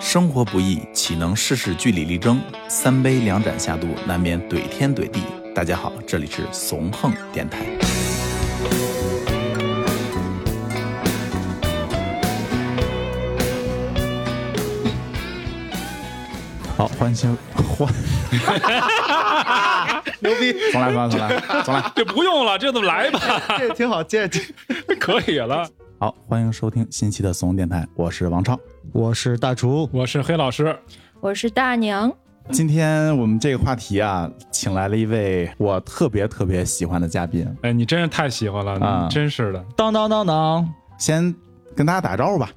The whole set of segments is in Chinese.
生活不易，岂能事事据理力争？三杯两盏下肚，难免怼天怼地。大家好，这里是怂横电台。好，欢 迎欢，牛逼，重来，重来，重来，重 来。这不用了，这怎么来吧？ 这挺好，这这可以了。好，欢迎收听新期的怂电台，我是王超。我是大厨，我是黑老师，我是大娘，今天我们这个话题啊，请来了一位我特别特别喜欢的嘉宾，哎，你真是太喜欢了，啊你真是的。当当当当。先跟大家打个招呼吧。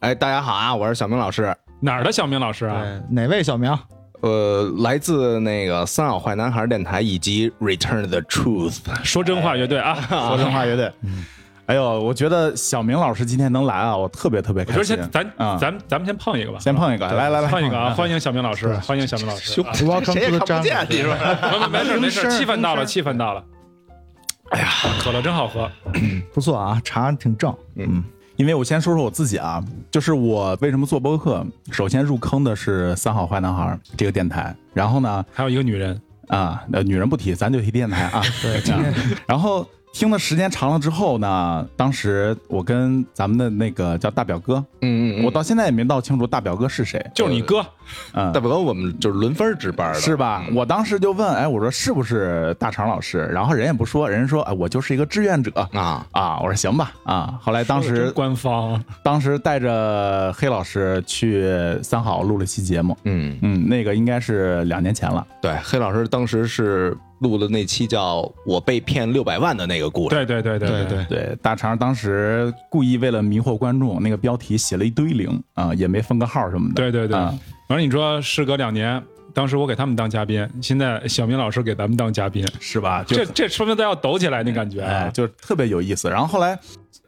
哎，大家好啊，我是小明老师，哪儿的小明老师啊？对，哪位小明？呃，来自那个三好坏男孩电台以及 Return to the Truth。说真哎话乐队啊！嗯说真话乐队。哎呦，我觉得小明老师今天能来啊，我特别特别我开说心先。咱啊咱咱们先碰一个吧，先碰一个，来来来，碰一个啊！欢迎小明老师，欢迎小明老师。啊哎 Welcome to the 谁也看不 jungle 见啊你说？没没事没铃事，声气氛到了，铃声气氛到了。哎呀，可乐真好喝。不错啊，茶挺正。因为我先说说我自己啊，就是我为什么做播客，首先入坑的是《三好坏男孩》这个电台，然后呢，还有一个女人，啊，呃，女人不提，咱就提电台 啊。 对，然后听的时间长了之后呢，当时我跟咱们的那个叫大表哥，嗯我到现在也没闹清楚大表哥是谁，就是你哥，嗯大，表哥，我们就是轮番值班的，是吧？我当时就问，哎，我说是不是大成老师？然后人也不说，人家说，哎，我就是一个志愿者啊，啊。我说行吧，啊。后来当真时官方当时带着黑老师去三好录了期节目，嗯，嗯，那个应该是两年前了，对，黑老师当时是录了那期叫“我被骗六百万”的那个故事，对对对对对，对，大肠当时故意为了迷惑观众，那个标题写了一堆零啊、也没分个号什么的。对对对啊。反正你说事隔两年，当时我给他们当嘉宾，现在小明老师给咱们当嘉宾，是吧？就这这说明咱要抖起来那感觉啊。哎，就是特别有意思。然后后来，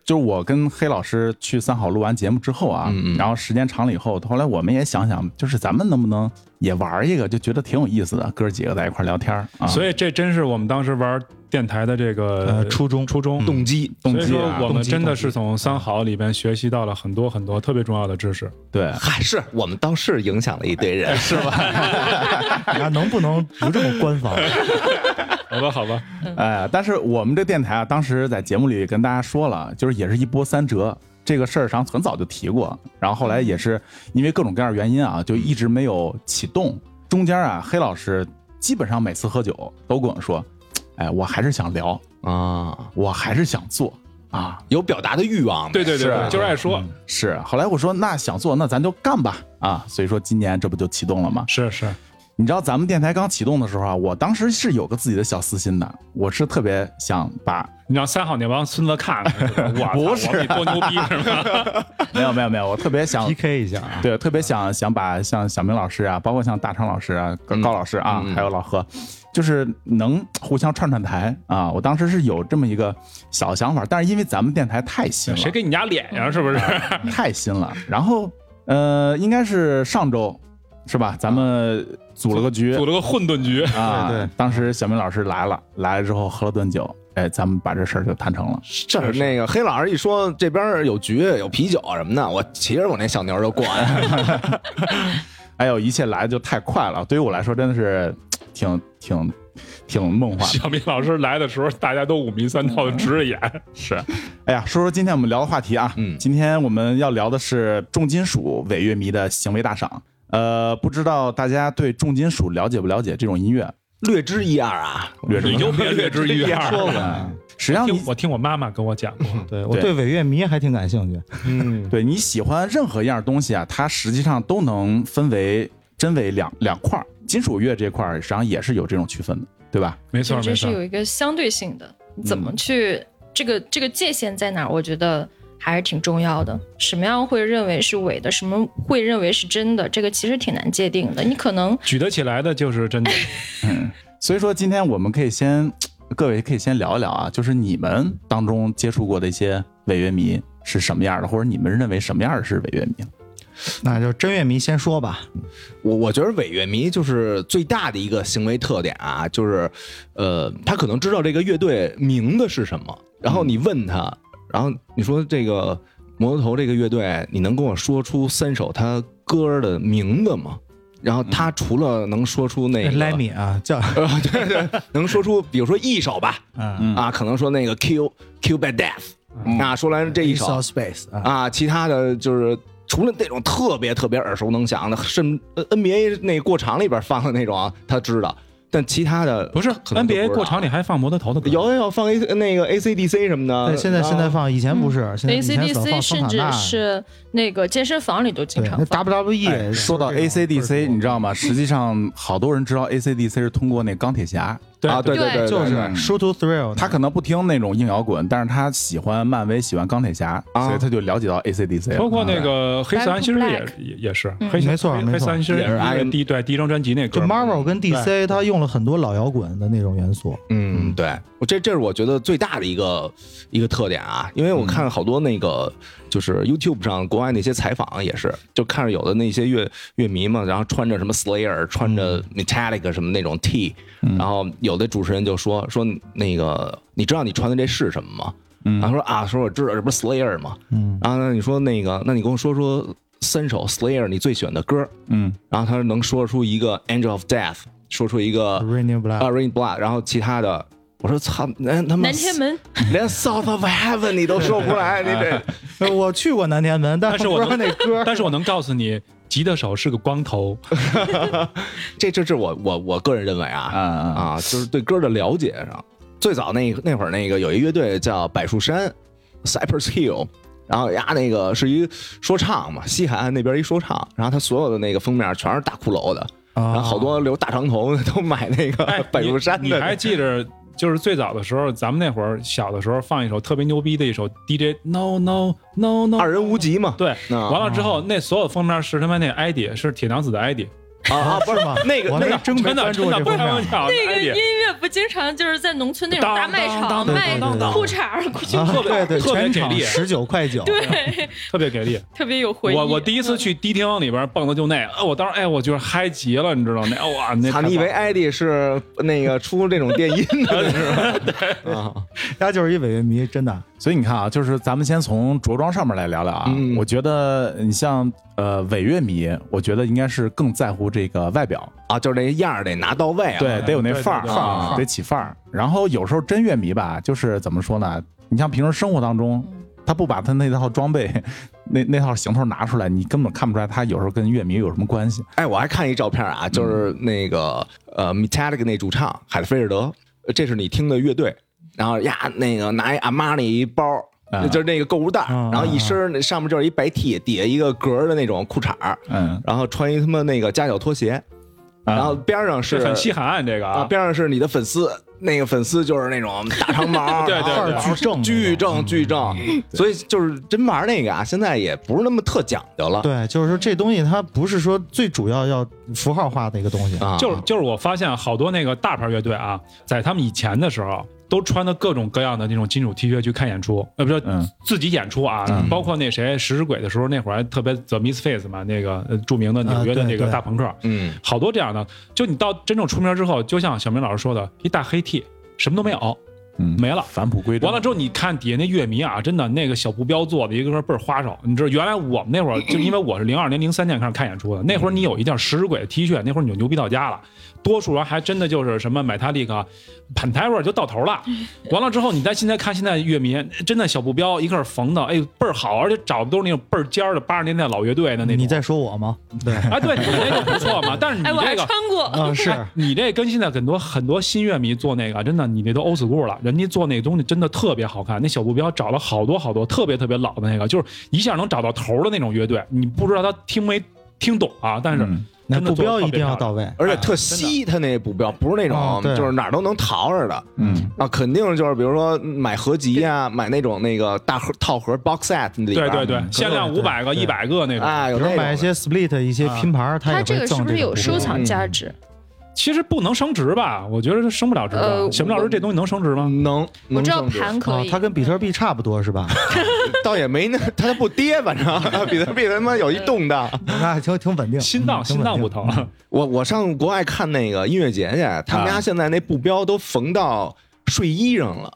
就是我跟黑老师去三好录完节目之后啊，嗯嗯然后时间长了以后，后来我们也想想，就是咱们能不能也玩一个，就觉得挺有意思的，哥几个在一块儿聊天儿啊。所以这真是我们当时玩电台的这个呃，初中初中动机，动所以机说啊，我们机真的动是从三好里边学习到了很多很多特别重要的知识。对，嗨，是我们倒是影响了一堆人，是吧？大家能不能不这么 官方？好吧，好吧，哎，但是我们这电台啊，当时在节目里跟大家说了，就是也是一波三折这个事儿，上很早就提过，然后后来也是因为各种各样的原因啊，就一直没有启动。中间啊，黑老师基本上每次喝酒都跟我说：“哎，我还是想聊，啊，我还是想做啊。有表达的欲望呗，对对对是啊对，就是爱说，”是，后来我说那想做，那咱就干吧啊！所以说今年这不就启动了吗？是是，你知道咱们电台刚启动的时候啊，我当时是有个自己的小私心的，我是特别想 把你让三好那帮孙子看看，我不我比多牛逼是吗？没有没有没有，我特别 想 PK 一下啊！对，特别想想把像小明老师啊，包括像大成老师啊、高嗯高老师啊，嗯嗯还有老何，就是能互相串串台啊。我当时是有这么一个小想法，但是因为咱们电台太新了，谁给你家脸呀？是不是？太新了。然后呃，应该是上周是吧？咱们组了个局组了个混沌局，啊，对对当时小明老师来了，来了之后喝了顿酒，哎，咱们把这事儿就谈成了。这那个黑老师一说这边有局有啤酒什么的，我骑着我那小牛就过来了。哎呦，一切来的就太快了，对于我来说真的是挺挺挺梦幻的。小明老师来的时候，大家都五迷三道的直着眼。是，哎呀，说说今天我们聊的话题啊，嗯今天我们要聊的是重金属伪乐迷的行为大赏。呃，不知道大家对重金属了解不了解这种音乐？略知一二啊，略知你就别略知一 二。说了。吧，实际上你听我听我妈妈跟我讲过，对我对对伪乐迷还挺感兴趣。嗯，对你喜欢任何一样东西啊，它实际上都能分为真伪两两块儿。金属乐这块儿实际上也是有这种区分的，对吧？没就错这没是错，有一个相对性的，你怎么去、这个这个界限在哪儿？我觉得还是挺重要的。什么样会认为是伪的，什么会认为是真的，这个其实挺难界定的。你可能举得起来的就是真的。所以说，今天我们可以先，各位可以先聊一聊啊，就是你们当中接触过的一些伪乐迷是什么样的，或者你们认为什么样的是伪乐迷？啊那就真乐迷先说吧。我我觉得伪乐迷就是最大的一个行为特点啊，就是，呃，他可能知道这个乐队名字是什么，然后你问他，然后你说这个魔头这个乐队，你能跟我说出三首他歌的名字嘛。然后他除了能说出那个，莱米啊，叫呃， 对对，能说出，比如说一首吧，嗯啊，可能说那个 Q Q by Death，、啊，说来这一首 South Space 啊，啊，其他的就是除了那种特别特别耳熟能详的，甚呃 NBA 那过场里边放的那种啊，他知道，但其他的不是可能就不知 NBA 道过场里还放摩托头的歌，有有有放 A 那个 ACDC 什么的，对，现在啊现在放，以前不是，嗯现在以前所放桑 ACDC 甚塔至纳是那个健身房里都经对常那 E 放。 WWE 哎说到 ACDC，你知道吗？实际上，好多人知道 ACDC 是通过那钢铁侠，对啊，对对对，就是对 Shoot to Thrill，他可能不听那种硬摇滚，但是他喜欢漫威，喜欢钢铁侠，啊所以他就了解到 AC/DC 了。包括那个黑色安息日 Back 也也也是，嗯黑色没错黑没错黑色安息日也是 Iron- 第对第一张专辑那歌就嘛， Marvel 跟 DC，他用了很多老摇滚的那种元素，嗯，对，我这这是我觉得最大的一个一个特点啊，因为我看好多那个、就是 YouTube 上国外那些采访也是，就看着有的那些乐乐迷嘛，然后穿着什么 Slayer，穿着 Metallica 什么那种 T，、然后有的主持人就说说那个你知道你穿的这是什么吗？嗯，然后说啊，说我知道，这不是 Slayer 吗？嗯，然后呢，你说那个，那你跟我说说三首 Slayer 你最喜欢的歌，嗯，然后他能说出一个 Angel of Death，说出一个 Raining 啊 Blood， ，Rain Blood，然后其他的，我说操，连他妈南天门，连 South of Heaven 你都说不出来，你啊这 呃我去过南天门，但但是我不知道能那歌， 但是我能告诉你，吉他手是个光 头，这这这我我我个人认为啊啊啊，啊，就是对歌的了解上，最早那那会儿那个有一乐队叫柏树山 Cypress Hill。然后呀，那个是一说唱嘛，西海岸那边一说唱，然后他所有的那个封面全是大骷髅的，然然后好多留大长头的都买那啊哎个柏树山你你还的，记着，就是最早的时候，咱们那会儿小的时候放一首特别牛逼的一首 DJ No No No No，二人无极嘛。对，啊完了之后那所有封面是他妈那 ID 是铁娘子的 ID，啊啊，不是吗那个我那还个真没真的关真注的这不方是开玩面。笑，那个 ID 音乐不经常就是在农村那种大卖当当场当卖当当裤�衩儿、裤衩啊儿，特别对对，特别全给场力十九块九，对，特别给力。特别有回忆。我我第一次嗯去迪厅里边蹦的就那，啊我当时哎，我就是嗨极了，你知道那哇那操，太你以棒为了 ID 是那个出这种电音的是 吧？啊，他就是一伪乐迷，真的。所以你看啊，就是咱们先从着装上面来聊聊啊。嗯我觉得你像呃伪乐迷，我觉得应该是更在乎这个外表，啊，就是这样儿得拿到位啊。对，得有那对范儿对对啊，对得起范儿。然后有时候真乐迷吧，就是怎么说呢？你像平时生活当中，他不把他那套装备、 那那套行头拿出来，你根本看不出来他有时候跟乐迷有什么关系。哎，我还看一照片啊，就是那个呃，Metallica 那主唱海菲尔德，呃这是你听的乐队，然后呀，那个拿一阿玛尼一包。啊就是那个购物袋儿，啊然后一身儿那上面就是一白 T，底下一个格儿的那种裤衩儿嗯，然后穿一他妈那个夹脚拖鞋，啊然后边儿上是这很西海岸这个啊，啊，边上是你的粉丝，那个粉丝就是那种大长毛 ，对对然后对范儿巨正巨正，巨正。嗯所以就是真玩那个啊，现在也不是那么特讲究了，对，就是说这东西它不是说最主要要符号化的一个东西，啊，就是就是我发现好多那个大牌乐队啊，在他们以前的时候。都穿的各种各样的那种金属 T 恤去看演出，呃，不是、嗯自己演出啊，嗯包括那谁食尸鬼的时候，那会儿还特别 The Misfits 嘛，那个呃著名的纽约的啊对那个对大朋克，嗯，好多这样的。就你到真正出名之后，就像小明老师说的，一大黑 T，什么都没有，嗯没了。返璞归真。完了之后，你看底下那乐迷啊，真的那个小布标做的一个个倍儿花哨。你知道，原来我们那会儿，就因为我是零二年、零三年开始看演出的，那会儿你有一件食尸鬼的 T 恤，那会儿你就牛逼到家了。多数人还真的就是什么买他利克、潘泰尔就到头了。嗯 完了之后，你再现在看现在乐迷，真的小布标一个是缝的，哎，倍儿好，而且找的都是那种倍儿尖儿的八十年代老乐队的那种。你在说我吗？对，啊，对你那个不错嘛，但是你哎，我这还个穿。过，啊是，哎你这跟现在很多很多新乐迷做那个，真的，你那都 old school 了。人家做那个东西真的特别好看，那小布标找了好多好多特别特别老的那个，就是一下能找到头的那种乐队。你不知道他听没听懂啊，但是嗯那真的不做得标特别一定要漂亮到位。而且特稀，他那补标不是那啊种对就是哪儿都能淘着的。嗯啊，肯定就是比如说买合集呀，买那种那个大盒套盒 box set 里边对儿，对嗯对，限量五百个、对一百个那种。啊，有比那如种买一些 split 一啊些拼盘儿，它它也这会个是赠不是有收种藏价值？其实不能升值吧？我觉得升不了值的。呃小明老师，我这东西能升值吗？能，我知道能升值盘可啊以，，它跟比特币差不多是 吧？倒也没那，它不跌，反正 比特币他妈有一动荡。那还挺挺稳定，心脏嗯心脏不。挺疼稳定，我我上国外看那个音乐节去，他们家现在那布标都缝到睡衣上了。啊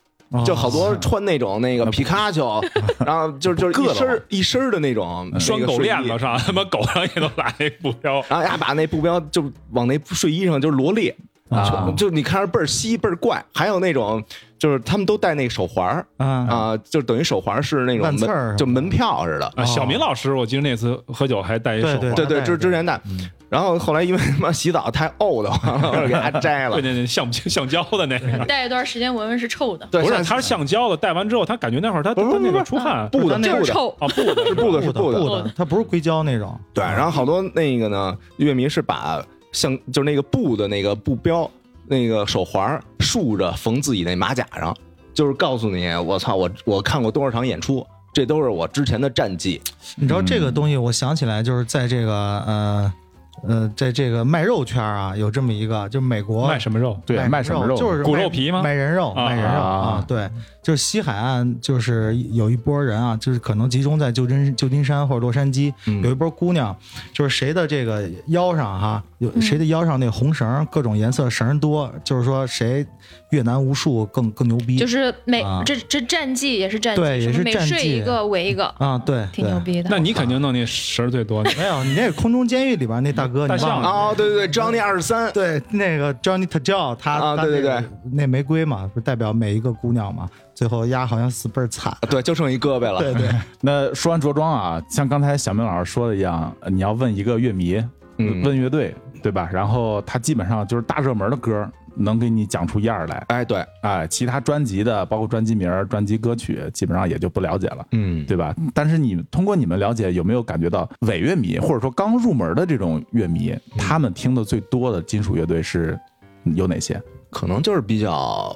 就好多穿那种那个皮卡丘， 然后就就是一身儿一身儿的那种拴狗链子上。上，他妈狗上也能拉那布啊标。然后呀，把那布标就往那睡衣上就罗列，啊就就你看着倍儿稀倍儿怪。还有那种就是他们都戴那手环儿啊，啊，就等于手环是那种烂刺儿什么的门就门票似的。哦啊，小明老师，我记得那次喝酒还带一手环，对对，戴嗯就着是之前戴，然后后来因为他妈洗澡太 呕的慌了，我就给它摘了对。那那橡橡胶的那个，戴一段时间闻闻是臭的，对，不是像它是橡胶的，戴完之后他感觉那会儿他他不是那不个是出汗布的就布是的，臭。啊布的是布的布的是布的。布的，它不是硅胶那种，对，然后好多那个呢，乐迷是把像就是那个布的那个布标那个手环儿竖着缝自己那马甲上，就是告诉你，我操，我我看过多少场演出，这都是我之前的战绩。你知道这个东西，我想起来就是在这个呃呃，在这个卖肉圈啊，有这么一个，就是美国卖什么肉？对，卖什么肉？哎就是骨卖肉皮吗卖人肉，啊卖人肉啊啊，对，就是西海岸，就是有一波人啊，就是可能集中在旧金旧金山或者洛杉矶，嗯有一波姑娘，就是谁的这个腰上哈、有嗯谁的腰上那红绳，各种颜色绳多，就是说谁越南无数更更牛逼，就是每啊这这战绩也是战绩，对什么也是每战绩睡一个围一个，啊，对，挺牛对。逼的。那你肯定弄那绳儿最多。 没有，你那是空中监狱里边那大哥，大你忘象了？哦，对对对，Johnny 二十 三，对，那个 Johnny t a j o 他啊他对对那个对，那玫瑰嘛，不是代表每一个姑娘嘛？最后丫好像死倍儿惨，对，就剩一胳膊了。对对，那说完着装啊，像刚才小明老师说的一样，呃你要问一个乐迷，嗯问乐队，对吧？然后他基本上就是大热门的歌，能给你讲出一二来。哎，对，哎，其他专辑的，包括专辑名儿、专辑歌曲，基本上也就不了解了。嗯，对吧？但是你通过你们了解，有没有感觉到伪乐迷或者说刚入门的这种乐迷，他们听的最多的金属乐队是有哪些？可能就是比较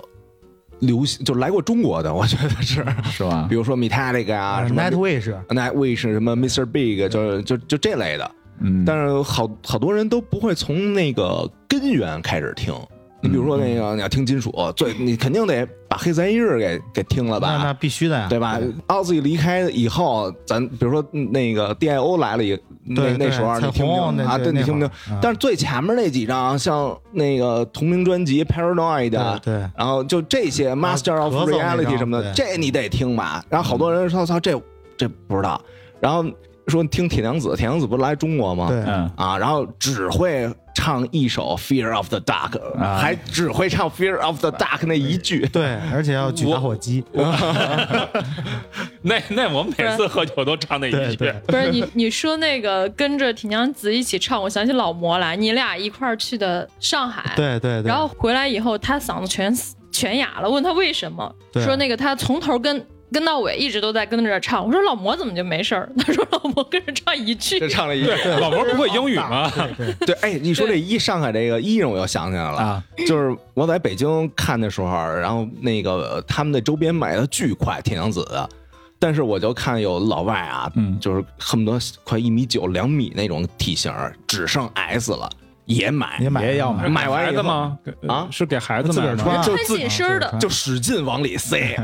流行，就来过中国的，我觉得是，是吧比？如说 Metallica 啊，什么呃 Nightwish， Nightwish 什么 Mr. Big，就是就就这类的。嗯，但是好好多人都不会从那个根源开始听。你比如嗯说那个，你要听金属，最你肯定得把黑三一日给给听了那那吧，必须的呀，对吧？奥自己离开以后，咱比如说嗯那个 DIO 来了以那对那对时候，彩你听不虹听那啊？对对，你那听不会听儿嗯？但是最前面那几张，像那个同名专辑 Paranoid，啊对对然后就这些 Master of 咳嗽那 Reality 张什么对的，这你得听吧。然后好多人说：“操，这这不知道。”然后说听铁娘子，铁娘子不是来中国吗？对嗯，啊，然后只会唱一首《Fear of the Dark》，啊还只会唱《Fear of the Dark》那一句。对，而且要举打火机，那那我每次喝酒都唱那一对句对。不是你你说那个跟着铁娘子一起唱，我想起老魔来，你俩一块儿去的上海，对对对，然后回来以后他嗓子全死全哑了，问他为什么，对说那个他从头跟跟到尾一直都在跟着唱，我说老魔怎么就没事儿？ 他说老魔跟着唱一句就，唱了一句， 对，老婆不会英语吗？对，哎，你说这一上海这个一让我又想起来了，啊，就是我在北京看的时候，然后那个呃他们的周边买的巨快，铁娘子的。但是我就看有老外啊，嗯就是恨不得快一米九、两米那种体型，只剩 S 了，也买，也买也要是买给买完孩以子后吗？啊是给孩子自个买儿的穿吗啊，就穿自紧身儿的，就使劲往里塞，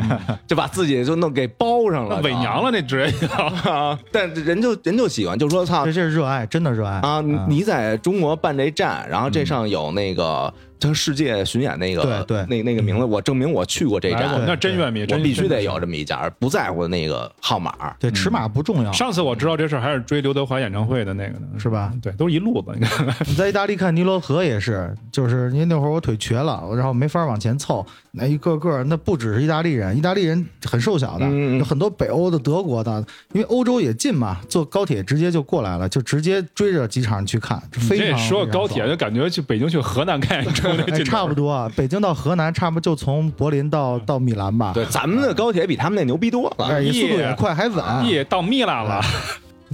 就把自己就弄给包上了，伪娘了，那职业叫。啊！但人就人就喜欢，就说操这这是热爱，真的热爱嗯啊！你你在中国办这站，然后这上有那个他世界巡演那个对对那那个名字，我证明我去过这来我站们，那真乐迷，我真必须得有这么一家，不在乎那个号码。对，尺码不重要，上次我知道这事儿，还是追刘德华演唱会的那个呢，是吧？对，都是一路子。你看，你在意大利看尼罗河也是，就是因为那会儿我腿瘸了，然后没法往前凑，那一个个那不只是意大利人，意大利人很瘦小的，嗯嗯嗯有很多北欧的、德国的，因为欧洲也近嘛，坐高铁直接就过来了，就直接追着机场去看，非这常说非常高铁就爽感觉去北京去河南看演出那劲哎头差不多，啊，北京到河南差不多就从柏林到嗯到米兰吧，对，咱们的高铁比他们那牛逼多了。哎，也速度也快还稳，咦，到蜜蜡了，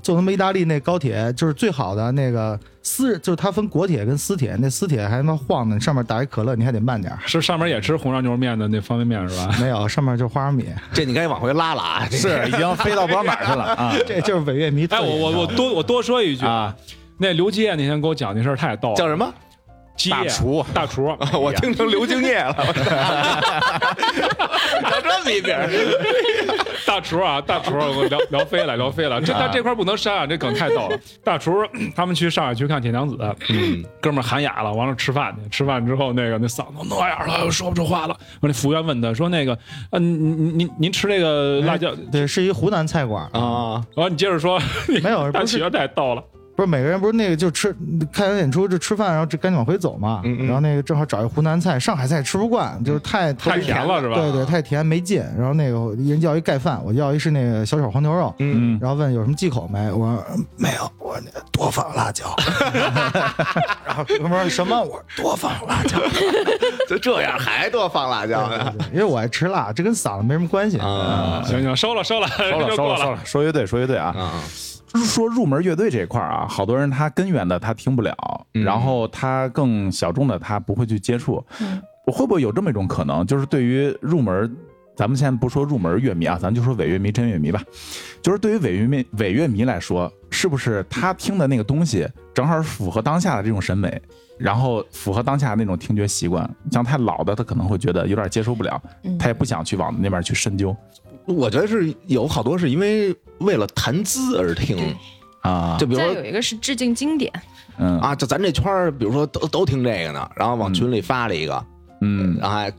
坐他妈意大利那高铁就是最好的那个私，就是它分国铁跟私铁，那私铁还他妈晃呢，上面打一可乐你还得慢点儿。是上面也吃红烧牛肉面的那方便面是吧？ 没有，上面就花生米，这你该往回拉了啊！这是已经飞到不知道哪儿去了啊 这就是伪乐迷特哎，点。我我我多我多说一句，啊！那刘基业那天给我讲那事儿太逗了， 叫什么？基大业厨大厨， 哎我听成刘敬 业了，我操咋这么一名儿？大厨啊，大厨，我聊聊飞了，聊飞了。这但这块不能删啊，这梗太逗了。大厨 他们去上海去看铁娘子，嗯 哥们儿喊哑了，完了吃饭去，吃饭之后那个那嗓子那样了，说不出话了。完那服务员问他说那个，嗯、您您您吃这个辣椒？对，是一湖南菜馆， 啊，完了你接着说，没有，大不是学太逗了。不是每个人不是那个就吃看完演出就吃饭，然后就赶紧往回走嘛。嗯嗯然后那个正好找一湖南菜，上海菜吃不惯，就是太太甜了是吧对对，太甜没劲。然后那个一人要一盖饭，我要一是那个小炒黄牛肉。嗯，嗯，然后问有什么忌口没？我说嗯没有，我说那多放辣椒。 然后哥们儿说什么？我说多放辣椒，就这样还多放辣啊椒对呢对对因为我爱吃辣，这跟嗓子没什么关系。 啊行行，收了收了，收了 就收过了收了。了，说乐队说乐队啊，啊！说入门乐队这一块儿啊，好多人他根源的他听不了，嗯然后他更小众的他不会去接触。嗯我会不会有这么一种可能，就是对于入门，咱们现在不说入门乐迷啊，咱就说伪乐迷、真乐迷吧，就是对于伪乐迷、伪乐迷来说，是不是他听的那个东西正好符合当下的这种审美？然后符合当下那种听觉习惯，像太老的他可能会觉得有点接受不了，嗯他也不想去往那边去深究我觉得是有好多是因为为了谈资而听，啊。就比如再说有一个是致敬经典，嗯啊，就咱这圈儿，比如说都都听这个呢，然后往群里发了一个，嗯然后还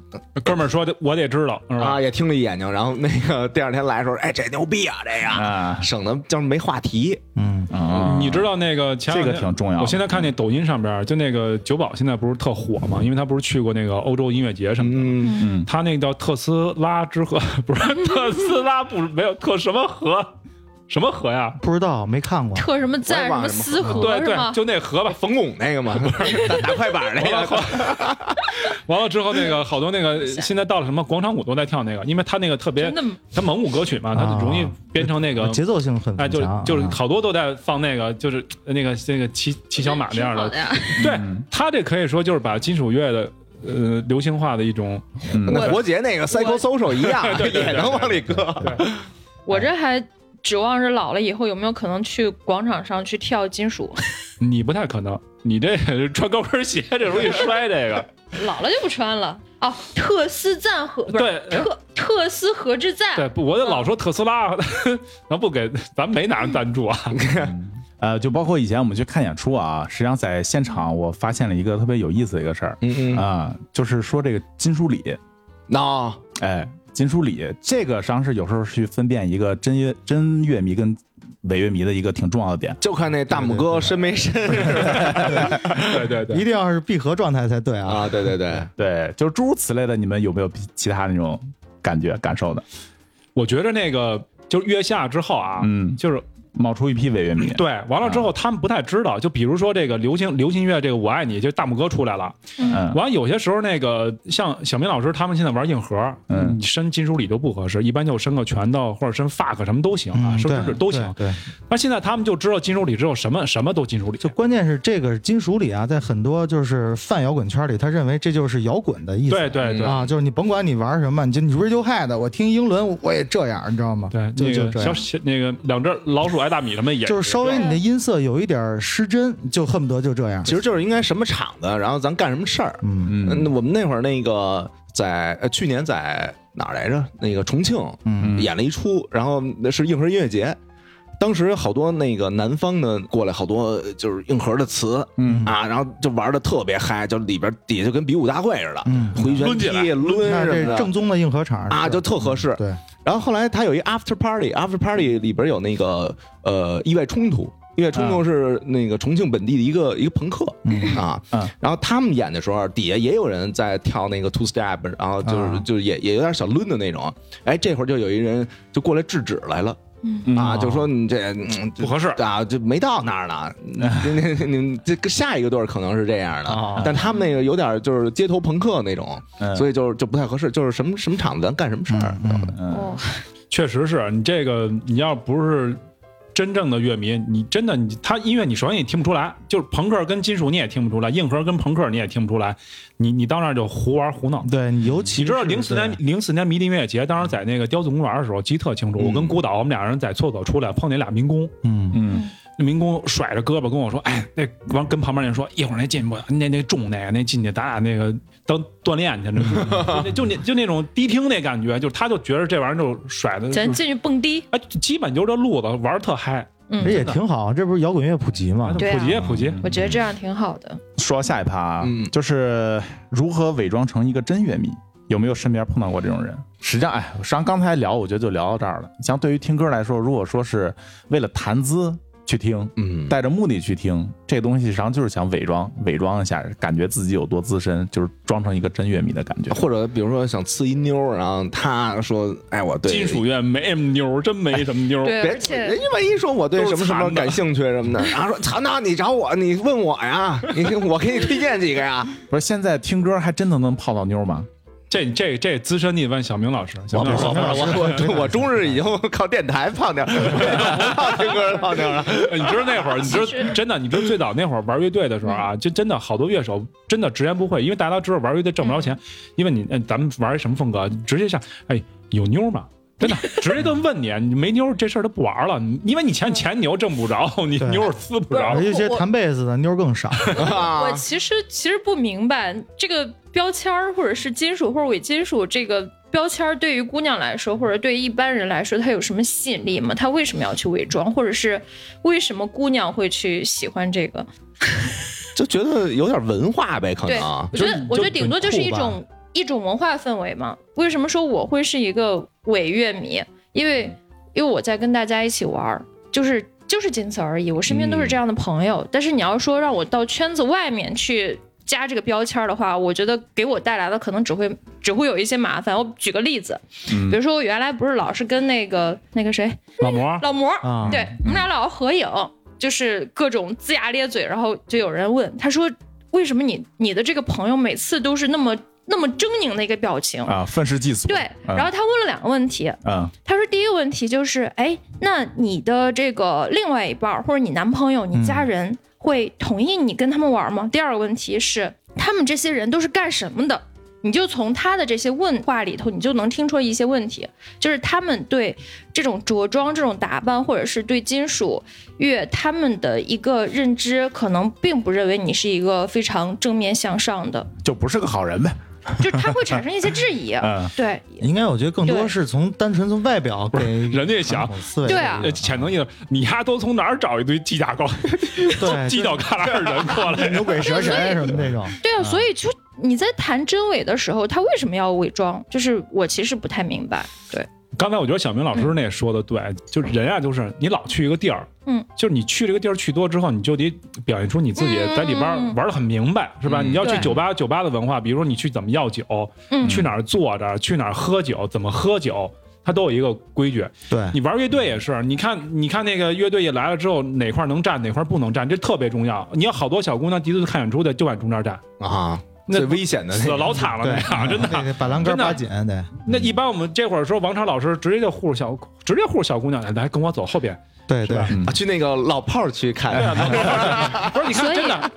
哥们儿说我得知道是吧啊？也听了一眼睛，然后那个第二天来的时候，哎，这牛逼啊，这个啊省得就是没话题嗯，啊！你知道那个前这两个天挺重要的。我现在看那抖音上边儿，就那个九宝现在不是特火嘛，因为他不是去过那个欧洲音乐节什什么的。么的。嗯他那个叫特斯拉之河，不是特斯拉不是没有特什么河，什么河呀？不知道没看过。特什么赞什我也忘么了思河对是对，吗？就那河吧。冯巩那个嘛，不是 打打快板那完了个，完了之后， 那个好多那个现在到了什么广场舞都在跳那个，因为他那个特别真，的吗他蒙古歌曲嘛，他就容易啊变成那个，节奏性很哎，很就强，就是啊好多都在放那个，就是那个那个骑骑小马那样挺好的。的呀。对他这可以说就是把金属乐的呃流行化的一种嗯跟伯杰那个 psycho social 一 样，也能往里搁。哎我这还指望着老了以后有没有可能去广场上去跳金属，你不太可能，你这穿高跟鞋这容易摔这个。老了就不穿了。哦，特斯赞和不是对，哎特特斯和之对赞，，不我得老说特斯拉， 咱不给，咱没拿赞助啊。呃，就包括以前我们去看演出啊，实际上在现场我发现了一个特别有意思的一个事儿嗯嗯，啊、就是说这个金属礼，那哎，金属礼这个实际上是有时候去分辨一个真乐真乐迷跟伪乐迷的一个挺重要的点。就看那大拇哥伸没伸对对一对，定要是闭合状态才对啊。啊？对对对，对，就是诸如此类的，你们有没有比其他那种感觉感受的？我觉着那个就是月下之后啊，嗯就是冒出一批伪乐迷，对，完了之后他们不太知道，就比如说这个流行流行乐这个我爱你，就大拇哥出来了，嗯完了有些时候那个像小明老师他们现在玩硬核，嗯你伸金属礼都不合适，一般就伸个拳头或者伸 fuck 什么都行啊，嗯伸对食指都行。对，对那现在他们就知道金属礼之后什么什么都金属礼，就关键是这个金属里啊，在很多就是泛摇滚圈里，他认为这就是摇滚的意思。对对对。啊，就是你甭管你玩什么，你就你 Radiohead，我听英伦我也这样，你知道吗？对，就那就个这小样，小那个两只老鼠爱大米什么也就是稍微对你的音色有一点失真，就恨不得就这样。其实就是应该什么场子，然后咱干什么事儿。嗯嗯嗯，我们那会儿那个在呃去年在哪儿来着？那个重庆嗯演了一出，然后那是硬核音乐节。当时好多那个南方的过来，好多呃就是硬核的词，嗯啊，然后就玩的特别嗨，就里边底下就跟比武大会似的，嗯，回旋抡起来踢、抡那这什么正的宗的硬核场啊，就特合适。对，然后后来他有一 after party，after party 里边有那个呃意外冲突，意外冲突是那个重庆本地的一个、一个朋克、啊嗯，然后他们演的时候，底下也有人在跳那个 two step，然后就是、啊就是也也有点小抡的那种，哎，这会儿就有一人就过来制止来了。嗯啊，就说你这、嗯、不合适啊，就没到那儿呢。你你你这个下一个队儿可能是这样的，哦但他们那个有点就是街头朋克那种，嗯所以就是就不太合适。就是什么什么场子咱干什么事儿，嗯嗯哦，确实是你这个，你要不是真正的乐迷，你真的你他音乐你首先也听不出来，就是朋克跟金属你也听不出来，硬核跟朋克你也听不出来，你你到那儿就胡玩胡闹。对，你尤其你知道是零四年零四年迷笛音乐节，当时在嗯那个雕塑公园的时候，记得特清楚。我跟孤岛我们俩人在厕所出来碰见俩民工，嗯嗯那民工甩着胳膊跟我说：“哎，那完跟旁边那人说，一会儿那进不那那重那个那进去咱俩那个当锻炼去， 那就就那就那种迪厅那感觉，就是他就觉得这玩意儿就甩的，咱嗯就进去蹦迪，哎，基本就是这路子玩儿特嗨，这嗯，也挺好，这不是摇滚乐普及吗？对啊普及也普及，我觉得这样挺好的。说到下一趴啊，嗯就是如何伪装成一个真乐迷，有没有身边碰到过这种人？实际上，哎，实际上刚才聊，我觉得就聊到这儿了。像对于听歌来说，如果说是为了谈资去听，嗯，带着目的去听，这东西实际上就是想伪装，伪装一下，感觉自己有多资深，就是装成一个真乐迷的感觉。或者比如说想呲一妞儿，然后他说：“哎，我对金属乐没什么妞儿，真没什么妞儿。对哦别而且人家万一说我对什么什么感兴趣 什么的，然后说操，那你找我，你问我呀，你我给你推荐几个呀。不是现在听歌还真的能泡到妞吗？这这这资深，你问小明老师，小明老师， 我我我我终日已经靠电台胖掉，不靠听歌胖掉了。 哎你知道那会儿，你知道真的，你知道最早那会儿玩乐队的时候啊，嗯就真的好多乐手真的直言不讳，因为大家都知道玩乐队挣不着嗯钱，因为你呃咱们玩一什么风格，直接上，哎，有妞吗？真的，直接都问你，你没妞这事儿都不玩了，因为你嗯钱钱你又挣不着，你对妞儿撕不着不，是尤其是弹贝斯的妞儿更少， 啊我其实其实不明白这个标签儿，或者是金属或者伪金属这个标签儿，对于姑娘来说，或者对于一般人来说，它有什么吸引力吗？它为什么要去伪装，或者是为什么姑娘会去喜欢这个？就觉得有点文化呗，可对，能我。觉得我觉得顶多就是一就很种一种文化氛围嘛。为什么说我会是一个伪乐迷？因为因为我在跟大家一起玩儿，就是就是仅此而已。我身边都是这样的朋友，但是你要说让我到圈子外面去。加这个标签儿的话，我觉得给我带来的可能只会只会有一些麻烦。我举个例子，比如说我原来不是老是跟那个那个谁老魔，老魔儿啊对，我们俩老合影，就是各种龇牙咧嘴，然后就有人问他说：“为什么你你的这个朋友每次都是那么那么狰狞的一个表情啊，愤世嫉？”俗。对，嗯然后他问了两个问题，嗯，他说第一个问题就是：“哎，那你的这个另外一半儿或者你男朋友、你家人会同意你跟他们玩吗？”第二个问题是：他们这些人都是干什么的？你就从他的这些问话里头，你就能听出一些问题，就是他们对这种着装、这种打扮，或者是对金属乐他们的一个认知，可能并不认为你是一个非常正面向上的，就不是个好人呗。 就是他会产生一些质疑。啊嗯，对，应该我觉得更多对是从单纯从外表给人家想传统思维对啊的呃潜能意识，你丫都从哪儿找一堆犄角膏、哎对犄角旮旯的人过来？牛鬼蛇神什么 那种，对啊，所以就你在谈真伪的时候，他为什么要伪装？就是我其实不太明白。对，刚才我觉得小明老师那说的对，就是人啊，就是你老去一个地儿，嗯，就是你去这个地儿去多之后，你就得表现出你自己在里边嗯嗯嗯玩的很明白，是吧？嗯你要去对酒吧，酒吧的文化，比如说你去怎么要酒，嗯去哪儿坐着，去哪儿喝酒，怎么喝酒。它都有一个规嗯矩，对你玩乐队也是，你看，你看那个乐队一来了之后，哪块能站，哪块不能站，这特别重要。你要好多小姑娘第一次看演出的，就往中间 站，啊，那最危险的死那得个老惨了对那样，真的。得把栏杆真的扒紧，得那一般我们这会儿说王超老师直接就护着小，直接护着小姑娘，来来跟我走后边。对对，啊，去那个啊老炮儿区看。不是，你所看以真的，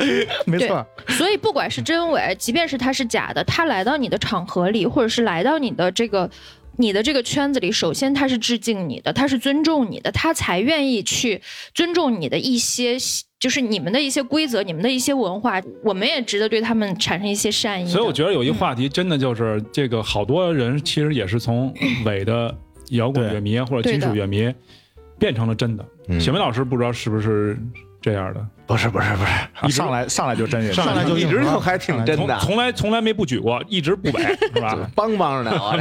没错，所以不管是真伪，即便是他是假的，他来到你的场合里，或者是来到你的这个。你的这个圈子里，首先他是致敬你的，他是尊重你的，他才愿意去尊重你的一些，就是你们的一些规则，你们的一些文化，我们也值得对他们产生一些善意的。所以我觉得有一话题真的就是这个，好多人其实也是从伪的摇滚乐迷啊或者金属乐迷变成了真的。嗯小明老师不知道是不是这样的，不是不是不是，一上来上来就真乐迷，上啊上来来就就硬一直核就还挺真从的，从来从来没不举过，一直不伪，是吧？邦邦的我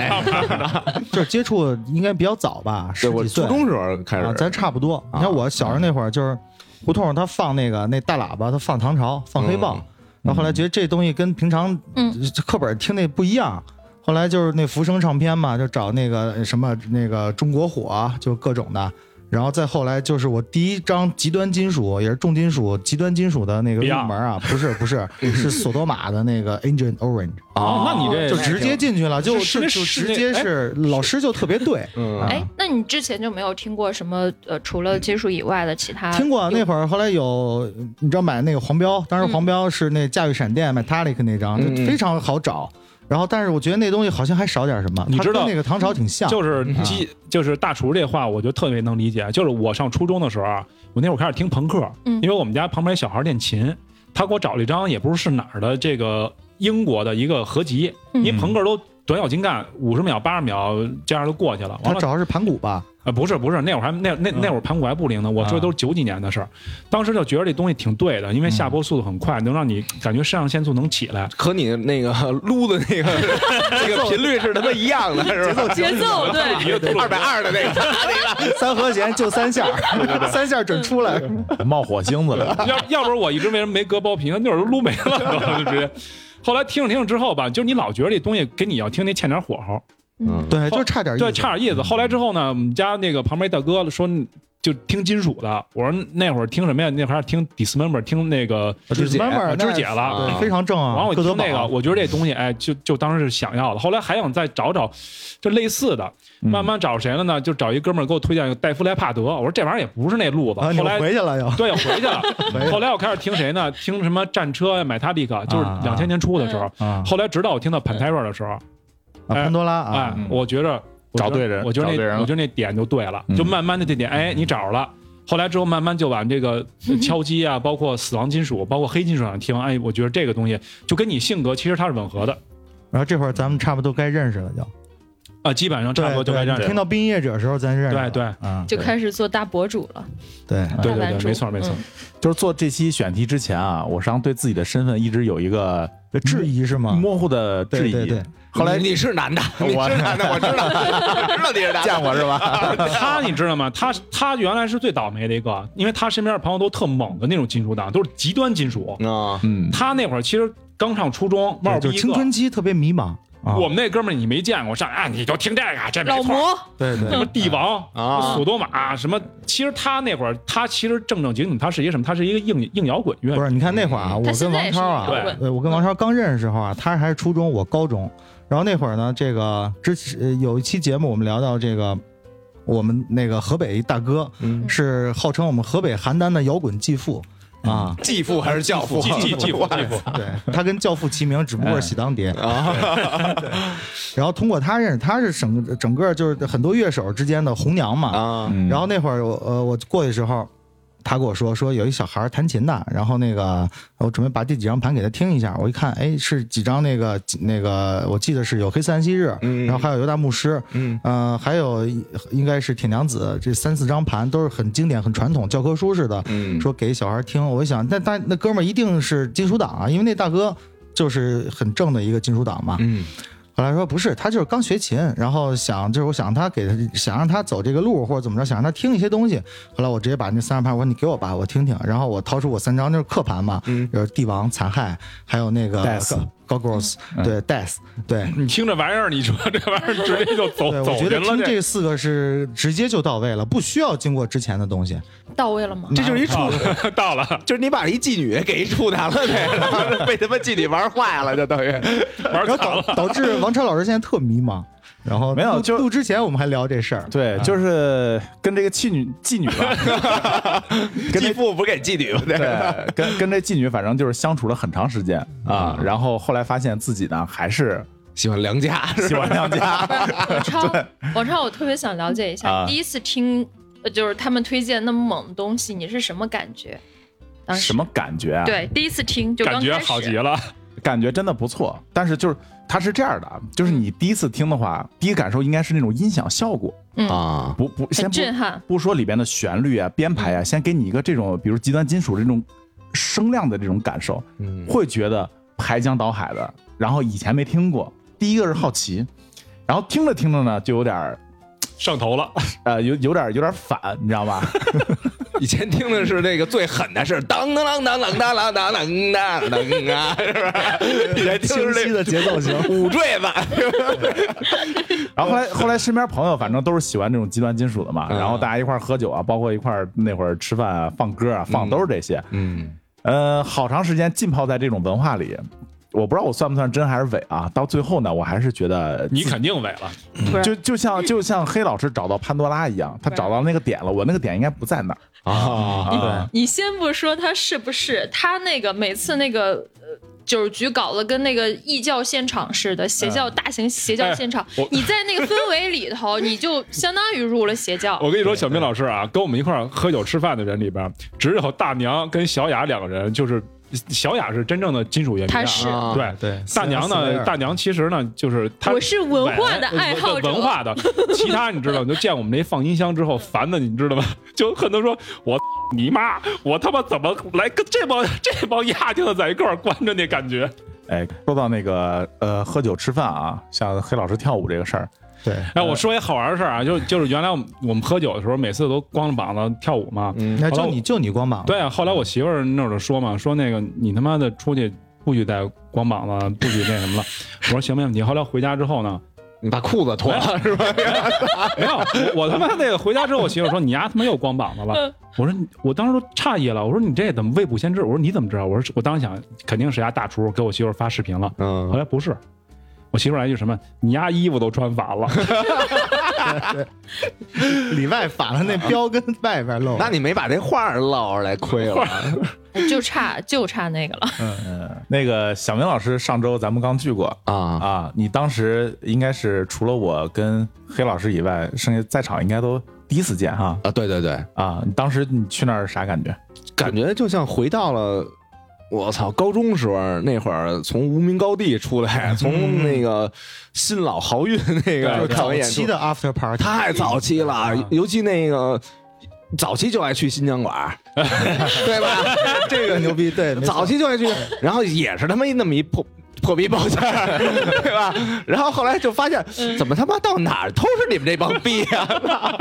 这。就是接触应该比较早吧，对十我几岁初中时候开啊始，，咱差不多。啊你看我小时候那会儿，就是胡同他放那个那大喇叭，他放唐朝，放黑豹嗯，然后后来觉得这东西跟平常嗯呃课本听那不一样。后来就是那福生唱片嘛，就找那个呃什么那个中国火啊，就各种的。然后再后来就是我第一张极端金属，也是重金属、极端金属的那个入 Beyond 门啊，不是不是，是索多玛的那个 Agent Orange，哦，那你这就直接进去了，就是就那就是直那接哎是老师就特别对，嗯哎，那你之前就没有听过什么呃，除了金属以外的其他？听过啊那会儿，后来有你知道买那个黄标，当时黄标是那《驾驭闪电》Metallic 那张，嗯就非常好找。然后，但是我觉得那东西好像还少点什么，你它知跟道那个唐朝挺像，就是鸡，就是大厨这话，我就特别能理解。就是我上初中的时候啊，我那会儿开始听朋克，嗯因为我们家旁边小孩练琴，他给我找了一张也不是是哪儿的这个英国的一个合集，嗯因为朋克都短小精干，五十秒、八十秒这样就过去了。它完了主要是盘古吧，啊，不是不是，那会儿还那那那会儿盘古还不灵呢，我说的都是九几年的事儿，当时就觉得这东西挺对的，因为下播速度很快，能让你感觉肾上腺素能起来。和你那个 撸的 那个那个频率是他妈一样的，是吧？节 奏对，二百二的那个，三和弦就 三下，三下准出来。冒火星子了。要要不然我一直为什么没割包皮呢？那会儿都撸没了， 然后就直接。后来听着听着之后吧，就是你老觉得这东西跟你要听那欠点火候，嗯对，就差点意思。对，差点意思。后来之后呢，我们家那个旁边一大哥说就听金属的，我说那会儿听什么呀？那会儿还听 Dismember，听那个肢解慢慢啊肢解了啊对，非常正啊。完了我哥德听堡那个，我觉得这东西，哎，就就当时是想要的。后来还想再找找，就类似的，嗯慢慢找谁了呢？就找一哥们儿给我推荐一个戴夫莱帕德，我说这玩意儿也不是那路子。啊，你后们来回去了又。对，回去了。 回去了后来我开始听谁呢？听什么战车呀、买塔利克，就是啊啊两千年初的时候。啊，后来直到我听到 Pantera 的时候，啊潘多拉哎啊，，我觉着我觉找着对人我觉得找对人那了我觉得那点就对了，嗯就慢慢的这点，哎，你找着了。后来之后，慢慢就往这 个呃敲击啊，包括死亡金属，包括黑金属上听，哎，我觉得这个东西就跟你性格其实它是吻合的然后这会儿咱们差不多该认识了，就啊，基本上差不多对就该对，这你样。听到《冰夜者》的时候，咱认识了。对对啊，就开始做大博主了，对，对大对版对，主没错没错。嗯就是做这期选题之前啊，我实际上对自己的身份一直有一个质疑是吗？模糊的质疑。啊对对对后来你是男的，你是男的，我知道，我知道你是男的，见过是吧？嗯他你知道吗？他他原来是最倒霉的一个，因为他身边的朋友都特猛的那种金属党，都是极端金属。 啊，嗯，他那会儿其实刚上初中，对帽儿就逼一青个。春期特别迷茫。啊我们那哥们儿你没见过，上来啊你就听这个，这哎老没错。魔对对什么帝王啊索多玛什么？其实他那会儿，他其实正正经经，他是一个什么？他是一个硬硬摇滚乐 不。是，你看那会儿啊，我他跟现在王也超啊是摇滚，对，我跟王超刚认识的时候啊，他还是初中，我高中。然后那会儿呢，这个之前呃有一期节目，我们聊到这个，我们那个河北一大哥嗯是号称我们河北邯郸的摇滚继父啊，继父还是教父？继继继父继父，嗯对他跟教父齐名，只不过是喜当爹。啊， 然后通过他认识，他是整整个就是很多乐手之间的红娘嘛，啊，嗯然后那会儿我呃我过去的时候，他跟我说说有一小孩儿弹琴的，然后那个我准备把这几张盘给他听一下，我一看哎是几张那个那个我记得是有黑色安息日，嗯然后还有犹大牧师，嗯呃还有一应该是铁娘子，这三四张盘都是很经典很传统教科书似的，嗯，说给小孩儿听，我一想那大那哥们儿一定是金属党啊，因为那大哥就是很正的一个金属党嘛，嗯后来说不是，他就是刚学琴，然后想就是我想他给他想让他走这个路或者怎么着，想让他听一些东西。后来我直接把那三张盘我说你给我吧，我听听。然后我掏出我三张就是刻盘嘛，嗯就是帝王残害，还有那个 Death g o g o s 嗯对 Death，对你听这玩意儿，你说这玩意儿直接就走对，哦走我觉得人了。听这四个是直接就到位了，不需要经过之前的东西。到位了 吗？这就是一处，啊这到了就是你把一妓女给一处男了呗，然后被他妈妓女玩坏了，就等 于玩然惨后导了。导 致王超老师现在特迷茫。然后没有录就录之前我们还聊这事儿，对，就是跟这个妓女妓女 吧，跟继这父不给妓女吧？对跟跟这妓女，反正就是相处了很长时间啊。嗯然后后来发现自己呢，还是 喜欢良家喜欢亮家。 王超，王超，我特别想了解一下，啊第一次听呃就是他们推荐那么猛的东西，你是什么感觉？当时什么感觉啊？对，第一次听就感刚觉开始好极了，感觉真的不错。但是就是它是这样的啊，就是你第一次听的话，第一感受应该是那种音响效果，啊，不不，先很不震撼。嗯不说里边的旋律啊、编排啊，先给你一个这种，比如极端金属这种声量的这种感受，嗯会觉得排江倒海的，然后以前没听过。第一个是好 奇，然后听着听着呢，就有点儿上头了。呃，有有点儿有点儿反，你知道 吧？以前听的是那个最狠的是当当当当当当当当当当当啊，是 不是？以前听清的晰是的节奏型。那五坠子，然后后来后来身边朋友反正都是喜欢这种极端金属的嘛，嗯然后大家一块儿喝酒啊，包括一块儿那会儿吃饭啊、放歌啊、放都是这些。 嗯，呃，好长时间浸泡在这种文化里，我不知道我算不算真还是伪啊。到最后呢，我还是觉得你自肯定萎了，不是就就像就像黑老师找到潘多拉一样，他对找到那个点了，我那个点应该不在那儿。啊，对，你先不说他是不是，他那个每次那个呃酒局搞得跟那个异教现场似的，邪教大型邪教现场哎我，你在那个氛围里头，你就相当于入了邪教。 我跟你说，小明老师啊，跟我们一块儿喝酒吃饭的人里边，只有大娘跟小雅两个人，就是小雅是真正的金属乐迷啊。她是啊对对，大娘斯威呢？尔大娘其实呢，就是她我是文化的哎爱好者，文化的。其他你知 道，你就见我们那放音箱之后，烦的你知道吧？ 就很多人说我 你妈，我他妈怎么来跟这帮这帮丫头在一块儿关着那感觉？哎，说到那个呃，喝酒吃饭啊，像黑老师跳舞这个事儿，对，哎，我说一好玩的事儿啊，就就是原来我们我们喝酒的时候，每次都光着膀子跳舞嘛。后那就来我你就你光膀子，对啊，后来我媳妇儿那会儿就说嘛，说那个你他妈的出去不许带光膀子，不许那什么了。我说行没问题。后来回家之后呢，你把裤子脱了是吧？没有，我我他妈那个回家之后，我媳妇儿说你丫他妈又光膀子了嗯。我说你我当时都诧异了，我说你这怎么未卜先知？我说你怎么知道？我说我当时想肯定是丫大厨给我媳妇儿发视频了。后嗯，来不是，我媳妇儿来一句什么，你丫衣服都穿反了。里外反了，那标跟外边露。那你没把这画儿捞出来亏了，就差就差那个了。那个小明老师上周咱们刚聚过啊啊，你当时应该是除了我跟黑老师以外，剩下在场应该都第一次见哈啊！对对对，啊，你当时你去那儿啥感觉？感觉就像回到了。我操！高中时候那会儿，从无名高地出来，从那个新老豪运那对个对看嗯早完演出期的嗯 after party 太早期了，尤其那个早期就爱去新疆 馆儿，对吧？这这个个牛逼，对，没错 早期就爱去，然后也是他妈那么一破。破逼包间儿，对吧？然后后来就发现，怎么他妈到哪儿都是你们这帮逼呀、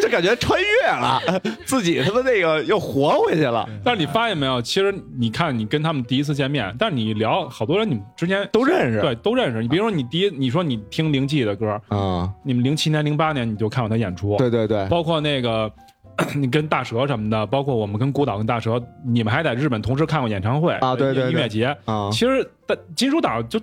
就感觉穿越了，自己他妈那个又活回去了，但是你发现没有，其实你看你跟他们第一次见面，但是你聊好多人，你们之前都认识。对都认识。你比如说你第一，你说你听灵记的歌，啊、你们零七年、零八年你就看过他演出，对对对，包括那个 你跟大蛇什么的，包括我们跟孤岛跟大蛇，你们还在日本同时看过演唱会啊对对音对乐节。啊、其实但金属岛就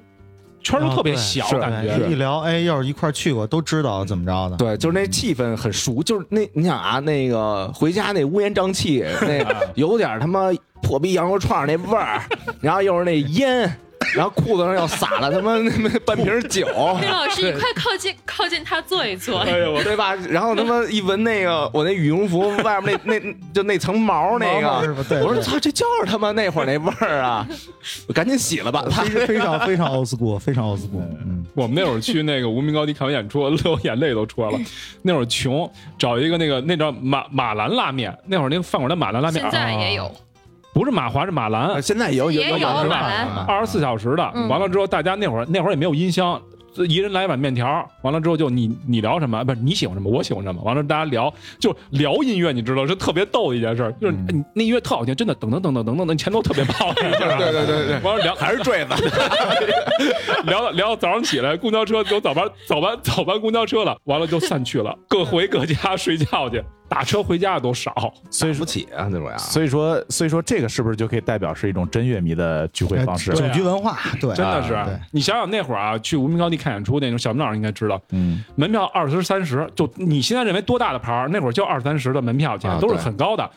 圈儿都特别啊对小，是感对觉一聊，哎，要是一块儿去过，都知道怎么着的。对，就是那气氛很熟，就是那你想啊，那个回家那乌烟瘴气，那有点他妈破逼羊肉串那味儿，然后又是那烟，然后裤子上又撒了他妈那么半瓶酒， 黑老师，你快靠近靠近他坐一坐。哎对吧？然后他妈一闻那个我那羽绒服外面那那就那层毛那毛毛是吧对个，我说对操，这就是他妈那会儿那味儿啊！我赶紧洗了吧，他非常非常非常 old school，非常 old school。嗯，我们那会儿去那个无名高地看完演出， 流眼泪都出来了。那会儿穷，找一个那个那叫马马兰拉面，那会儿那个饭馆的马兰拉面，现在也啊有，不是马华是马兰，呃现在也哎有也有是马吧兰，啊二十四小时的。嗯完了之后，大家那会儿那会儿也没有音箱，一人来一碗面条。完了之后就你你聊什么？不是你喜欢什么，我喜欢什么。完了大家聊就聊音乐，你知道是特别逗的一件事儿，就是哎你那音乐特好听，真的噔噔噔噔噔噔噔，前奏特别棒。对对对对，完了聊还是坠子，聊到聊到早上起来，公交车有早班早班早班公交车了，完了就散去了，各回各家睡觉去。打车回家的都少，所以说不起啊，这种呀。所以说，所以说这个是不是就可以代表是一种真乐迷的聚会方式哎？对酒啊局文化，对，真的是啊对。你想想那会儿啊，去无名高地看演出那种，小明老师应该知道，嗯，门票二十三十，就你现在认为多大的牌儿，那会儿就二三十的门票钱啊都是对很高的。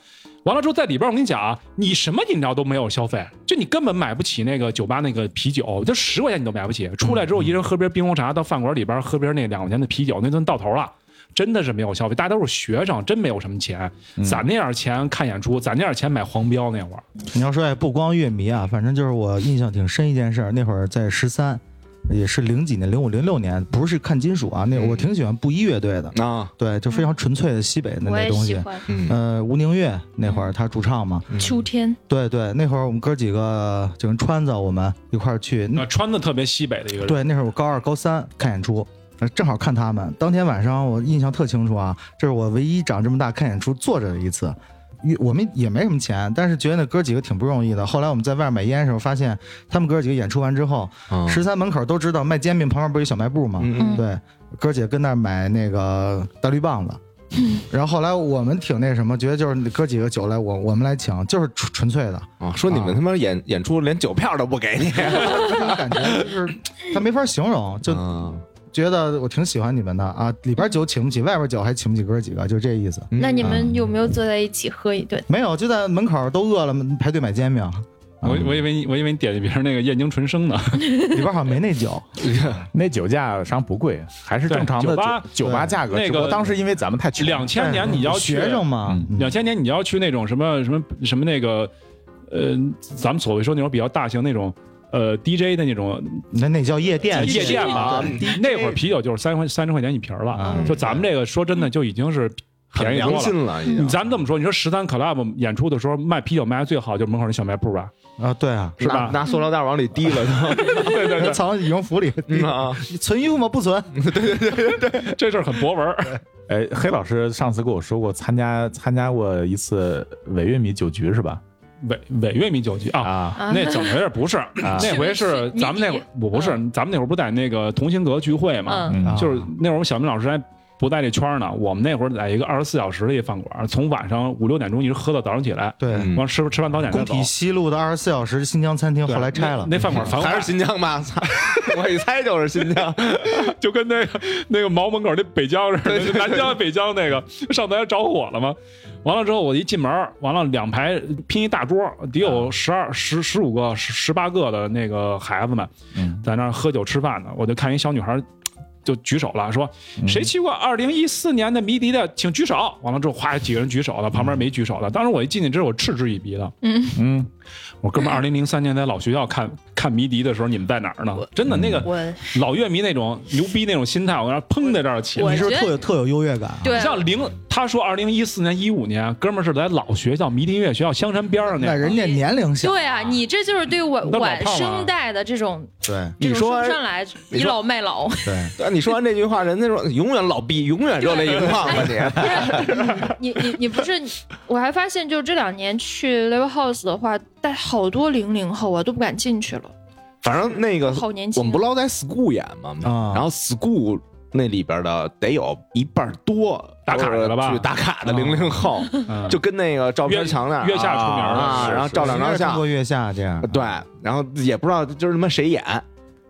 完了之后，在里边儿我跟你讲啊，你什么饮料都没有消费，就你根本买不起那个酒吧那个啤酒，就十块钱你都买不起。出来之后，嗯一人喝瓶冰红茶，到饭馆里边儿喝瓶那两块钱的啤酒，那顿到头了。真的是没有消费，大家都是学生，真没有什么钱，嗯攒那点儿钱看演出，攒那点儿钱买黄标那会儿，你要说哎，不光乐迷啊，反正就是我印象挺深一件事儿。那会儿在十三，也是零几年，零五零六年，不是看金属啊，那我挺喜欢布衣乐队的，啊，对，就非常纯粹的西北的我那也东喜西。欢。嗯，呃，吴宁月那会儿他主唱嘛，秋天，对对，那会儿我们哥几个就跟川子我们一块儿去，嗯那呃穿的特别西北的一个人。对，那会儿我高二、高三看演出，呃正好看他们。当天晚上我印象特清楚啊，这是我唯一长这么大看演出坐着的一次。因我们也没什么钱，但是觉得那哥几个挺不容易的。后来我们在外面买烟的时候，发现他们哥几个演出完之后，啊十三门口都知道卖煎饼旁边不是有小卖部吗？嗯嗯对，哥几个跟那儿买那个大绿棒子。然后后来我们挺那什么，觉得就是哥几个酒来我我们来请，就是纯纯粹的，啊，说你们他妈演演出连酒票都不给 你，这种感觉就是他没法形容，就啊觉得我挺喜欢你们的啊，里边酒请不起，外边酒还请不起哥几个，就这意思。嗯那你们有没有坐在一起喝一顿？没有，就在门口都饿了，排队买煎饼。我我以为你我以为你点的别人那个燕京纯 生呢，哎里边好像没那酒，那酒价商不贵，还是对正常的酒吧酒吧价格。那个只不过当时因为咱们太穷，两千年你要去学生嘛，嗯两千年你要去那种什么什么什么那个，呃，咱们所谓说那种比较大型那种，呃，DJ 的那种那那叫夜店，啊啊夜店吧对，那会儿啤酒就是三块三十块钱一瓶了嗯，就咱们这个说真的就已经是很便宜多良了。心了，已你经。咱们这么说，你说十三 club 演出的时候卖啤酒卖的最好就是门口那小卖部吧？啊，对啊，是吧拿拿塑料袋往里滴了， 对对对，藏在羽绒服里，嗯啊， 存 U 吗？不存，这事儿很博文儿。哎，黑老师上次跟我说过，参加参加过一次伪乐迷酒局是吧？伪伪乐迷酒局啊，啊，啊那怎么回事？不是，那回是嗯咱们那会儿，我不是，咱们那会儿不在那个同心阁聚会嘛？嗯，啊就是那会儿我们小明老师还不在这圈儿呢，我们那会儿在一个二十四小时的一饭馆，从晚上五六点钟一直喝到早上起来，对，嗯完吃吃完早点再工走体。西路的二十四小时新疆餐厅对后来拆了嗯那，那饭馆繁华还是新疆吧？操，我一猜就是新 疆。就跟那个那个毛门口那北疆似的，南疆北疆那个上台着火了吗？完了之后我一进门，完了两排拼一大桌，得啊有十二、十十五个、十十八个的那个孩子们嗯在那儿喝酒吃饭呢，我就看一小女孩。就举手了，说嗯谁去过二零一四年的迷笛的，请举手。完了之后，哗，几个人举手了，旁边没举手的。当时我一进去之后，我嗤之以鼻的。嗯，我哥们二零零三年在老学校看看迷笛的时候，你们在哪儿呢？真的那嗯个我老乐迷那种牛逼那种心态，我让砰在这儿起。我你是不是觉得特有特有优越感啊？对你像零，他说二零一四年、一五年，哥们儿是在老学校迷笛音乐学校香山边上那会那儿，人家年龄小，对啊，你这就是对晚那老晚炮儿生嘛代的这种对这你种说说完不上来你倚说老卖老， 对，啊你说完这句话，人家说永远老逼，永远热泪盈眶 吧你。你你你不是，我还发现，就这两年去 Live House 的话，带好多零零后啊，都不敢进去了，反正那个好年轻、啊我们不老在 school 演吗？啊然后 school 那里边的得有一半多呃打卡去了吧去打卡的啊零零后，嗯就跟那个赵天强那儿月月下出名了啊，是然后是照两张中相国，月下这样，对，然后也不知道就是他妈谁演，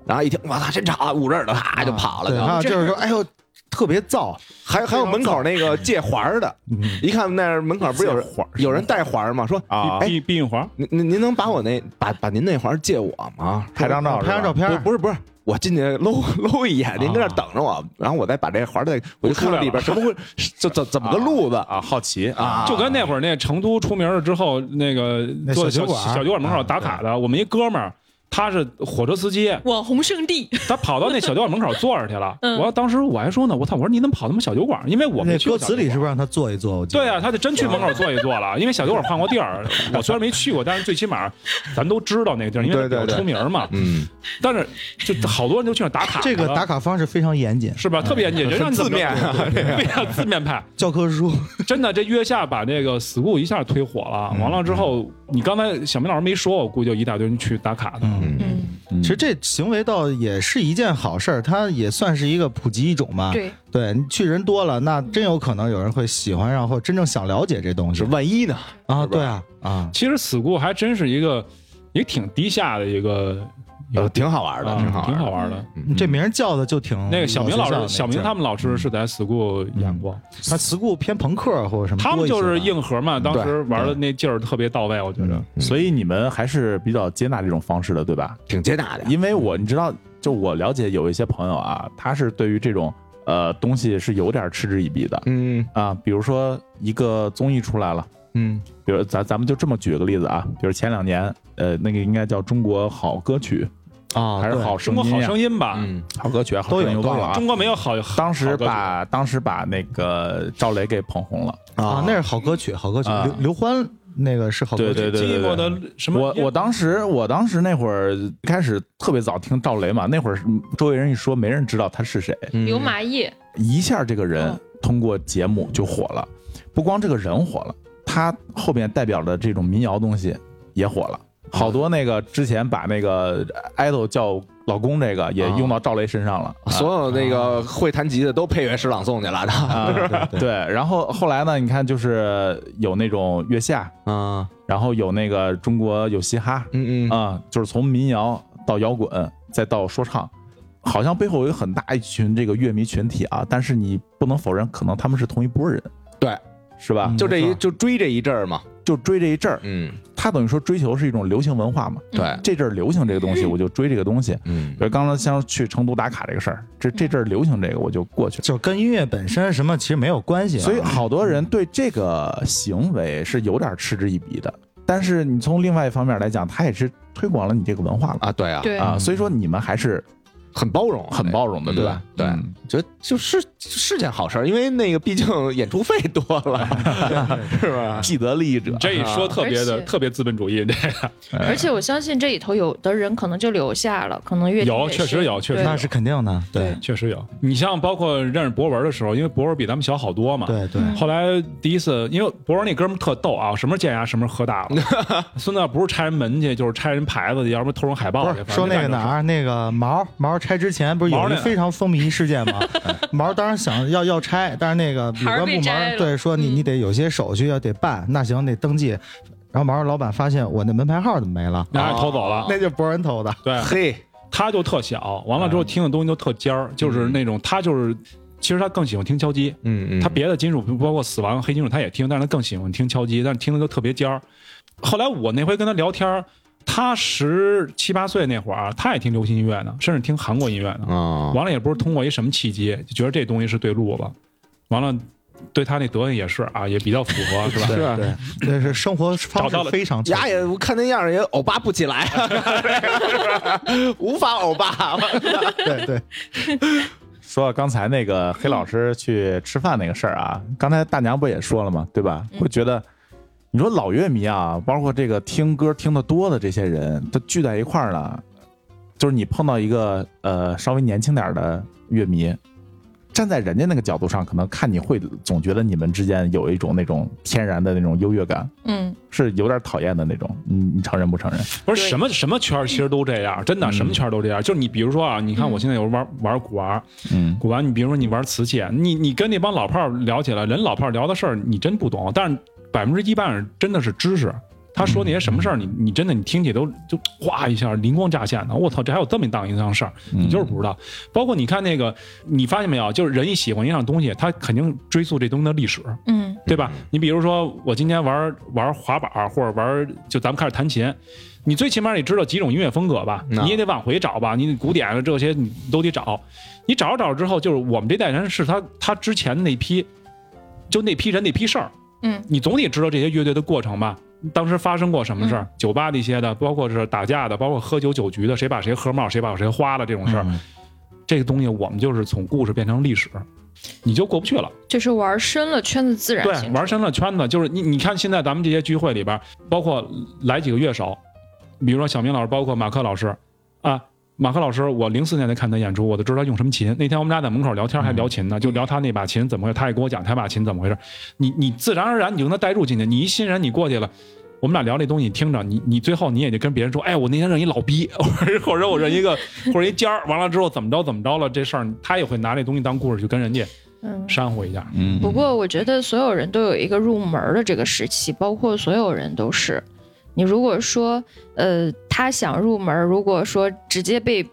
然后一听哇操真吵，捂着耳朵啊啪就跑了对，还就。有就是说，哎呦，特别燥，还还有门口那个借环儿的，嗯一看那儿门口不是有人借环儿有人带环儿吗？说啊哎毕毕运华，您您您能把我那把把您那环儿借我吗？拍张照是拍吧张照片不儿，不是不是，我进去搂搂一眼，您搁那儿等着我，然后我再把这环儿再，我就看看里边什么会，怎怎怎么个路子啊，好奇啊？就跟那会儿那成都出名了之后，那个那做小小酒馆小酒馆门口打卡的，我们一哥们儿。他是火车司机，网红圣地，他跑到那小酒馆门口坐着去了。嗯我要当时我还说呢，我操！我说你怎么跑他妈小酒馆？因为我那们歌词里是是？不是让他坐一坐？我记得对啊，，他就真去门口坐一坐了。因为小酒馆换过地儿，我虽然没去过，但是最起码咱都知道那个地儿，因为对比对较对出名嘛。嗯，但是就好多人就去那儿打卡了，这个打卡方式非常严谨，是吧？特别严谨，人家很字面啊对呀，字面派。教科书。真的，这月下把这个 school 一下推火了。完了之后，你刚才小明老师没说，我估计就一大堆人去打卡的。嗯，嗯，嗯其实这行为倒也是一件好事儿，它也算是一个普及一种嘛。对，对，你去人多了，那真有可能有人会喜欢上或真正想了解这东西是万一呢？啊。是吧对啊，啊，其实 school 还真是一个也挺低下的一个，呃，有挺好玩的，啊挺挺好好玩玩的，的。这名儿叫的嗯就挺嗯那个小明老学校师，那小劲明儿他们老师是在 school 演过，他 school 偏朋克或者什么，他们多就一些是吧硬核嘛，当时玩的那劲儿特别到位，我觉得。所以你们还是比较接纳这种方式的，对吧？挺接纳的。因为我你知道，就我了解有一些朋友啊，他是对于这种呃东西是有点嗤之以鼻的嗯啊。比如说一个综艺出来了，嗯比如咱咱们就这么举个例子啊，比如前两年呃那个应该叫《中国好歌曲啊，》还是对好声中国好音呀、声音吧，嗯，好歌曲啊，好都有声音都有忘了啊中。国没有好。好当时好歌曲把当时把那个赵雷给捧红了，啊，那是好歌曲，好歌曲。啊刘刘欢那个是好对歌曲，对对对寂寞的什么？我我当时我当时那会儿一开始特别早听赵雷嘛，那会儿嗯周围人一说，没人知道他是谁，嗯刘麻叶，一下这个人嗯通过节目就火了，不光这个人火了，他后面代表的这种民谣东西也火了，好多那个之前把那个 idol 叫老公这个也啊用到赵雷身上了，啊嗯所有那个会弹吉的都配乐诗朗诵去了的啊对对，然后后来呢，你看就是有那种月下，啊，然后有那个中国有嘻哈， 嗯嗯，啊、就是从民谣到摇滚，再到说唱，好像背后有很大一群这个乐迷群体啊。但是你不能否认，可能他们是同一波人，对，是吧？嗯就这没一错就追这一阵儿嘛，就追这一阵儿，嗯，他等于说追求是一种流行文化嘛，对，这阵儿流行这个 东西，我就追这个东西。嗯比如刚才像去成都打卡这个事儿，这这阵儿流行这个，我就过去了。就跟音乐本身什么其实没有关嗯系啊。所以好多人对这个行为是有点嗤之以鼻的，但是你从另外一方面来讲，他也是推广了你这个文化了啊，对啊，对啊，所以说你们还是很包容啊，很包容的，嗯对吧？对嗯这就是是件好事儿，因为那个毕竟演出费多 了，是啊吧？既得利益者，这一说特别而的且特别资本主 义，这个而且我相信这里头有的人可能就留下了，可能越听有越确实是有确实对那是肯定的，对确实有。你像包括认识博文的时候，因为博文比咱们小好多啊嘛，对对，嗯后来第一次，因为博文那哥们儿特逗啊，什么时候见牙什么时候喝大 了。孙子不是拆人门去，就是拆人牌子去，要不然偷人海报不去。是说那个哪儿那个毛毛拆之前不是毛有那一个非常风靡一事件 吗？毛当然想要要拆，但是那个有关牌儿部被摘门了对说你嗯你得有些手续要得办，那行得登记。然后毛老板发现我那门牌号怎么没了？那还偷走哦了。哦 那嗯就是博人偷的。对， 嘿，他就特小，完了之后听的东西都特尖儿，嗯就是那种他就是，其实他更喜欢听敲击。嗯嗯，他别的金属，包括死亡、黑金属，他也听，但是他更喜欢听敲击，但是听的都特别尖儿。后来我那回跟他聊天儿，他十七八岁那会儿啊，他也听流行音乐呢，甚至听韩国音乐呢。啊，完了也不是通过一什么契机，就觉得这东西是对路了。完了，对他那德行也是啊，也比较符合，是吧？是对，这是生活方找到式了非常牙也我看那样儿也欧巴不起 来，无法欧巴。对对，说到刚才那个黑老师去吃饭那个事儿啊，刚才大娘不也说了吗？对吧？会觉得，你说老乐迷啊，包括这个听歌听得多的这些人，他聚在一块儿呢，就是你碰到一个呃稍微年轻点儿的乐迷，站在人家那个角度上，可能看你会总觉得你们之间有一种那种天然的那种优越感，嗯，是有点讨厌的那种。你你承认不承认？不是对什么什么圈儿其实都这样，嗯真的什么圈儿都这样。就是你比如说啊，你看我现在有时候玩玩古玩，嗯，古玩，你比如说你玩瓷器，啊你你跟那帮老炮儿聊起来，人老炮儿聊的事儿你真不懂，但是百分之一半真的是知识。他说那些什么事儿，你你真的你听起都就哗一下灵光乍现的，我操，这还有这么一档一档事儿，嗯你就是不知道。包括你看那个，你发现没有，就是人一喜欢一样东西，他肯定追溯这东西的历史，嗯，对吧？你比如说，我今天玩玩滑板儿，或者玩就咱们开始弹琴，你最起码得知道几种音乐风格吧？嗯你也得往回找吧，你古典啊这些你都得找。你找着找着之后，就是我们这代人是他他之前的那批，就那批人那批事儿，嗯，你总得知道这些乐队的过程吧？当时发生过什么事儿？酒吧那些的，包括是打架的，包括喝酒酒局的，谁把谁喝冒，谁把谁花了这种事儿，这个东西我们就是从故事变成历史，你就过不去了。就是玩深了圈子自然对，形玩成深了圈子，就是你你看现在咱们这些聚会里边，包括来几个乐手，比如说小明老师，包括马克老师啊。马克老师，我零四年才看他演出，我都知道他用什么琴。那天我们俩在门口聊天，还聊琴呢，就聊他那把琴怎么回事，他也跟我讲他把琴怎么回事。你你自然而然你就能带入进去，你一新人你过去了。我们俩聊这东西，你听着，你你最后你也就跟别人说，哎，我那天认一老逼， 或者或者我认一个，或者一尖儿，完了之后怎么着怎么着了，这事儿他也会拿这东西当故事去跟人家嗯。煽乎一下。嗯不过我觉得所有人都有一个入门儿的这个时期，包括所有人都是。你如果说呃他想入门儿，如果说直接被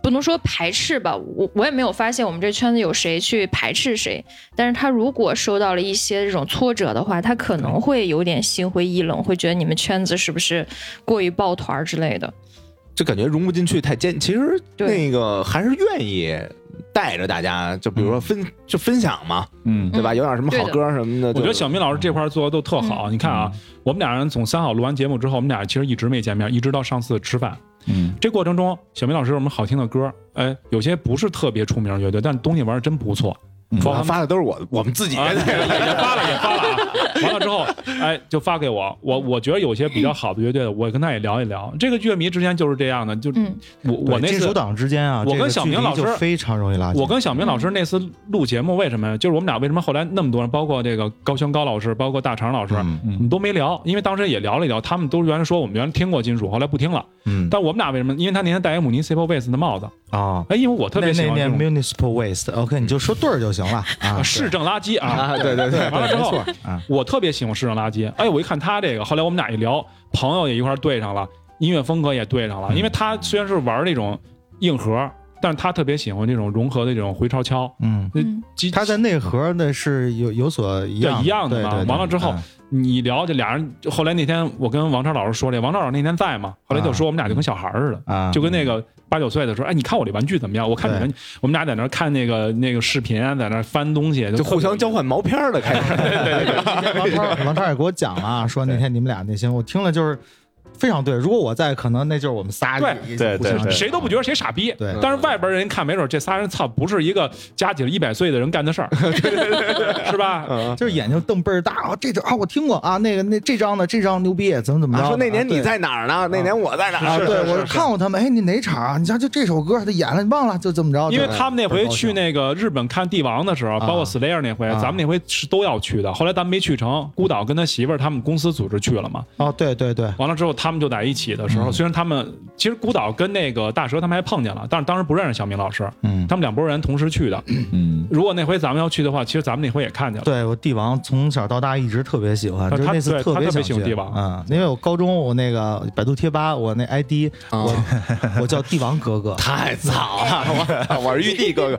不能说排斥吧，我我也没有发现我们这圈子有谁去排斥谁，但是他如果受到了一些这种挫折的话，他可能会有点心灰意冷，会觉得你们圈子是不是过于抱团儿之类的。就感觉融不进去，太艰。其实对那个还是愿意带着大家，就比如说分就分享嘛，嗯对吧？有点什么好歌什嗯么的，我就觉得小明老师这块儿做的都特好。你看啊，我们俩人从三好录完节目之后，我们俩其实一直没见面，一直到上次吃饭。嗯这过程中，小明老师有什么好听的歌？哎，有些不是特别出名的乐队，但东西玩的真不错。嗯包我含啊发的都是我我们自己啊，的也也发了，也发了啊！完了之后，哎，就发给我。我我觉得有些比较好的乐队，我跟他也聊一聊。这个乐迷之间就是这样的，就嗯，我 我对那金属次。党之间啊，我这跟个小距明离老就师非常容易拉近。我跟小明老师那次录节目，为什么呀？就是我们俩为什么后来那么多人，包括这个高轩高老师，包括大肠老师，嗯我们都没聊，因为当时也聊了一聊，他们都原来说我们原来听过金属，后来不听了。嗯但我们俩为什么？因为他那天戴一个 municipal waste 的帽子，啊，哎，因为我特别那喜那欢念这种嗯 municipal waste，OK，你就说对儿就行了啊啊。市政垃圾啊。 啊，对对对，完了之没后错，啊，我特别喜欢市政垃圾。哎，我一看他这个，后来我们俩一聊，嗯朋友也一块儿对上了，音乐风格也对上了。因为他虽然是玩那种硬核，但是他特别喜欢这种融合的这种回潮敲，嗯，嗯基它在内核那是有有所一样对一样的对嘛对对完了之后嗯你了解俩人，就后来那天我跟王超老师说了，王超老师那天在嘛，后来就说我们俩就跟小孩儿似的，啊，就跟那个八九岁的时候，哎，你看我这玩具怎么样？我看你对玩具，我们俩在那儿看那个那个视频啊，在那儿翻东西，就特别互相交换毛片儿的开始。 王 超王超也给我讲了，啊说那天你们俩那些，我听了就是非常对。如果我在，可能那就是我们仨对一起对互对相对谁都不觉得谁傻逼。对但是外边人看，没准这仨人操不是一个加起来一百岁的人干的 事儿，是吧？嗯，就是眼睛瞪倍儿大啊，这张啊我听过啊，那个那这张呢，这张牛逼，怎么怎么着啊的？说那年你啊对在哪儿呢？那年我在哪啊，儿？对，我看过他们，哎，你哪场啊？你瞧，就这首歌他演了，你忘了，就怎么着？因为就他们那回去那个日本看帝王的时候，啊包括 Slayer 那回，啊咱们那回是都要去的。后来咱们没去成，孤岛跟他媳妇儿他们公司组织去了嘛。哦，对对对，完了之后，他们就在一起的时候，虽然他们其实孤岛跟那个大蛇他们还碰见了，但是当时不认识小明老师，嗯，他们两拨人同时去的。嗯，如果那回咱们要去的话，其实咱们那回也看见了。对我帝王从小到大一直特别喜欢，他就是那次对他别特别想喜欢去帝王嗯，因为我高中我那个百度贴吧，我那 ID 啊，我我叫帝王哥哥 太早了，我我是玉帝 哥哥。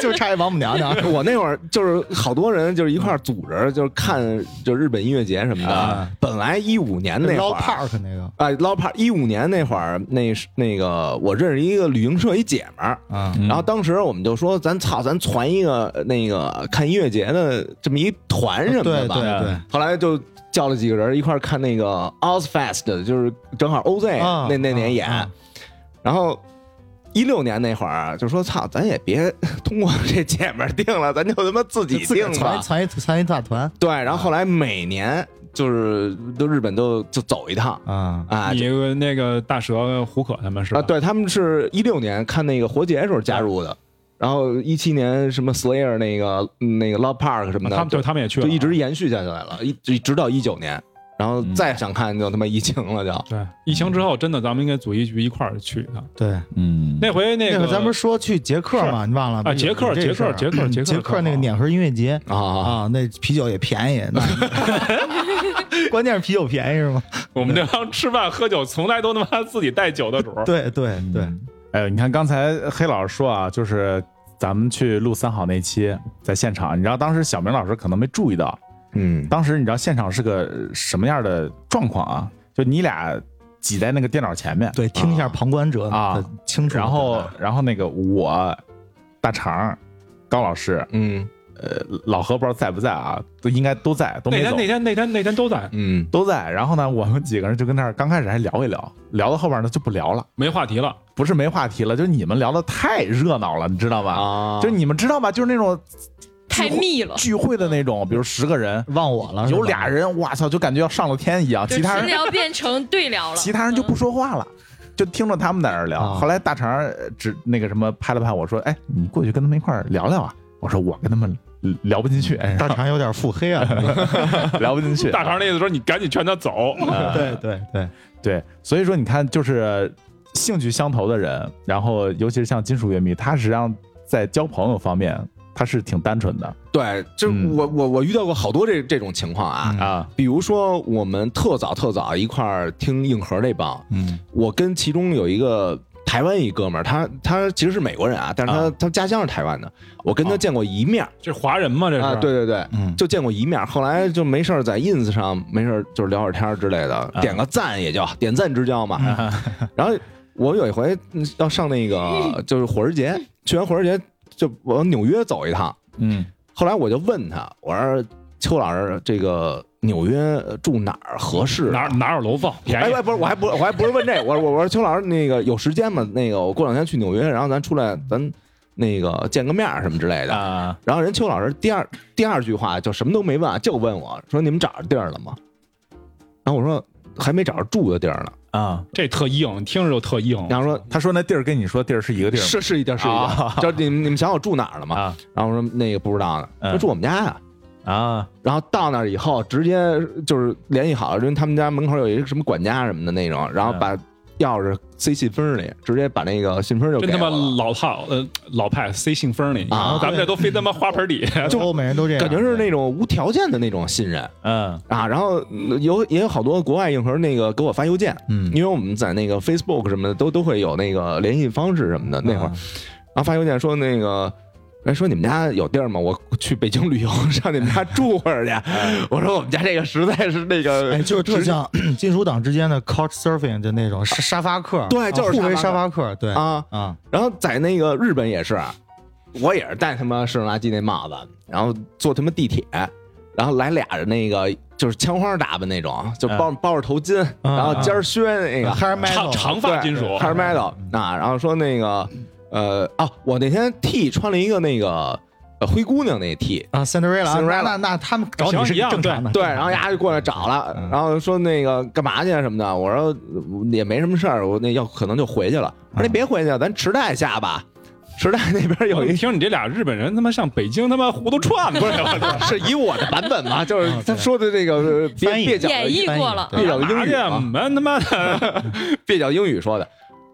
就差一王母娘娘。啊我那会儿就是好多人就是一块儿组织，就是看就是日本音乐节什么的啊。本来一五年 那捞会儿。 Park 那个，啊，捞帕一五年那会儿，那是那个我认识一个旅行社一姐们儿，嗯然后当时我们就说，咱操，咱传一个呃那个看音乐节的这么一团什么的对对吧。对，后来就叫了几个人一块儿看那个 Ozfest，就是正好 OZ、啊那那啊年演，啊然后。一六年那会儿啊就说操，咱也别通过这姐们儿定了，咱就他妈自己就自个定儿攒吧一。攒一攒一大团对，然后后来每年就是都日本都就走一趟啊，啊，你那个大蛇胡可他们是吧？啊，对，他们是一六年看那个活结的时候加入的，然后一七年什么 Slayer 那个那个 Love Park 什么的，啊他们对就他们也去了，就一直延续下来了，一直直到一九年，然后再想看就他妈疫情了就。对疫情之后，真的咱们应该组一局一块儿去一趟。对，嗯，那回那那个会儿咱不是说去捷克嘛，你忘了啊，捷克有这捷事克儿捷克捷克捷克那个碾核音乐节啊，啊，那啤酒也 便宜，那关键是啤酒便宜是吗？我们这帮吃饭喝酒从来都他妈自己带酒的主 儿。对对对，哎呦，你看刚才黑老师说啊，就是咱们去录三好那期，在现场，你知道当时小明老师可能没注意到，嗯，当时你知道现场是个呃什么样的状况啊？就你俩挤在那个电脑前面，嗯对，听一下旁观者啊的清楚。然后然后那个我大肠。高老师，嗯呃，老何不知道在不在啊？都应该都在，都那没天走，那天那天那天都在，嗯，都在。然后呢，我们几个人就跟那儿刚开始还聊一聊，聊到后边呢就不聊了，没话题了。不是没话题了，就是你们聊的太热闹了，你知道吧？啊，就是你们知道吧？就是那种太密了，聚会的那种，比如十个人，忘我了，有是吧俩人，哇操，就感觉要上了天一样，就其他私人聊变成对聊了，嗯其他人就不说话了。就听着他们在那儿聊，啊后来大肠呃指那个什么拍了拍我说：“哎，你过去跟他们一块儿聊聊啊。”我说：“我跟他们聊不进去， 哎、大肠有点腹黑 啊。 聊不进去。大肠那意思说你赶紧劝他走，呃对对对，对，所以说你看，就是兴趣相投的人，然后尤其是像金属乐迷，他实际上在交朋友方面，他是挺单纯的对，就嗯我我我遇到过好多这这种情况啊，啊。比如说我们特早特早一块儿听硬核那帮，嗯我跟其中有一个台湾一哥们儿，他他其实是美国人啊，但是他、他家乡是台湾的，我跟他见过一面儿 这华人嘛，这啊是对对对，嗯，就见过一面儿，后来就没事儿在 ins 上没事儿就是聊会儿天儿之类的，点个赞也就点赞之交嘛。啊 然后我有一回嗯要上那个就是火人节，去完火人节就往纽约走一趟，嗯后来我就问他，我说邱老师这个纽约呃住哪儿合适啊、哪哪有楼房便哎，宜喂，不是，我还不，我还不是问这，我我我说邱老师，那个有时间吗？那个我过两天去纽约，然后咱出来，咱那个见个面儿什么之类的。啊，然后人邱老师第二第二句话就什么都没问，就问我说你们找着地儿了吗？然后我说还没找着住的地儿呢。啊，这特硬，听着就特硬。然后说他说那地儿跟你说地儿是一个地儿吗是是一地儿是一地儿，啊就是你们你们想我住哪儿了吗？啊然后我说那个不知道呢，嗯说住我们家呀。啊然后到那儿以后，直接就是联系好了，因为他们家门口有一个什么管家什么的那种，然后把钥匙塞信封里，直接把那个信封就真给他妈我了老套，呃，老派塞信封里啊咱们这都非他妈花盆底下，欧美人都这样，感觉是那种无条件的那种信任嗯啊。然后嗯有也有好多国外硬核那个给我发邮件，嗯因为我们在那个 Facebook 什么的都都会有那个联系方式什么的。那啊会儿，然后发邮件说那个。哎，说你们家有地儿吗？我去北京旅游，上你们家住 会儿去。哎我说我们家这个实在是那个，哎，就是特直接像 金属党之间的 couch surfing 的那种沙沙发客，对就是啊互为沙沙发发客，对啊，啊，然后在那个日本也是，我也是戴他妈湿了垃圾那帽子，然后坐他妈地铁，然后来俩人那个就是枪花打扮那种，就包、包着头巾，嗯然后尖儿靴那个，还是麦长嗯长发金属，还是 metal 啊，然后说那个呃哦、我那天 T 穿了一个那个呃灰姑娘那 T，啊，Cinderella，那 Cinderella 那那他们找你行是一样正常的，对，然后丫就过来找了，嗯然后说那个干嘛去啊什么的，我说呃也没什么事儿，我那要可能就回去了。嗯我说你别回去，咱池袋下吧，池袋那边哎有我一一。听你这俩日本人他妈上北京他妈胡都串 不是？我操是以我的版本嘛，就是他说的这个呃蹩翻译蹩脚的演绎过了，对蹩脚的英干语嘛去？啊，们他妈 的，蹩脚英语说的，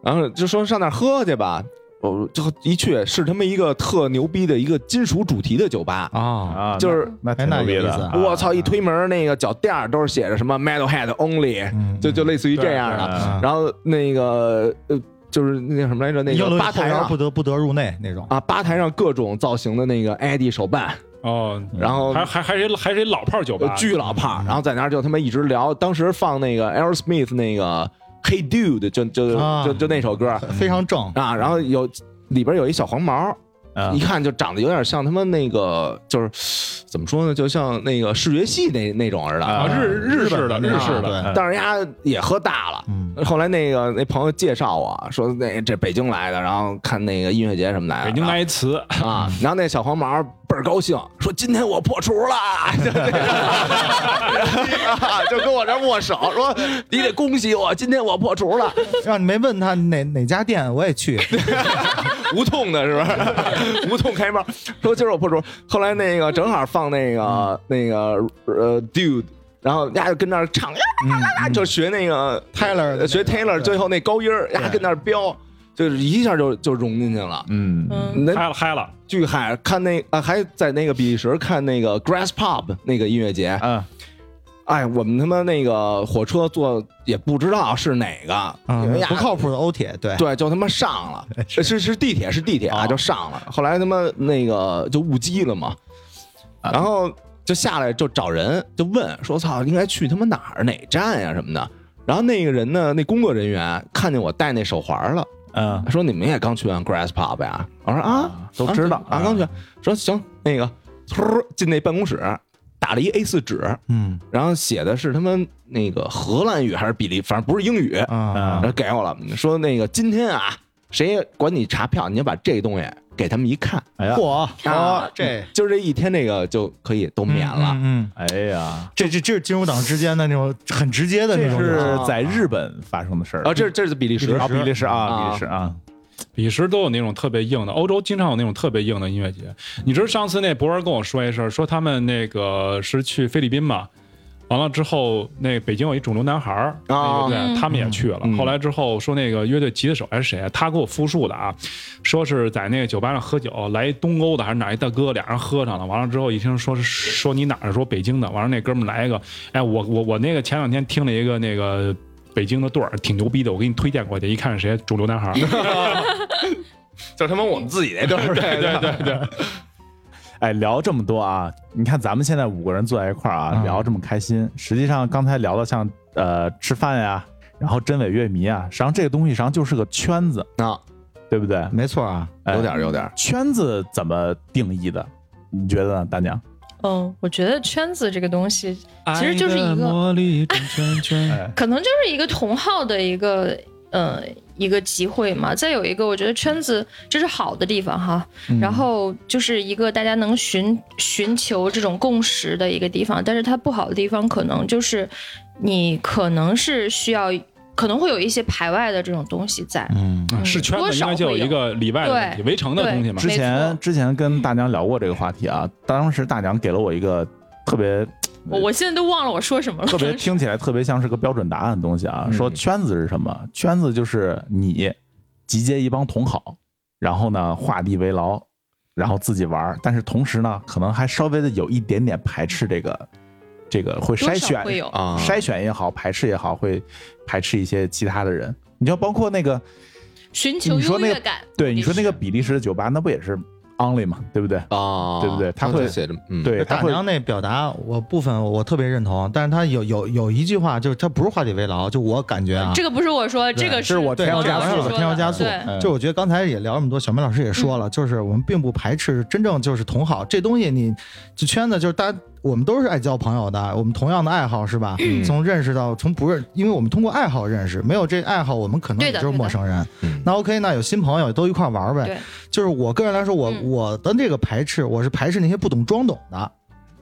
然后就说上那儿喝去吧。我就一去是他妈一个特牛逼的一个金属主题的酒吧，啊，啊，就是那哎挺那牛逼有意的思啊，我操！一推门那个脚垫儿都是写着什么 Metalhead Only，嗯就就类似于对这样的。对啊然后那个呃，就是那叫什么来着？那英个伦后吧台摇不上得不得入内那种，啊，吧台上各种造型的那个 ID 手办，哦，然后还还还是还是一老炮酒吧，呃巨老炮儿，然后在那儿就他妈一直聊。当时放那个 Aerosmith 那个 Hey Dude，就就啊就就那首歌非常正，啊，然后有里边有一小黄毛，嗯啊一看就长得有点像他妈那个，就是怎么说呢，就像那个视觉系那那种似的。啊，日日式的嗯日日本式的，啊但是人家也喝大了，嗯，后来那个那朋友介绍我说，那这北京来的，然后看那个音乐节什么来的，北京来一词， 啊，然后那小黄毛倍儿高兴，说今天我破除了， 就那个啊就跟我这儿握手，说你得恭喜我，今天我破除了，让你没问他哪哪家店，我也去，无痛的是不 是？无痛开帽，说今儿我破除。后来那个正好放那个那个呃 dude。然后丫就跟那儿唱，就学那个 Taylor 的学那个嗯 Taylor，对最后那高音儿，丫对跟那儿飙，就是一下就就融进去了。嗯嗯，那嗨了嗨了，巨嗨！看那啊，还在那个比利时看那个 Grass Pop 那个音乐节，啊嗯哎，我们他妈那个火车坐也不知道是哪个，因嗯为呀不靠谱的欧铁，对，对，就他妈 上了，是是地铁是地铁啊，哦就上了。后来他妈那个就误机了嘛，啊然后就下来就找人，就问说操，应该去他妈哪儿哪站呀、什么的。然后那个人呢，那工作人员看见我戴那手环了，嗯说你们也刚去完 Grass Pop 呀？我说啊，都知道啊，刚去，说行，那个，突进那办公室，打了一 A 4纸，嗯然后写的是他们那个荷兰语还是比利，反正不是英语，啊嗯然后给我了，说那个今天啊，谁也管你查票，你就把这东西给他们一看，哎呀，嚯，啊哦这就这一天那个就可以都免嗯了。嗯，嗯哎呀，这这这是金融党之间的那种很直接的那这种是友在日本发生的事儿啊，这这是比利时啊，比利时啊，啊比利时啊，彼时都有那种特别硬的，欧洲经常有那种特别硬的音乐节。你知道上次那博文跟我说一声，说他们那个是去菲律宾嘛，完了之后那北京有一肿瘤男孩儿那个乐啊队，嗯他们也去了。嗯后来之后说那个乐队吉他手还是谁啊，他给我复述的啊，说是在那个酒吧上喝酒，来一东欧的还是哪一大哥，俩人喝上了，完了之后一听说是说你哪儿的，说北京的，完了那哥们儿来一个，哎，我我我那个前两天听了一个那个。北京的队儿挺牛逼的，我给你推荐过去，一看是谁，肿瘤男孩儿。就他妈我们自己那队儿，对对对对，哎，聊这么多啊，你看咱们现在五个人坐在一块儿啊，嗯聊这么开心，实际上刚才聊的像呃吃饭呀、然后真伪乐迷啊，实际上这个东西实际上就是个圈子，啊，对不对？没错啊，哎有点儿有点儿，圈子怎么定义的？你觉得呢，大娘？嗯，我觉得圈子这个东西，其实就是一个爱的魔力转圈圈。哎，可能就是一个同好的一个呃一个集会嘛。再有一个，我觉得圈子这是好的地方哈，嗯然后就是一个大家能寻寻求这种共识的一个地方。但是它不好的地方，可能就是你可能是需要，可能会有一些排外的这种东西在。嗯啊是圈子应该就有一个里外的东西，对围城的东西嘛之。没前错之前跟大娘聊过这个话题啊，当时大娘给了我一个特 别我我现在都忘了我说什么了。特别听起来特别像是个标准答案的东西嗯啊。说圈子是什么？圈子就是你集结一帮同好，然后呢画地为牢，然后自己玩儿，但是同时呢，可能还稍微的有一点点排斥这个这个会多筛少选嗯会有，啊，筛选也好，排斥也好，会排斥一些其他的人。你就包括那个寻求你说优那个越感。对你说那也个是比利时的酒吧，那不也是 only 嘛，对不对？啊，对不对他会刚才写着，嗯，对，他大会娘嗯那表达，我部分我特别认同，但是他有有有一句话，就是他不是画地为牢，就我感觉啊，这个不是我说，这个这是我对添油这加玩意儿醋我的，添油加醋对嗯就我觉得刚才也聊这么多，小明老师也说嗯了，就是我们并不排斥真正就是同好这东西你，这圈子就是大家我们都是爱交朋友的，我们同样的爱好是吧？嗯从认识到从不认，因为我们通过爱好认识，没有这爱好，我们可能也对的就是对的嗯陌生人嗯。那 OK，那有新朋友都一块玩儿对呗。就是我个人来说，我嗯我的这个排斥，我是排斥那些不懂装懂的，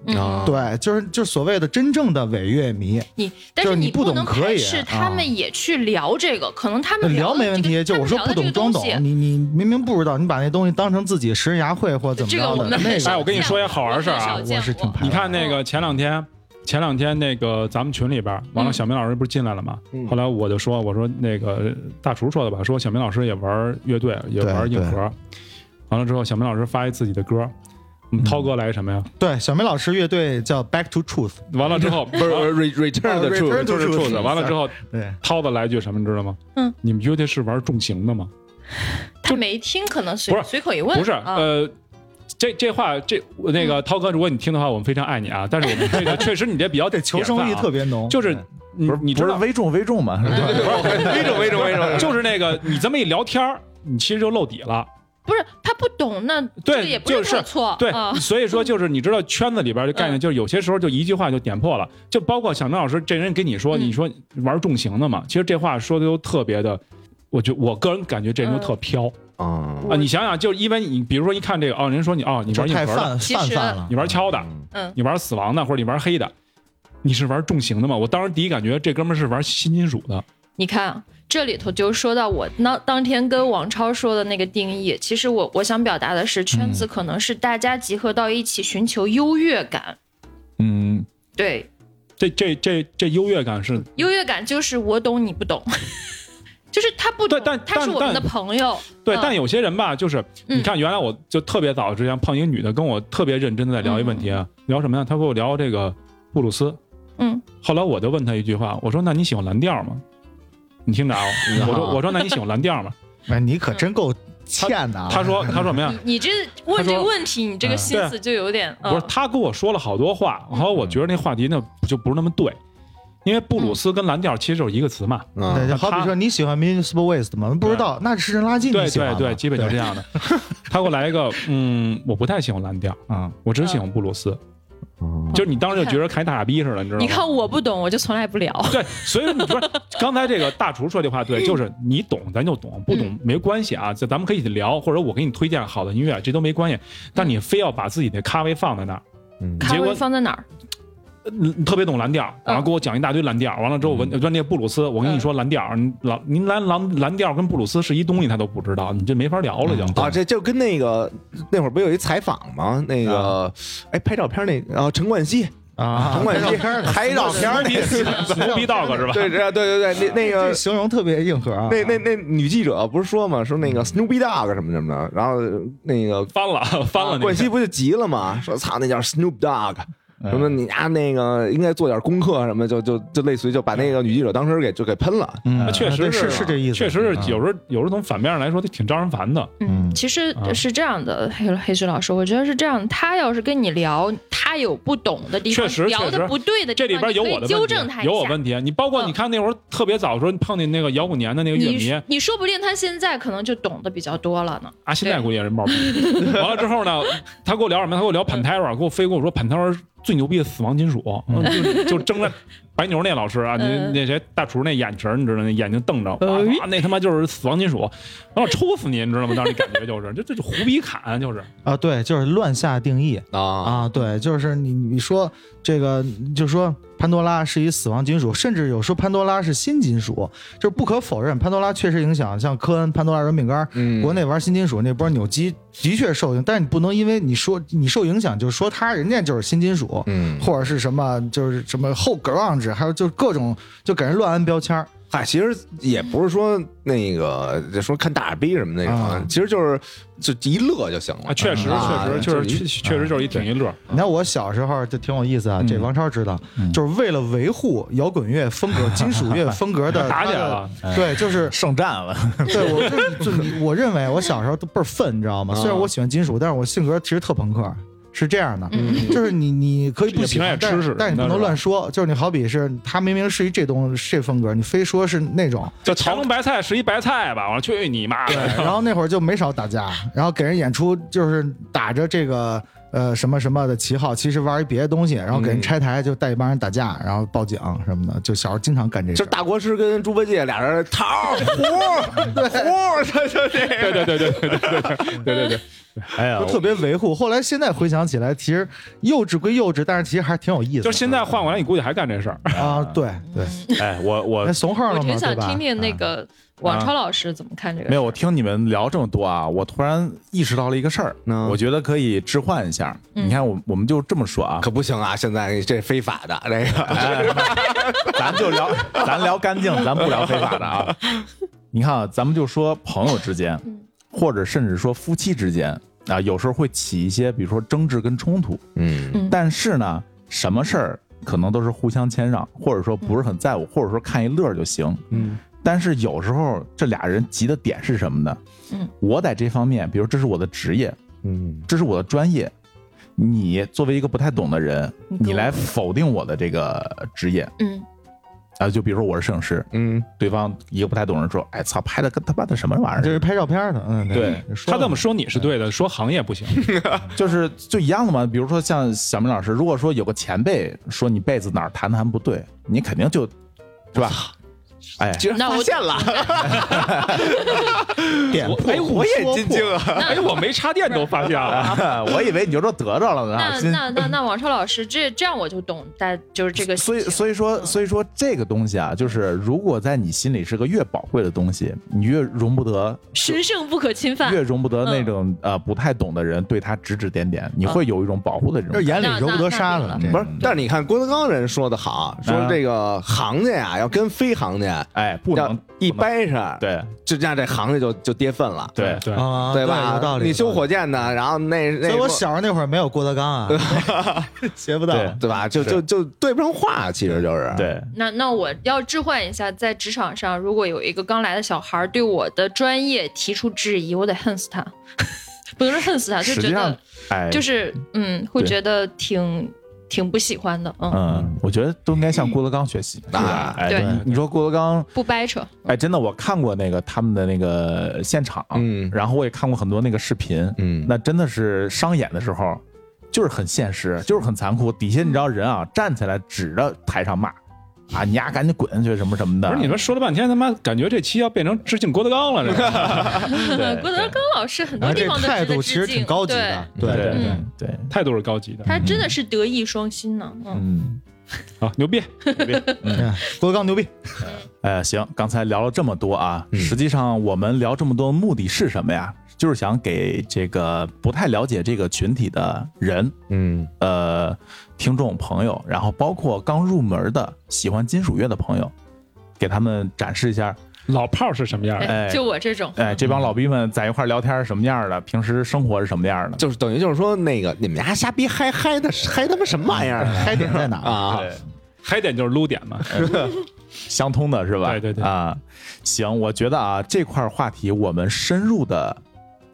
嗯啊，对，就是就是所谓的真正的伪乐迷。你，但就是是你不不懂能可排以斥啊他们也去聊这个，可能他们呃聊的没问这题，个就我他们说聊不的这懂个装东懂西，你你明明不知道，你把那东西当成自己食人牙慧或者怎么这个着我的，们那很个少哎我跟你说一件好玩的事儿啊我很少见我是挺过排你看那个前两天，前两天那个咱们群里边，完了嗯小明老师不是进来了吗？嗯后来我就说，我说那个大厨说的吧，说小明老师也玩乐队，也玩硬核。完了之后，小明老师发一自己的歌，我们涛哥来一什么呀？对，小梅老师乐队叫 Back to Truth，完了之后，嗯不是不是 re- return 的啊 Return truth， to 就是 truth truth，完了之后，对，涛子来一句什么，你知道吗？嗯，你们乐队是玩重型的吗？他没听，可能随不是随口一问，不是，啊嗯呃。这这话，这那个涛哥，如果你听的话，我们非常爱你啊！但是我们这 个确实你这比较对，求生欲特别，别浓，就是你不是你知不是道微众微众嘛，是吧？微种微种微 种，就是那个你这么一聊天儿，你其实就露底啊了。不是他不懂，那对这个也不就是他的错， 对，啊嗯所以说就是你知道圈子里边的概念，就是有些时候就一句话就点破了，就包括小明老师这人跟你说，嗯你说玩重型的嘛，其实这话说的都特别的。我觉我个人感觉这人都特飘啊嗯啊！你想想，就是因为你，比如说一看这个哦，人说你哦，你这玩硬太核的，泛其实泛泛了你。玩敲的，嗯，你玩死亡的，或者你玩黑的，你是玩重型的嘛？我当时第一感觉这哥们儿是玩新金属的，你看啊这里头就说到我当当天跟王超说的那个定义，其实我我想表达的是，圈嗯子可能是大家集合到一起寻求优越感，嗯，对，这这这这优越感是优越感就是我懂你不懂。 就是他不懂对，但他是但我们的但朋友，对，嗯但有些人吧，就是嗯你看，原来我就特别早之前碰一个女的，跟我特别认真的在聊一问题，啊聊什么呀？她跟我聊这个布鲁斯，嗯，后来我就问她一句话，我说：“那你喜欢蓝调吗？”你听着啊，我说：“我说那你喜欢蓝调吗哎，你可真够欠的啊！”她说：“她说什么呀你你这问嗯他这说嗯个问题，你这个心思就有点，？”不是，嗯她跟我说了好多话，然后我觉得那话题呢就不是那么对，因为嗯布鲁斯跟蓝调其实就是一个词嘛。啊 对，就好比说你喜欢 Municipal Waste 吗？不知道，那是垃圾对你喜欢对吗对，基本就这样的。她给我来一个，嗯，我不太喜欢蓝调，嗯，我只喜欢布鲁斯。就是你当时就觉得开大傻逼似的，你知道吗？你看我不懂，我就从来不聊。对，所以说你说刚才这个大厨说这话对，就是你懂咱就懂，不嗯懂没关系啊，这咱们可以聊，或者我给你推荐好的音乐，这都没关系。但嗯你非要把自己的咖位放在那儿，嗯咖结位果放在哪儿？你你特别懂蓝调，然后给我讲一大堆蓝调，完了之后我问问那布鲁斯，我跟你说蓝调，你老您蓝蓝蓝调跟布鲁斯是一东西，他都不知道，你这没法聊了就。啊，这就跟那个那会儿不有一采访吗？那个哎，拍照片那啊，陈冠希，啊，陈拍冠照希片儿呢拍照片儿那个，牛逼 dog 是吧？对对对对对，那那 这个形容特别硬核啊。那那那女记者不是说嘛，说那嗯个 Snoopy Dogg 什么什么的，然后那个翻了翻了那个，冠希不就急了嘛，说操那叫 Snoop Dogg。什嗯么你啊那个应该做点功课什么，就就就类似于就把那个女记者当时给就给喷了。嗯那确实对是是是这意思，确实是嗯有时候有时候从反面上来说，挺招人烦的。嗯嗯，其实啊是这样的，黑黑水老师，我觉得是这样。他要是跟你聊，他有不懂的地方，确实聊确实的不对的地这方，里边有我你可的以问纠题正他，一下。有我问题。你包括嗯你看那会儿特别早的时候，你碰见那个摇滚年的那个乐迷你你说不定他现在可能就懂得比较多了呢。啊，现在估计也是冒牌。 完了之后呢，他跟我聊什么？他跟我嗯聊 Pantera，跟我非跟我说 Pantera 是最牛逼的死亡金属，嗯就就争着白牛那老师啊，那嗯那谁大厨那眼神儿，你知道那眼睛瞪着，哎哇哇那他妈就是死亡金属，完了抽死你，你知道吗？当时那感觉就是，这这就胡逼砍，就是啊，对，就是乱下定义啊啊，对，就是你你说这个，就说潘多拉是一死亡金属，甚至有说潘多拉是新金属，就是不可否认，潘多拉确实影响，像科恩、潘多拉软饼干，嗯国内玩新金属那波扭机的确受影，但是你不能因为你说你受影响，就说他人家就是新金属，嗯，或者是什么就是什么后 grunge，还有就是各种就给人乱安标签儿。嗨，哎其实也不是说那个说看大傻逼什么那种啊啊，其实就是就一乐就行啊，了。确实，啊确实，就是确就确实就是一挺一乐。你看我小时候就挺有意思啊，嗯这王超知道，就是为了维护摇滚乐风格、金属乐风格 的打起来了，它的对，就是圣战了， 对我就就你我认为我小时候都倍儿愤，你知啊道吗？虽然我喜欢金属，但是我性格其实特朋克。是这样的，就是你你可以不喜也平欢，但常也吃是屎但是你那不能是吧乱说。就是你好比是他明明是一这东这风格，你非说是那 种，就乾隆白菜是一白菜吧？我说去你妈的！然后那会儿就没少打架，然后给人演出就是打着这个呃什么什么的旗号，其实玩一别的东西，然后给嗯人拆台，就带一帮人打架，然后报警什么的，就小时候经常干这就事是儿。大国师跟猪八戒俩人桃儿 胡儿胡儿，就就这对对个。对对对对对对对对， 哎呀就，特别维护，后来现在回想起来，其实幼稚归幼稚，但是其实还挺有意思的。就是现在换过来，你估计还干这事儿。啊，对对，哎，我我那怂号了嘛，我挺想对吧嗯听听那个王超老师怎么看这个。没有，我，听你们聊这么多啊，我突然意识到了一个事儿，嗯我觉得可以置换一下。嗯你看，我我们就这么说 啊，可不行啊！现在这非法的这个，咱就聊，咱聊干净，咱不聊非法的 啊。你看啊，咱们就说朋友之间，或者甚至说夫妻之间啊，有时候会起一些，比如说争执跟冲突。嗯嗯但是呢，什么事儿可能都是互相谦让，或者说不是很在乎，或者说看一乐儿就行。嗯，但是有时候这俩人急的点是什么呢？嗯，我在这方面，比如这是我的职业，嗯，这是我的专业。你作为一个不太懂的人，你跟我你来否定我的这个职业嗯啊？就比如说我是摄影师，嗯，对方一个不太懂的人说：“哎操，拍的跟他妈的什么玩意这儿是拍照片的，嗯，对说他了这么说你是对的，说行业不 行。？”就是就一样的嘛。比如说像小明老师，如果说有个前辈说你被子哪儿弹弹不对，你肯定就，是吧？ 哎，居然那我发现了，点破，哎，我也说进破京啊，哎，我没插电都发现了。啊我以为你就说得着了呢 那。啊今那那那王超老师，这这样我就懂，但就是这个心所以情，所以说所以说这个东西啊，就是如果在你心里是个越宝贵的东西，你越容不得神圣不可侵犯越。容不得那嗯种、呃不太懂的人对他指指点点，你会有一种保护的这种感这觉。眼里那揉不得那沙那子那了，嗯这不是，但是你看郭德纲人说的好，说这个行家呀，要跟非行家哎，不要能一般掰扯，，对就这样这行家就就跌份了，对 对，啊，对吧？有道理。你修有道火理，箭的，然后那那所以我说小时候那会儿没有郭德纲啊， 学不到。对对吧？就是就就对不上话，其实就是，对，那那我要置换一下，在职场上，如果有一个刚来的小孩儿对我的专业提出质疑，我得恨死他， 不能说恨死他，就实觉际得上哎就是是嗯，会对觉得挺挺不喜欢的，嗯，嗯，我觉得都应该向郭德纲学习。啊哎，对你说郭德纲，不掰扯，哎，真的，我看过那个他们的那个现场，嗯然后我也看过很多那个视频，嗯那真的是商演的时候，就是很现实，就是很残酷。底下你知道人啊，站起来指着台上骂，啊，你丫赶紧滚去什么什么的。不是你说说了半天，他妈感觉这期要变成致敬郭德纲了，这个哎对郭德纲老师很然多后地这方都态值度得其实致挺敬，高级对的，，对对对嗯对，态度是高级的。他真的是德艺双馨呢，嗯，嗯，啊，牛逼！嗯郭德纲牛逼。呃，行，刚才聊了这么多啊，嗯实际上我们聊这么多目的是什么呀？就是想给这个不太了解这个群体的人，嗯呃，听众朋友，然后包括刚入门的喜欢金属乐的朋友，给他们展示一下，老炮儿是什么样的？哎就我这种，哎，这嗯帮老逼们在一块儿聊天是什么样的，平时生活是什么样的。就是等于就是说那个你们家瞎逼嗨嗨的嗨他妈什么玩意儿啊嗨点在哪儿？啊？对，嗨点就是撸点嘛。相通的是吧？对对对啊，行，我觉得啊这块儿话题我们深入的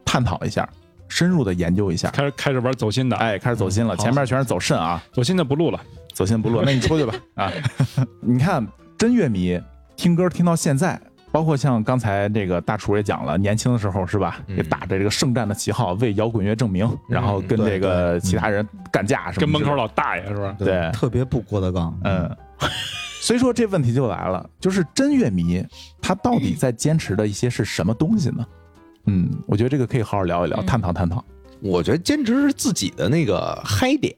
探讨一下，深入的研究一下。开始开始玩走心的，哎，开始走心了，嗯好前面全是走肾啊，走心的不录了。走心不落。那你 出去吧啊！ 你看，真乐迷听歌听到现在，包括像刚才这个大厨也讲了，年轻的时候是吧，嗯也打着这个圣战的旗号为摇滚乐证明，然后跟对这个其他人干架什么之类的，嗯跟门口老大爷是吧？对特别不郭德纲。嗯，所以说这问题就来了，就是真乐迷他到底在坚持的一些是什么东西呢？嗯，我觉得这个可以好好聊一聊，嗯探讨探讨。我觉得坚持是自己的那个嗨点，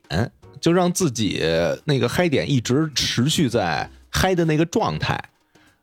就让自己那个嗨点一直持续在嗨的那个状态。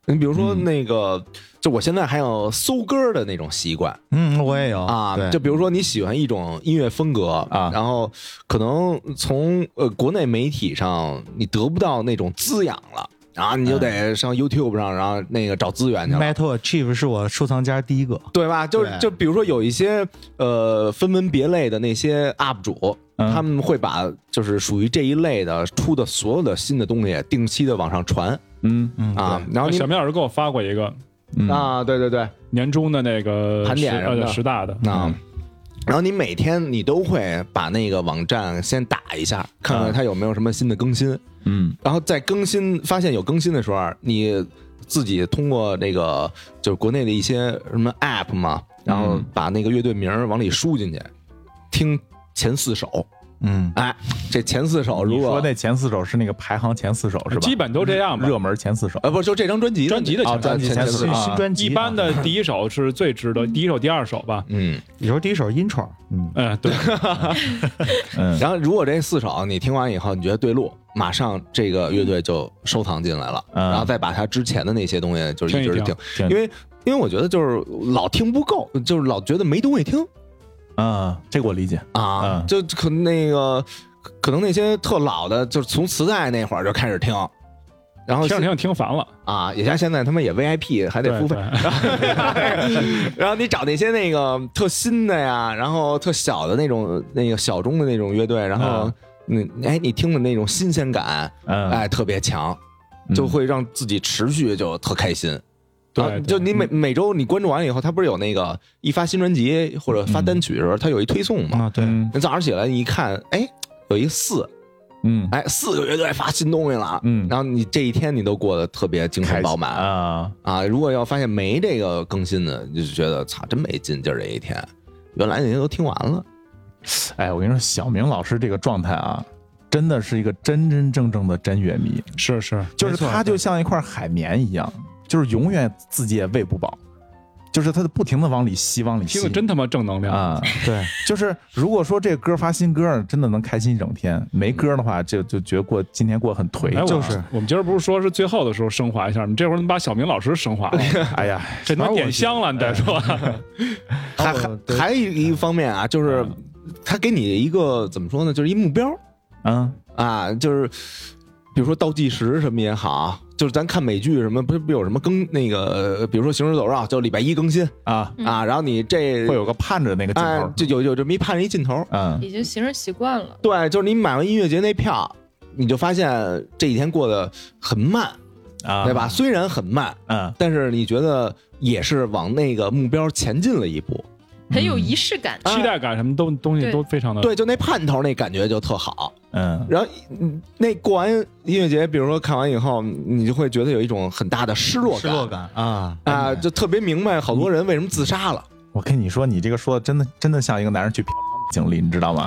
你比如说那个，就我现在还有搜歌的那种习惯嗯，我也有啊，对就比如说你喜欢一种音乐风格啊然后可能从呃国内媒体上你得不到那种滋养了，然后你就得上 YouTube 上，然后那个找资源去了。 Metal Achieve 是我收藏家第一个，对吧？就对就比如说有一些呃分门别类的那些 UP 主，嗯他们会把就是属于这一类的出的所有的新的东西定期的往上传嗯嗯啊，然后你小明老师给我发过一个嗯啊，对对对年终的那个盘点十什么的呃十大的，啊。然后你每天你都会把那个网站先打一下，看看它有没有什么新的更新。嗯然后在更新发现有更新的时候，你自己通过那个就是国内的一些什么 App 嘛，然后把那个乐队名儿往里输进去，听前四首。嗯，哎，这前四首如你果说那前四首是那个排行前四首是吧？基本都这样吧。热门前四首，呃不，就这张专辑专辑的啊前专辑前前四四首首新啊新专辑一般的第一首是最值得，第一首、第二首吧。嗯，有时候第一首 intro，嗯，嗯，对，嗯，然后如果这四首你听完以后，你觉得对路，马上这个乐队就收藏进来了，嗯然后再把它之前的那些东西就是一直听一听听，听因为因为我觉得就是老听不够，就是老觉得没东西听啊，这个我理解，啊，嗯就可那个可能那些特老的，就是从磁带那会儿就开始听。然后听着听着听烦了，啊，也像现在他们也 VIP 还得对付费对，然后你找那些那个特新的呀，然后特小的那种那个小众的那种乐队，然后你哎你听的那种新鲜感，嗯，哎特别强，嗯就会让自己持续就特开心。对啊对就你每每周你关注完以后，他不是有那个一发新专辑或者发单曲的时候，他有一推送嘛？啊对，嗯你早上起来你一看，哎有一四，嗯哎四个乐队发新东西了，嗯然后你这一天你都过得特别精神饱满啊，啊，如果要发现没这个更新的，你就觉得操，真没劲劲儿这一天。原来那些都听完了，哎，我跟你说，小明老师这个状态啊，真的是一个真真正正的真乐迷， 是是，就是没错他就像一块海绵一样，就是永远自己也喂不饱，就是他不停的往里吸，往里听吸着，真他妈正能量。啊、对，就是如果说这歌发新歌，真的能开心一整天；没歌的话，就就觉得过今天过得很颓哎，我。就是我们今儿不是说是最后的时候升华一下，你这会儿怎么把小明老师升华了？哎呀，这能点香了，你再说。还哦还对还有一方面啊，就是他给你一个怎么说呢，就是一目标嗯啊，就是比如说倒计时什么也好，就是咱看美剧什么，不是不有什么更那个，呃比如说《行尸走肉》，就礼拜一更新啊，嗯啊，然后你这会有个盼着那个劲哎头，就有有这么一盼着一劲头，嗯已经形成习惯了。对，就是你买完音乐节那票，你就发现这几天过得很慢，啊，对吧？？虽然很慢，嗯，但是你觉得也是往那个目标前进了一步，很有仪式感。期待感什么都东西对都非常的对，就那盼头那感觉就特好。嗯然后嗯那过完音乐节，比如说看完以后，你就会觉得有一种很大的失落失落感啊啊、就特别明白好多人为什么自杀了。我跟你说，你这个说的真的真的像一个男人去嫖娼的经历，你知 道吗？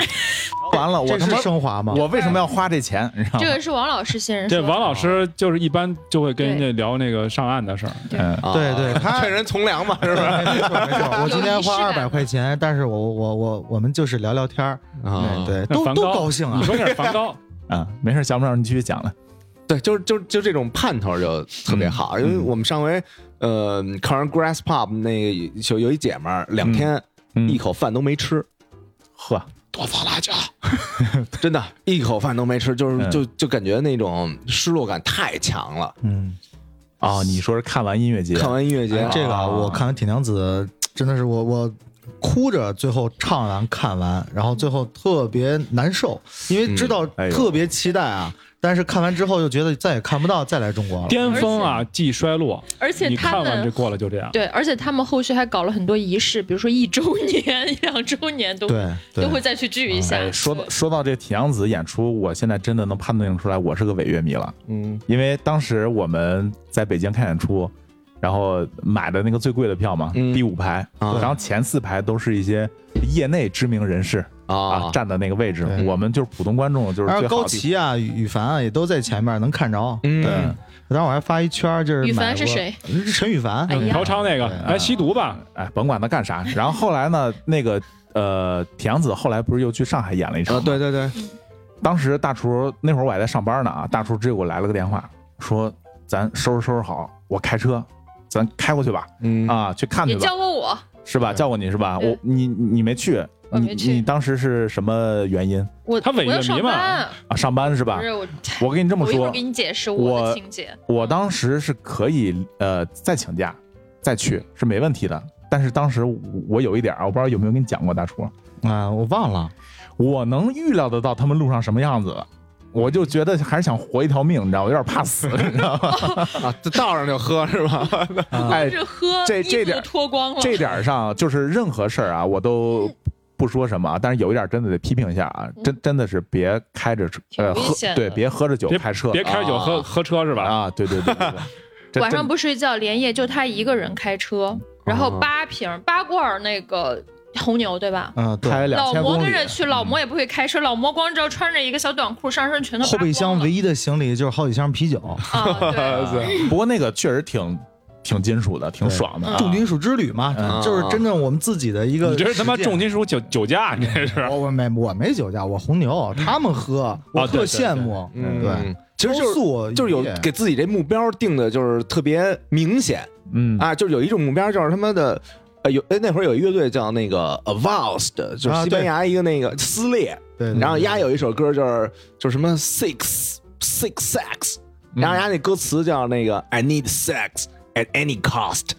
完了，我这他是妈升华吗？我为什么要花这钱？你知道吗这？个是王老师先生这说的，王老师就是一般就会跟人家聊那个上岸的事儿，嗯啊对对 他劝人从良嘛，是对不是？没错没错，我今天花有二仪式百感块钱，但是我我我我们就是聊聊天儿，啊 对对，那都梵都高高兴啊你，说那是梵高，啊，没事，小不了你继续讲了。对，就是就就这种盼头就特别好，因为我们上回呃看完 Grass Pop 那个就有一姐们儿两天嗯一口饭都没吃，呵，多放辣椒，真的，一口饭都没吃，就是嗯就就感觉那种失落感太强了。嗯，哦，你说是看完音乐节，看完音乐节，这个啊，啊我看完《铁娘子》真的是我我哭着最后唱完看完，然后最后特别难受，因为知道哎呦特别期待啊，但是看完之后又觉得再也看不到再来中国了。巅峰啊即衰落，而且你他看完这们过了就这样。对，而且他们后续还搞了很多仪式，比如说一周年、 两周年都对都会对，再去聚一下。哎，说到对说到这铁娘子演出，我现在真的能判定出来，我是个伪乐迷了。嗯因为当时我们在北京看演出，然后买的那个最贵的票嘛，嗯第五排，啊然后前四排都是一些业内知名人士啊啊，站的那个位置对，我们就是普通观众，就是然后最好高的地旗啊、羽羽凡啊也都在前面能看着。嗯对，当时我还发一圈儿，就是羽买凡是过谁？陈羽凡。哎呀嫖娼那个对，哎，吸毒吧，哎，甭管他干啥。然后后来呢，那个呃，铁娘子后来不是又去上海演了一场啊，吗，对对对，当时大厨那会儿我还在上班呢啊，大厨直接给我来了个电话，说咱收拾收拾好，我开车，咱开过去吧，嗯啊，去看去也吧，叫过我，是吧？叫过你是吧？对我你你没去，我没你去你当时是什么原因我他伪我乐要迷上嘛班，啊？上班是吧不？是我，我跟你这么我一会说儿给，你解释我我的情节。我当时是可以呃再请假再去是没问题的，但是当时我我有一点儿，啊我不知道有没有跟你讲过，大厨，啊，我忘了，我能预料得到他们路上什么样子。我就觉得还是想活一条命，你知道，我有点怕死，你嗯知道吗？啊，这道上就喝是吧？哎，这喝这衣服这点都脱光了，这点儿上，就是任何事儿啊，我都不说什么啊，但是有一点儿真的得批评一下啊，真真的是别开着车，呃，嗯挺危喝险的对，别喝着酒开车，别开着酒喝啊喝车是吧？啊，对对对 对对，这晚上真哦不睡觉，连夜就他一个人开车，然后八瓶儿八罐儿那个红牛，对吧？嗯，对，开两老千魔公跟里，着去，老魔也不会开车，老魔光知道穿着一个小短裤，上身全都扒后备箱光了唯一的行李就是好几箱啤酒，啊， 对，不过那个确实挺挺金属的，挺爽嗯的啊，重金属之旅嘛，嗯就是真正我们自己的一个。你这是他妈重。金属酒酒驾，你这是。我我没我没酒驾，我红牛，他们喝，我特对对羡慕。嗯，对，，其实高就是。速就是有也给自己这目标定的，就是特别明显嗯啊，就是有一种目标，就是他妈的，呃，有哎那会儿有一乐队叫那个 Avast，就是啊西班牙一个那个撕裂，对，然后压丫有一首歌就是就是什么 six six sex，嗯然后丫那歌词叫那个 I need sex at any cost，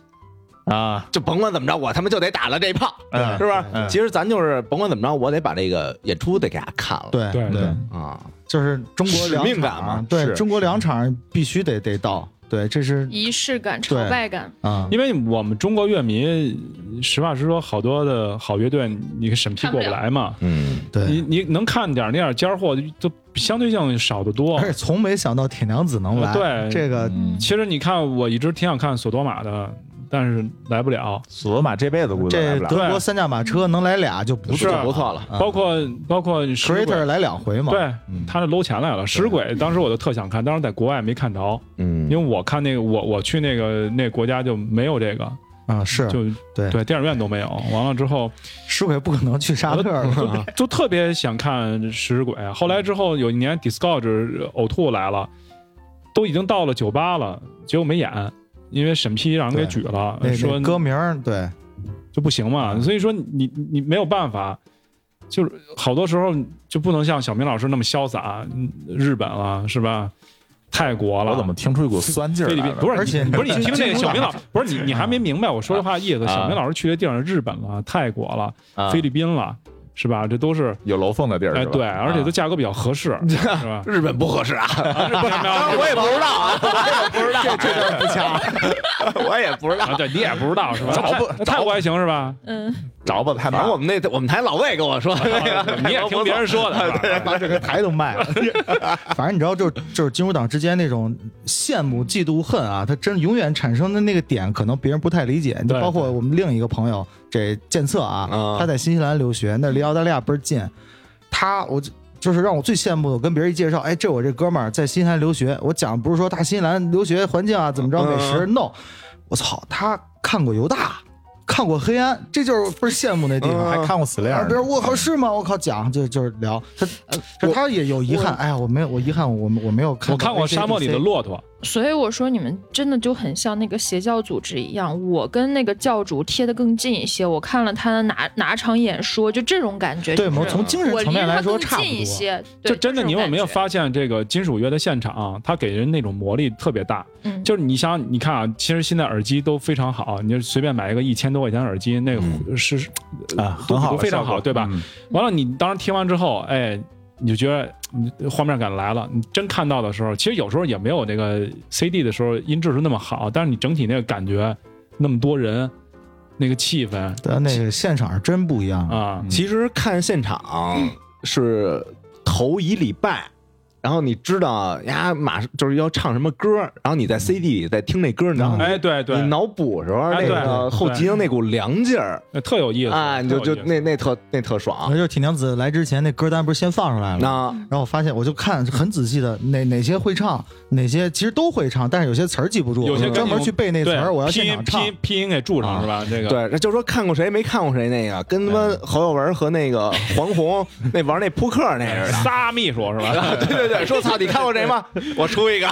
啊，就甭管怎么着，我他妈就得打了这炮，嗯是吧嗯？其实咱就是甭管怎么着，我得把这个演出得给他看了，对对对啊，就是中国使两命感场嘛对是中国两场必须得得到，对，这是仪式感、朝拜感，啊，因为我们中国乐迷，实话实说，好多的好乐队，你审批过不来嘛。嗯，你对，你能看点儿那点儿尖儿货，都相对性少得多而。且从没想到铁娘子能来，对这个嗯其实你看，我一直挺想看索多玛的，但是来不了。索多玛这辈子估计都来这不了德国对三驾马车能来俩就不是错不了错了，啊包括包括食尸 Creator 鬼，来两回嘛，对嗯，他是搂钱来了。食尸鬼当时我就特想看，当时在国外没看着，嗯因为我看那个我我去那个那个国家就没有这个，啊是，就对对电影院都没有。 完了之后，石鬼不可能去沙特了，就特别想看食尸鬼。啊嗯后来之后有一年 Discord 呕吐来了，都已经到了酒吧了，结果没演，因为审批让人给对举了那，说那歌名儿对，就不行嗯嘛。所以说你你你没有办法，就是好多时候就不能像小明老师那么潇洒，嗯日本了是吧？泰国了，我怎么听出一股酸劲儿菲律来宾了？不是，而且你不是你你听那个小明老师，不是你你还没明白我说这话意思。啊小明老师去的地方，日本了、泰国了、啊菲律宾了，是吧？这都是有楼缝的地儿，哎是吧对，而且都啊价格比较 合适，是吧？日本不合适啊，啊我也不知道啊，我 也不知道，这这段不掐， 我也不知道啊，。对你也不知道是吧？找不泰泰国还行是吧？嗯，着吧太反麻正我烦，们那我们台老魏跟我说， 你也听别人 说的，是吧把整个台都卖 了。反正你知道，就是就是金融党之间那种羡慕、嫉妒、恨啊，它真永远产生的那个点，可能别人不太理解。你对包括我们另一个朋友这建策啊啊，他在新西兰留学，那离澳大利亚倍儿近。他我就就是让我最羡慕的，我跟别人一介绍，哎，这我这哥们儿在新西兰留学，我讲不是说大新西兰留学环境啊怎么着嗯美食，no，我操，他看过犹大，看过黑暗，这就是倍儿羡慕那地方。嗯还看过死啊链别人我靠是吗？我靠讲就就是聊他，这他也有遗憾。哎呀，我没有，我遗憾，我我没有看。我看过《沙漠里的，骆驼所以我说你们真的就很像那个邪教组织一样，我跟那个教主贴得更近一些，我看了他的哪哪场演说，就这种感觉，对，就我是从精神我层离面他来说更差不近一多。些，》，对就真的你有没有？发现这个金属乐的现场，啊它给人那种魔力特别大。这种感觉嗯，就是你想，你看啊，其实现在耳机都非常好，啊你就随便买一个一千多块钱耳机，那个嗯是啊，很好的效果，都非常好对吧嗯？完了，你当时听完之后，哎，你就觉得你画面感来了。你真看到的时候，其实有时候也没有那个 CD 的时候音质是那么好，但是你整体那个感觉，那么多人，那个气氛但那个现场是真不一样。啊，其实看现场是头一礼拜，然后你知道呀，马上就是要唱什么歌，然后你在 CD 里在听那歌，你嗯知道吗？哎，对对你，脑补时候哎那对个后脊梁那股凉劲儿那特有意思啊，你特就有就意思那那特那特爽那。就是铁娘子来之前那歌单不是先放出来了吗？那然后我发现我就看很仔细的哪哪些会唱，哪些其实都会唱，但是有些词儿记不住，有些我专门跟你去背那词对儿，我要拼现音拼场唱。啊音拼音给注上是吧？这个对，哎这就说看过谁没看过谁那个，跟他妈侯耀文和那个黄宏 那玩那扑克那 似的。仨秘书是 吧？ 对对对，说操，你看过谁吗？ 我出一个，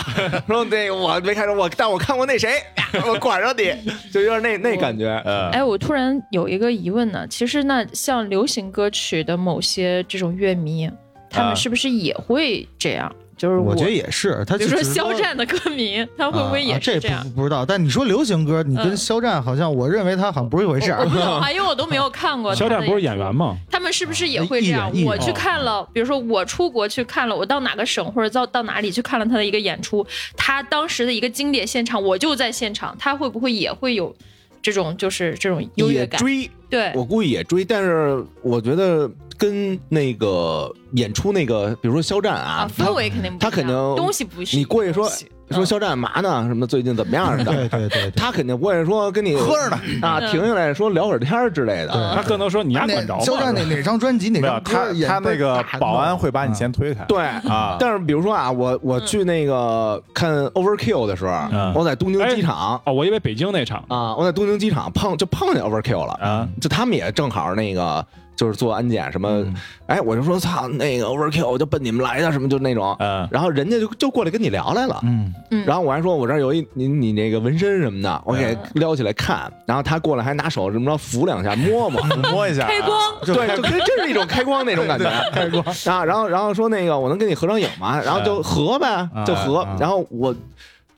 说那个我没看着我，但我看过那谁， 我管着你，就有点那那感觉。哎，我突然有一个疑问呢，其实那像流行歌曲的某些这种乐迷，他啊们是不是也会这样？就是我觉得也是，他比如说只是肖战的歌迷，他会不会啊也是这样？不不知道，但你说流行歌，你跟嗯肖战好像，我认为他好像不是一回事我儿 我。不懂啊，因为我都没有看过。肖战不是演员？吗？他们是不是也啊会这样艺人艺？人我哦去看了，比如说我出国去看了，我到哪个省或者到到哪里去看了他的一个演出，他当时的一个经典现场，我就在现场，他会不会也会有这种就是这种优越也感？追，对，我估计也追，但是我觉得跟那个演出那个，比如说肖战啊啊，，嗯氛围肯定不一样他肯定东西不是你过去说东西他说肖战嘛呢，什么最近怎么样似对 的，对对对，他肯定不会说跟你喝着呢啊，嗯停下来说聊会儿天儿之类的。他更能说你丫管着那吧？肖战哪哪张专辑哪没有张他歌也他那个被打保安到会把你先推开， 对啊，但是比如说啊，我我嗯去那个看 Overkill 的时候啊嗯，我在东京机场哦，我以为北京那场啊，我在东京机场碰就碰见 Overkill 了，啊，就他们也正好那个就是做安检什么，哎，我就说操那个 Overkill 我就奔你们来的什么就那种，嗯然后人家就就过来跟你聊来了。嗯，嗯然后我还说，我这儿有一你你那个纹身什么的，我给嗯撩起来看。然后他过来还拿手这么着扶两下，摸摸，抚摸一下啊，开光，对，就跟真是一种开光那种感觉。开光啊， 然后然后说那个我能跟你合张影吗？然后就合呗，嗯就合嗯。然后我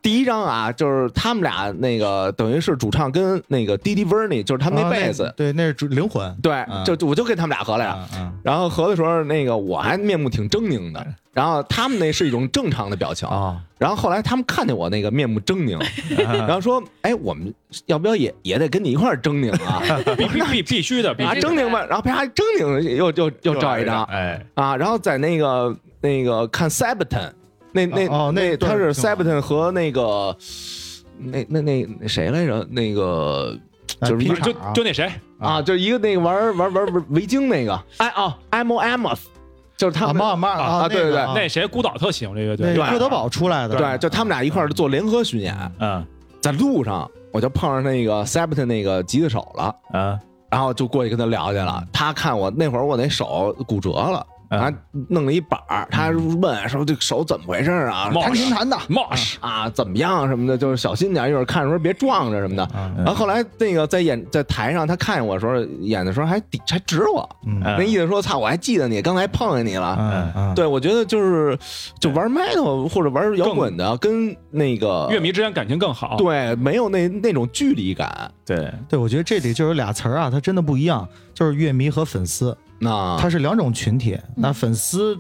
第一张啊，就是他们俩那个等于是主唱跟那个 d i d Verny，就是他们那啊啊贝斯，对，那是主灵魂。对嗯，就就我就跟他们俩合了呀。啊啊然后合的时候，那个我还面目挺狰狞的，然后他们那是一种正常的表情。啊！然后后来他们看见我那个面目狰狞，然后说：“哎，我们要不要也也得跟你一块儿狰狞啊？必 必必必须的，必啊，须狰狞吧！”然后啪，狰狞又又又照一张，哎，啊，然后在那个那个看 Sabaton，那那哦哦那那段他是儿挺好 Sabaton 和那个那那那那谁来着？那个就是拼一就就个场啊就那谁啊，就是一个那个玩玩玩玩围巾那个，哎哦，M O M F，就是他啊，们妈妈啊啊，对对对那那谁孤岛特喜欢这乐个队，那对哥德堡出来的，嗯对，就他们俩一块儿做联合巡演，嗯在路上我就碰上那个 Sabaton 那个吉他手了。嗯然后就过去跟他聊去了。他看我那会儿我那手骨折了，嗯还弄了一板儿，他问说这手怎么回事儿啊？冒弹琴弹的， Mosh 啊，怎么样什么的，就是小心点，一会儿看的时候别撞着什么的。嗯然后后来那个在演在台上，他看见我的时候，演的时候还抵还指我，嗯嗯那意思说操，我还记得你，刚才碰见你了。嗯嗯，对，我觉得就是就玩 metal 或者玩摇滚的，跟那啊个乐迷之间感情更好。对没有那那种距离感。对，对，我觉得这里就有俩词儿啊，它真的不一样，就是乐迷和粉丝，那它是两种群体。那粉丝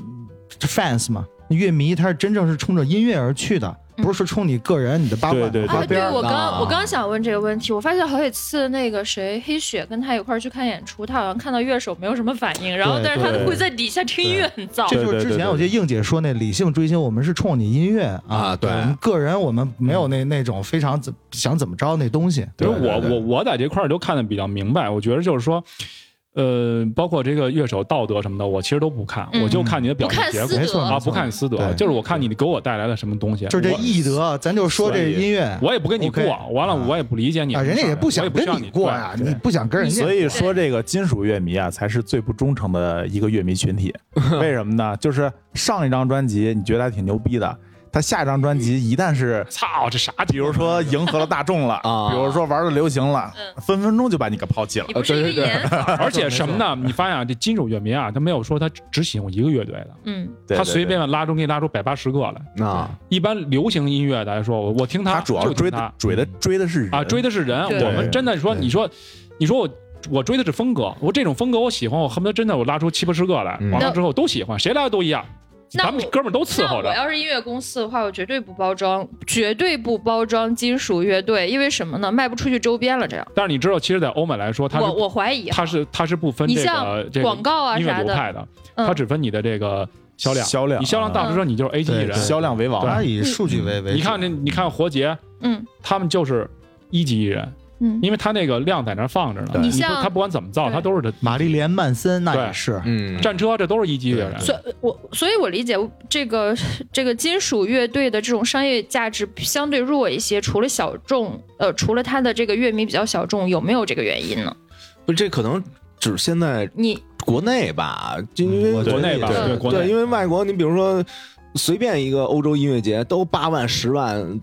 fans 嘛，乐迷他是真正是冲着音乐而去的，嗯不是说冲你个人你的八卦。对对啊，花对边儿我啊刚我刚想问这个问题，我发现好几次那个谁黑雪跟他一块儿去看演出，他好像看到乐手没有什么反应，然后对但是他对会在底下听音乐很燥。这对就是对之对前对我觉得应姐说那理性追星，我们是冲你音乐啊对我们个人我们没有那那种非常怎想怎么着那东西。比如对我对我我在这块儿就看得比较明白，我觉得就是说，呃，包括这个乐手道德什么的，我其实都不看，嗯我就看你的不表看现结私果没错啊，德，不看私德，对就是我看你给我带来了什么东西，就是这我艺德，咱就说所这以音乐我也不跟你过 OK，完了啊我也不理解你啊，人家也不我也想不跟需要你过对呀，你不想跟人家过，所以说这个金属乐迷啊，才是最不忠诚的一个乐迷群体。为什么呢？就是上一张专辑你觉得还挺牛逼的，他下一张专辑一旦是操，这啥 地比如说迎合了大众了，啊比如说玩的流行了，嗯分分钟就把你给抛弃了你。不是一个对对对颜色，而且什么呢？你发现啊，这金属乐迷啊，他没有说他只只喜欢一个乐队的，嗯，对他对随对便拉中给你拉出百八十个来。那一般流行音乐来说，我我听他主要就是追听的他追的追的是人啊，追的是人。对我们真的说，对你说，你说我我追的是风格，我这种风格我喜欢，我恨不得真的我拉出七八十个来，嗯完了之后都喜欢，谁来的都一样，那咱们我哥们儿都伺候那我着。要是音乐公司的话，我绝对不包装，绝对不包装金属乐队，因为什么呢？卖不出去周边了，这样。但是你知道，其实，在欧美来说，他我是我怀疑啊，他是他是不分你这像个这个广告啊音乐啥流的，派的，嗯他只分你的这个销量，销量啊你销量大了之后，你就是 A 级对艺人对。销量为他王，啊以数据为为主，你看那，你看活结，嗯他们就是一级艺人，嗯，因为他那个量在那儿放着呢。对你你不像他不管怎么造，对他都是这玛丽莲曼森那也对是，嗯，战车，这都是一级艺人。所以我所以，我理解这个这个金属乐队的这种商业价值相对弱一些，除了小众，呃，除了它的这个乐迷比较小众，有没有这个原因呢？不，这可能只是现在你国内吧，就因为嗯我觉得国内吧，对对国对，内因为外国，你比如说随便一个欧洲音乐节都八万、十万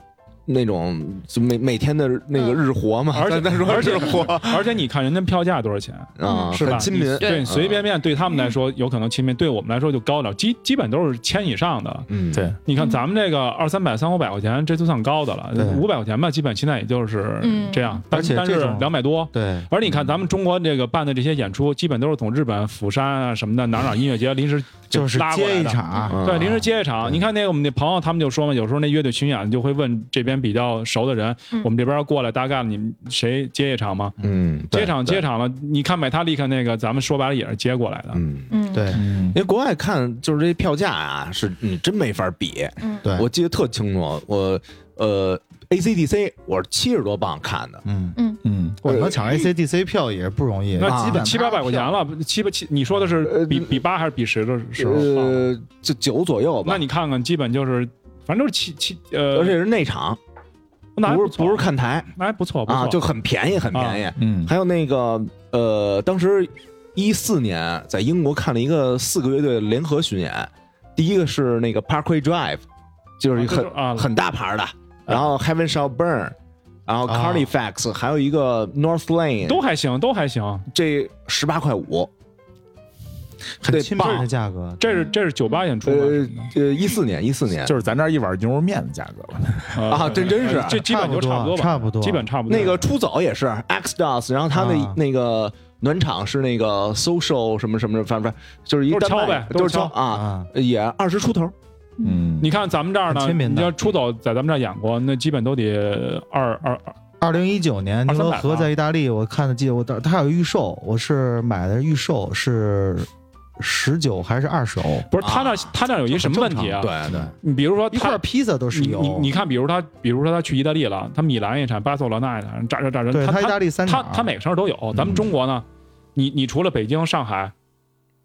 那种，就每每天的那个日活嘛，嗯而且咱咱说而且日活而且你看人家票价多少钱，啊，是吧很亲民，对嗯对，随便便对他们来说有可能亲民，对我们来说就高点，基基本都是千以上的。嗯，对，你看咱们这个二三百、三五百块钱，这就算高的了对，五百块钱吧，基本现在也就是嗯这样。而且但这是种嗯两百多，对，而你看咱们中国这个办的这些演出，基本都是从日本釜山啊什么的哪哪音乐节临时给就是拉过来接一的。场，啊嗯对，临时接一场。你看那个我们那朋友，他们就说嘛，有时候那乐队巡演就会问这边比较熟的人，嗯我们这边过来，大概你们谁接一场吗？嗯，对接场接，场了，你看买他立刻那个，咱们说白了也是接过来的对。嗯。嗯，对因为国外看就是这票价啊，是你真没法比。嗯对，我记得特清楚，我呃，ACDC 我是七十多磅看的，嗯，嗯，我能抢 ACDC 票也不容易，那啊基本七八百块钱了，七八七，你说的是呃比比八还是比十的时候？啊呃，就九左右吧。那你看看，基本就是，反正都是七七呃，而且是内场，那还不是错不是，看台那还不错，不啊啊，错，就很便宜，很便宜。嗯，还有那个呃，当时一四年在英国看了一个四个乐队联合巡演，第一个是那个 Parkway Drive，就是一个很、啊很大牌的，嗯然后 Heaven Shall Burn，然后啊 Carnifex，、还有一个 North Lane，哦都还行，都还行。这十八块五，很对亲棒民的价格，这是这是酒吧演出吗嗯呃呃，一四年一四年就是咱这儿一碗牛肉面的价格了，呃啊真真是这基本就差不多吧，差不多基本差不多。那个出走也是 X Dos，然后他那、啊那个暖场是那个 Social 什么什么，反正就是一都是单敲麦呗都都是是敲敲啊，啊，也二十出头，嗯，你看咱们这儿很亲呢，民的你要出走在咱们这儿演过，那基本都得二二二二零一九年二牛三百啊罗吧河在意大利，我看的记得我当他有预售，我是买的预售是十九还是二十欧？不是他那啊他那有一什么问题啊？对对，你比如说一块他。披萨都是你有，你你看，比如他，比如说他去意大利了，他米兰也产，巴塞罗那也产，炸炸炸人，对他意大他利三他场，他每个城市都有。咱们中国呢，你你除了北京、上海，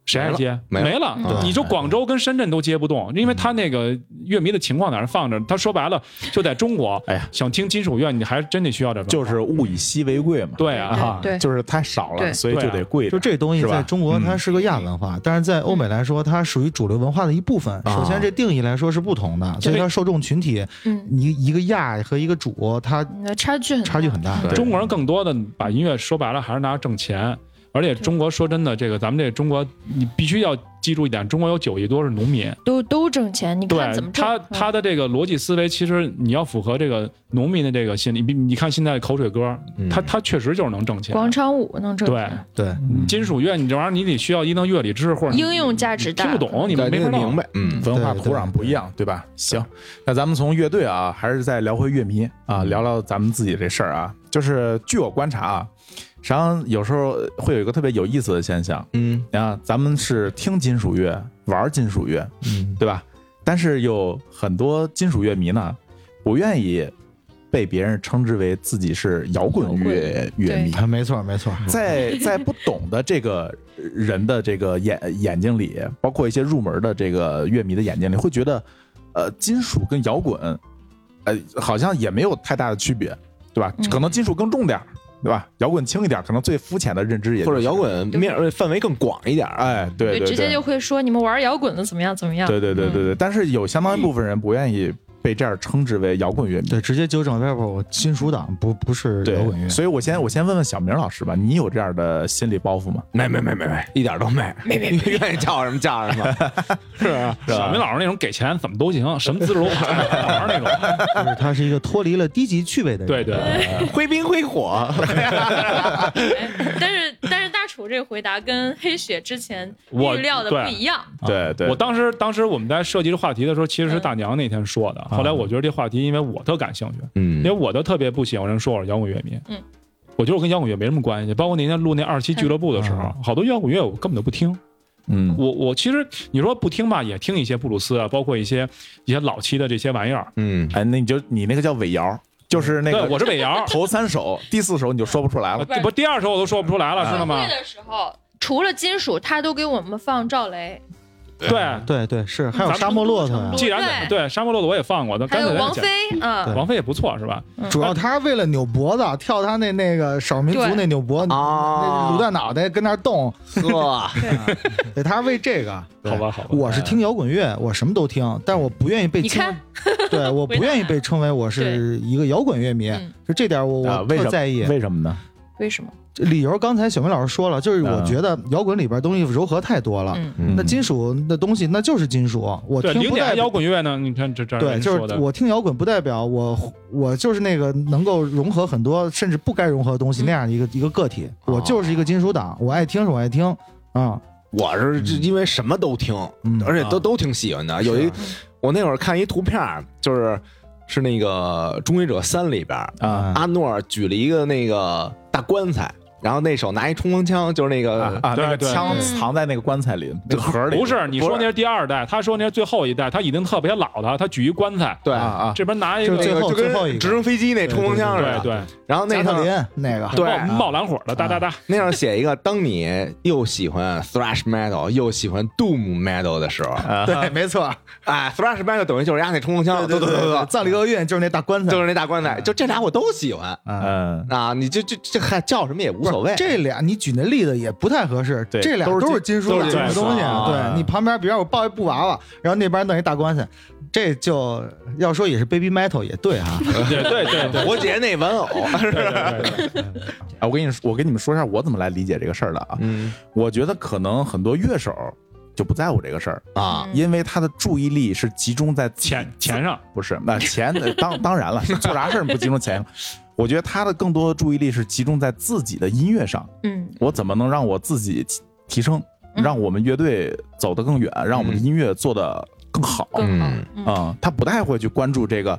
谁还接？没了没了对，你就广州跟深圳都接不动，因为他那个乐迷的情况在那儿放着。他说白了，就在中国，哎呀，想听金属乐，你还真得需要点文化。就是物以稀为贵嘛，对啊，对对就是太少了，对所以就得贵点，啊就这东西是吧在中国嗯它是个亚文化，但是在欧美来说，它属于主流文化的一部分。啊首先，这定义来说是不同的，所以它受众群体，嗯，你一个亚和一个主，它那差距很差距很大。对中国人更多的把音乐说白了还是拿挣钱，而且中国说真的，这个咱们这个中国，你必须要记住一点，中国有九亿多是农民，都都挣钱，你对看怎么挣他？嗯他的这个逻辑思维，其实你要符合这个农民的这个心理。你你看现在的口水歌，他他确实就是能挣钱。广场舞能挣钱，对，嗯金属乐，你这玩意儿你得需要一定乐理知识或者应用价值你大，听不懂，你对们没你法得弄明。白，嗯，文化对土壤不一样，对吧？行，那咱们从乐队啊，还是再聊回乐迷啊，嗯聊聊咱们自己这事儿啊。就是据我观察啊，实际上有时候会有一个特别有意思的现象嗯啊，咱们是听金属乐，玩金属乐，嗯，对吧？但是有很多金属乐迷呢，不愿意被别人称之为自己是摇滚乐乐迷。 没错没错， 在在不懂的这个人的这个眼眼睛里，包括一些入门的这个乐迷的眼睛里，会觉得，呃，金属跟摇滚，呃，好像也没有太大的区别，对吧？嗯可能金属更重点儿，对吧？摇滚轻一点儿，可能最肤浅的认知也、或者摇，滚对面儿范围更广一点，哎，哎，对对，直接就会说你们玩摇滚的怎么样怎么样，对对对对对。但是有相当一部分人不愿意被这样称之为摇滚乐迷，对，直接纠正 w e b 我金属党不不是对摇滚乐，所以我先我先问问小明老师吧，你有这样的心理包袱吗？没没没没没，一点都没，没没， 愿意叫什么叫什么，是吧？小明老师那种给钱怎么都行，什么 姿势都玩玩那种。就是他是一个脱离了低级趣味的人。对对，挥兵挥火，哎但是但是大厨这个回答跟黑雪之前我预料的对不一样，对啊对，我当时当时我们在设计这话题的时候，其实是大娘那天说啊的。后来我觉得这话题，因为我特感兴趣，因嗯为我都特别不喜欢人说我是摇滚乐迷。嗯，嗯我觉得我跟摇滚乐没什么关系。包括那天录那二期俱乐部的时候，好多摇滚乐我根本就不听。嗯我我其实你说不听吧，也听一些布鲁斯啊，包括一些一些老期的这些玩意儿。嗯，哎，那你就你那个叫尾摇，就是那对，个我是尾 摇，头三首，第四首你就说不出来啊了。这不第二首我都说不出来了，知道吗会？啊的时候，除了金属，他都给我们放赵雷，对，对对是，还有咱们沙漠骆成驼都，既然对沙漠骆驼我也放啊过，那还干有脆王咱菲讲，嗯，王菲也不错是吧？主要他为了扭脖子，跳他那那个少数民族对那扭脖，啊那卤蛋脑袋跟那儿动，呵，对，他是为这个。对好吧，好吧，我是听摇滚乐，我什么都听，但我不愿意被你称看，对，我不愿意被称为我是一个摇滚乐迷嗯，就这点我啊，我为什特么在意。为什么呢？为什么？这理由刚才小明老师说了，就是我嗯觉得摇滚里边东西柔和太多了。嗯，那金属的东西那就是金属，我对听零不点代的摇表滚乐呢，你看这这对，人就说是的我听摇滚不代表我我就是那个能够融合很多甚至不该融合的东西嗯那样一个、一个个体，我就是一个金属党，我爱听是我爱听啊， 我是因为什么都听，嗯而且都啊都挺喜欢的。有一我那会儿看一图片儿，就是是那个《终结者三》里边儿，嗯啊阿诺尔举了一个那个大棺材，然后那手拿一冲锋枪，就是那个啊啊！对那个对枪嗯藏在那个棺材里，那个盒里。不是你说那是第二代，他说那是最后一代，他已经特别老了，他举一棺材，对啊啊，这边拿一个就最那个后就跟最后一个直升飞机那冲锋枪似对的。对，然后那加特上林那个对冒冒蓝火的，哒哒哒，那上写一个，当你又喜欢 thrash metal 又喜欢 doom metal 的时候，啊对，没错，哎，thrash metal 等于就是压那冲锋枪，对对对，葬礼厄运就是那大棺材，就是那大棺材，就这俩我都喜欢啊。嗯，啊。你就就这还叫什么也无所谓，这俩你举那例子也不太合适，对这俩都是都是金金属都党是的金属东西。啊对你旁边，比如我抱一布娃娃，然后那边弄一大棺材，这就要说也是 baby metal 也对啊。对对对对我姐 那玩偶，对对，哎，我跟你说，我跟你们说一下我怎么来理解这个事儿的啊。嗯我觉得可能很多乐手就不在乎这个事儿， 啊，嗯因为他的注意力是集中在自己 钱钱上，不是，那钱的当当然了，做啥事儿不集中钱 上？我觉得他的更多的注意力是集中在自己的音乐上，嗯我怎么能让我自己提提升，嗯让我们乐队走得更远，让我们的音乐做得更好啊、更好嗯，嗯他不太会去关注这个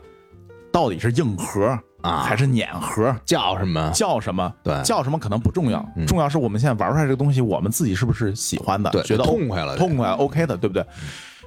到底是硬核啊还是碾核，叫什么？叫什么。对，叫什么可能不重要嗯，重要是我们现在玩出来这个东西，我们自己是不是喜欢的，对，觉得痛快了，嗯痛快 OK 的，对不对？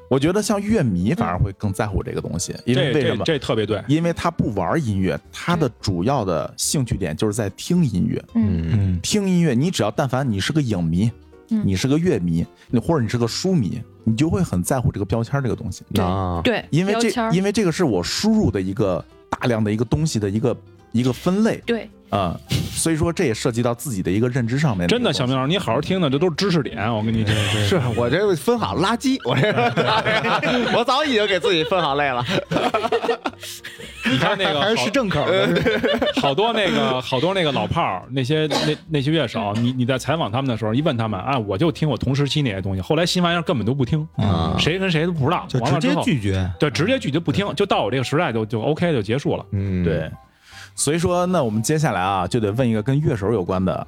我觉得像乐迷反而会更在乎这个东西，因这为为什这么？这特别对，因为他不玩音乐，他的主要的兴趣点就是在听音乐。嗯嗯，听音乐，你只要但凡你是个影迷，嗯你是个乐迷，你或者你是个书迷，你就会很在乎这个标签儿这个东西，对啊，对，因为标签这儿因为这个是我输入的一个大量的一个东西的一个一个分类对啊、所以说这也涉及到自己的一个认知上面真的，一个小东西明老师，你好好听的，这都是知识点，我跟你讲，是我这分好垃圾，我 这我早已经给自己分好类了。你看那个 还是好是正口的，是吧好多那个好多那个老炮儿，那些那那些乐手，你你在采访他们的时候，一问他们，啊，我就听我同时期那些东西，后来新玩意儿根本都不听，啊谁跟谁都不知道，就完了之直接后，拒绝。对，直接拒绝不听，就到我这个时代就就 OK 就结束了。嗯，对，所以说那我们接下来啊，就得问一个跟乐手有关的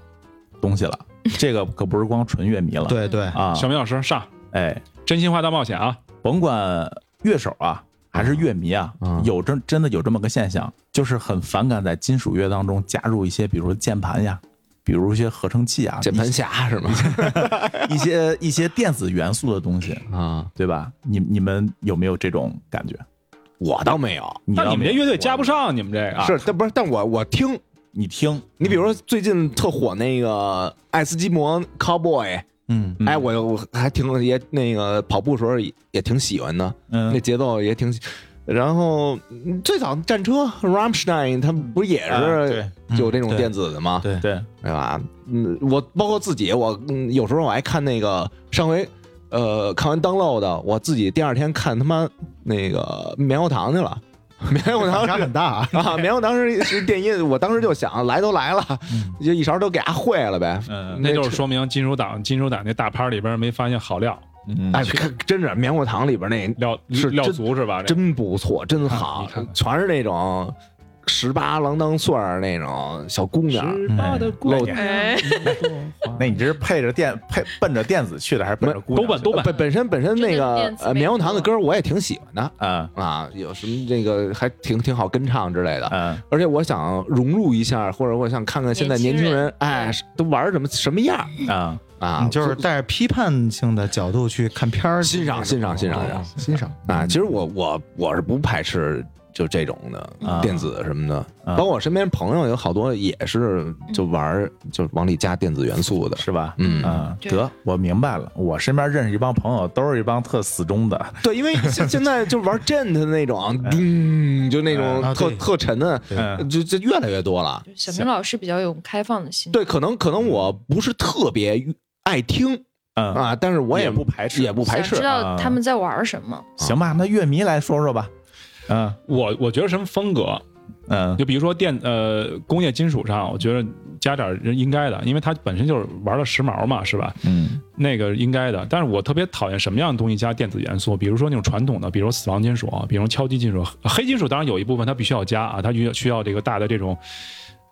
东西了， 这个可不是光纯乐迷了，对对，啊，小明老师上，哎，真心话大冒险啊！甭管乐手啊还是乐迷啊，嗯有真真的有这么个现象，就是很反感在金属乐当中加入一些，比如说键盘呀，比如一些合成器啊，键盘侠是吗？ 一一些一些电子元素的东西， 啊，对吧？你你们有没有这种感觉？我倒没有，你但你们这要没有乐队加不上你们这个啊，是，但不是，但我我听，你听，你比如说最近特火那个爱斯基摩 Cowboy，嗯，嗯哎，我我还挺也那个跑步时候也也挺喜欢的，那嗯，节奏也挺喜。然后嗯最早战车 Ramstein 他们不是也啊是对有这种嗯电子的吗？对对，对吧？嗯，我包括自己，我嗯有时候我还看那个上回，呃，看完 download 的，我自己第二天看他妈那个棉花糖去了。 棉花糖反差很大啊。啊，棉花糖是是电音，我当时就想来都来了，就一勺都给它烩了呗。嗯那就是说明金属党金属党那大拍里边没发现好料，嗯哎，看真是棉花糖里边那料是料真足是吧？这真不错，真好你看，看全是那种十八郎当岁儿那种小姑娘，八的姑嗯哎哎，那你这是配着电配奔着电子去的，还是奔着姑都娘本去都本，本本身本身那真的个电子呃没棉花糖的错歌我也挺喜欢的。的啊啊，有什么这个还挺挺好跟唱之类的。嗯而且我想融入一下，或者我想看看现在年轻年轻人，哎，都玩什么什么样儿啊啊你，就是带着批判性的角度去看片儿，哦欣赏欣赏欣赏欣赏欣 赏。啊，其实我我我是不排斥就这种的啊电子什么的，啊包括我身边朋友有好多也是就玩儿就往里加电子元素的，是吧？嗯嗯，对得，我明白了。我身边认识一帮朋友，都是一帮特死忠的，对，因为现现在就玩 gent 的那种，叮，就那种啊特对特沉的，嗯就就越来越多了。小明老师比较有开放的心，对，可能可能我不是特别爱听嗯，啊，但是我也不排斥也不排想斥知。道啊他们在玩什么。行吧，那乐迷来说说吧。嗯我我觉得什么风格，嗯就比如说电呃工业金属上，我觉得加点儿人应该的，因为它本身就是玩的时髦嘛，是吧？嗯那个应该的，但是我特别讨厌什么样的东西加电子元素，比如说那种传统的，比如死亡金属，啊，比如敲击金属、黑金属，当然有一部分它必须要加啊，它需要需要这个大的这种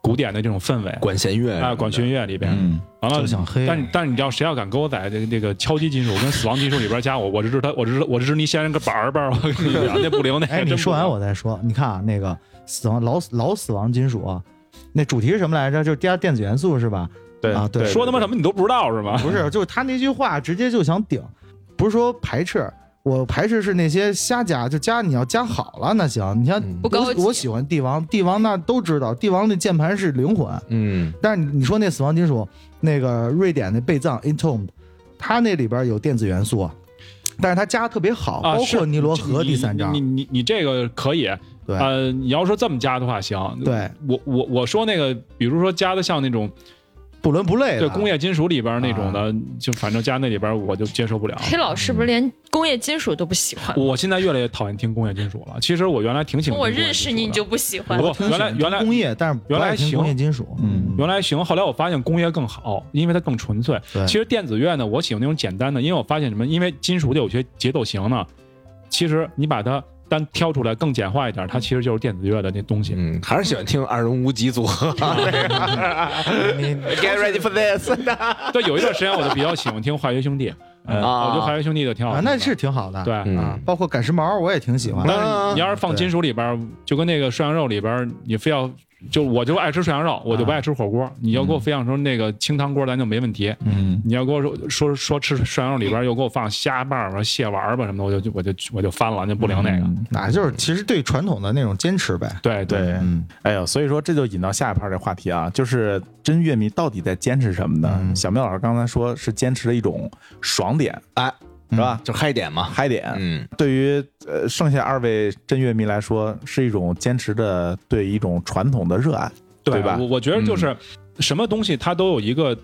古典的这种氛围管弦乐啊，管弦乐里边，嗯，完了就想黑但但是你知道谁要敢给我在这个这个敲击金属跟死亡金属里边加我，我知道我知道我知你先个板儿板儿，我跟你讲那不灵那个哎，真不你说完灵我再说。你看啊，那个死亡老老死亡金属啊，那主题是什么来着？就是加电子元素是吧？对啊对说他妈什么你都不知道是吗？不 是，就是他那句话直接就想顶，不是说排斥，我排斥是那些瞎加，就加你要加好了那行。你像嗯不高级我我喜欢帝王，帝王那都知道，帝王那键盘是灵魂，嗯但是你说那死亡金属，那个瑞典那贝藏 Entombed，它那里边有电子元素啊，但是它加得特别好，啊，包是括尼罗河你第三章你，你你你这个可以，对、呃，你要说这么加的话行，对，我我我说那个，比如说加的像那种不伦不类的。对工业金属里边那种的，啊就反正加那里边我就接受不 了。黑老师不是连工业金属都不喜欢吗？我现在越来越讨厌听工业金属了。其实我原来挺喜欢听工从我业金属的。认识你，你就不喜欢不。挺喜原欢来原来听工业，但是不原来爱听行工业金属，嗯原来行，后来我发现工业更好，因为它更纯粹。对其实电子乐呢，我喜欢那种简单的，因为我发现什么？因为金属的有些节奏型呢，其实你把它单挑出来更简化一点，嗯它其实就是电子乐的那东西。嗯，还是喜欢听二人无极组合。你 Get ready for this 对，有一段时间我就比较喜欢听华谊兄 弟，呃嗯我觉得华啊，谊兄弟的挺好啊，听的。那是挺好的。对。嗯啊 嗯，，包括赶时髦，我也挺喜欢的。但是你要是放对金属里边儿，就跟那个涮羊肉里边儿，你非要就我就爱吃涮羊肉，我就不爱吃火锅。你要给我非要说那个清汤锅，咱就没问题。嗯你要跟我说说说吃涮羊肉里边儿又给我放虾瓣儿啊、蟹丸儿吧什么的，我就我就我就翻了，那不灵那个。嗯那就是其实对传统的那种坚持呗。对对，啊对，嗯，哎呦，所以说这就引到下一盘这话题啊，就是真乐迷到底在坚持什么呢？嗯小妙老师刚才说是坚持的一种爽点，哎，是吧？就嗨点嘛，嗨点， 嗯，对于呃剩下二位真乐迷来说，是一种坚持的对一种传统的热爱，对吧嗯我我觉得就是什么东西它都有一个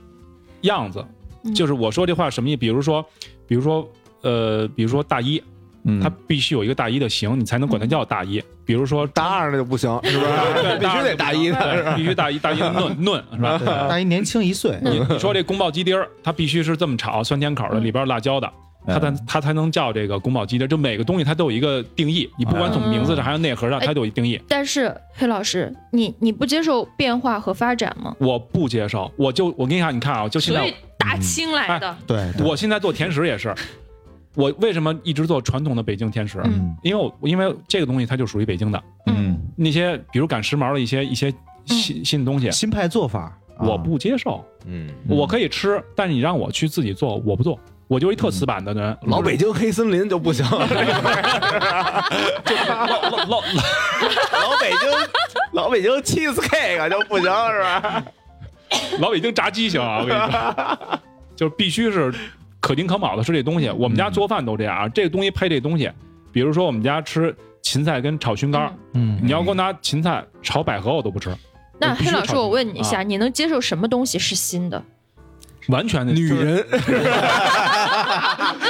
样子，嗯就是我说这话什么意思？比如说，比如说，呃，比如说大衣，嗯，它必须有一个大衣的型，你才能管它叫大衣。比如说大二的就不 行，是不是？必须得大一的，对，必须大一大一 的嫩嫩 是吧？大一年轻一岁，你你说这宫保鸡丁儿，它必须是这么炒，酸甜口的，嗯里边有辣椒的，它才嗯它才能叫这个宫保鸡丁儿。就每个东西它都有一个定义，你不管从名字上还是内核上，哎它都有一定义。但是黑老师，你你不接受变化和发展吗？我不接受，我就我跟你讲，你看啊，就现所在以大清来的，啊对，对我现在做甜食也是，我为什么一直做传统的北京甜食？嗯因为我因为这个东西它就属于北京的，嗯那些比如赶时髦的一些一些嗯新新的东西，新派做法， 啊我不接受。嗯，我可以吃，但是你让我去自己做，我不做，我就是一特死板的人。嗯老北京黑森林就 不行，老老老老老北京老北京 cheesecake 啊就不行，是吧？老北京炸鸡行啊，我跟你说，就是必须是可丁可卯的吃这东西。我们家做饭都这样啊，这个东西配这东西，比如说我们家吃芹菜跟炒熏干，嗯你要给我拿芹菜炒百合，我都不吃，那我必黑须老师，炒我问你一下，啊你能接受什么东西是新的？完全的女。 人，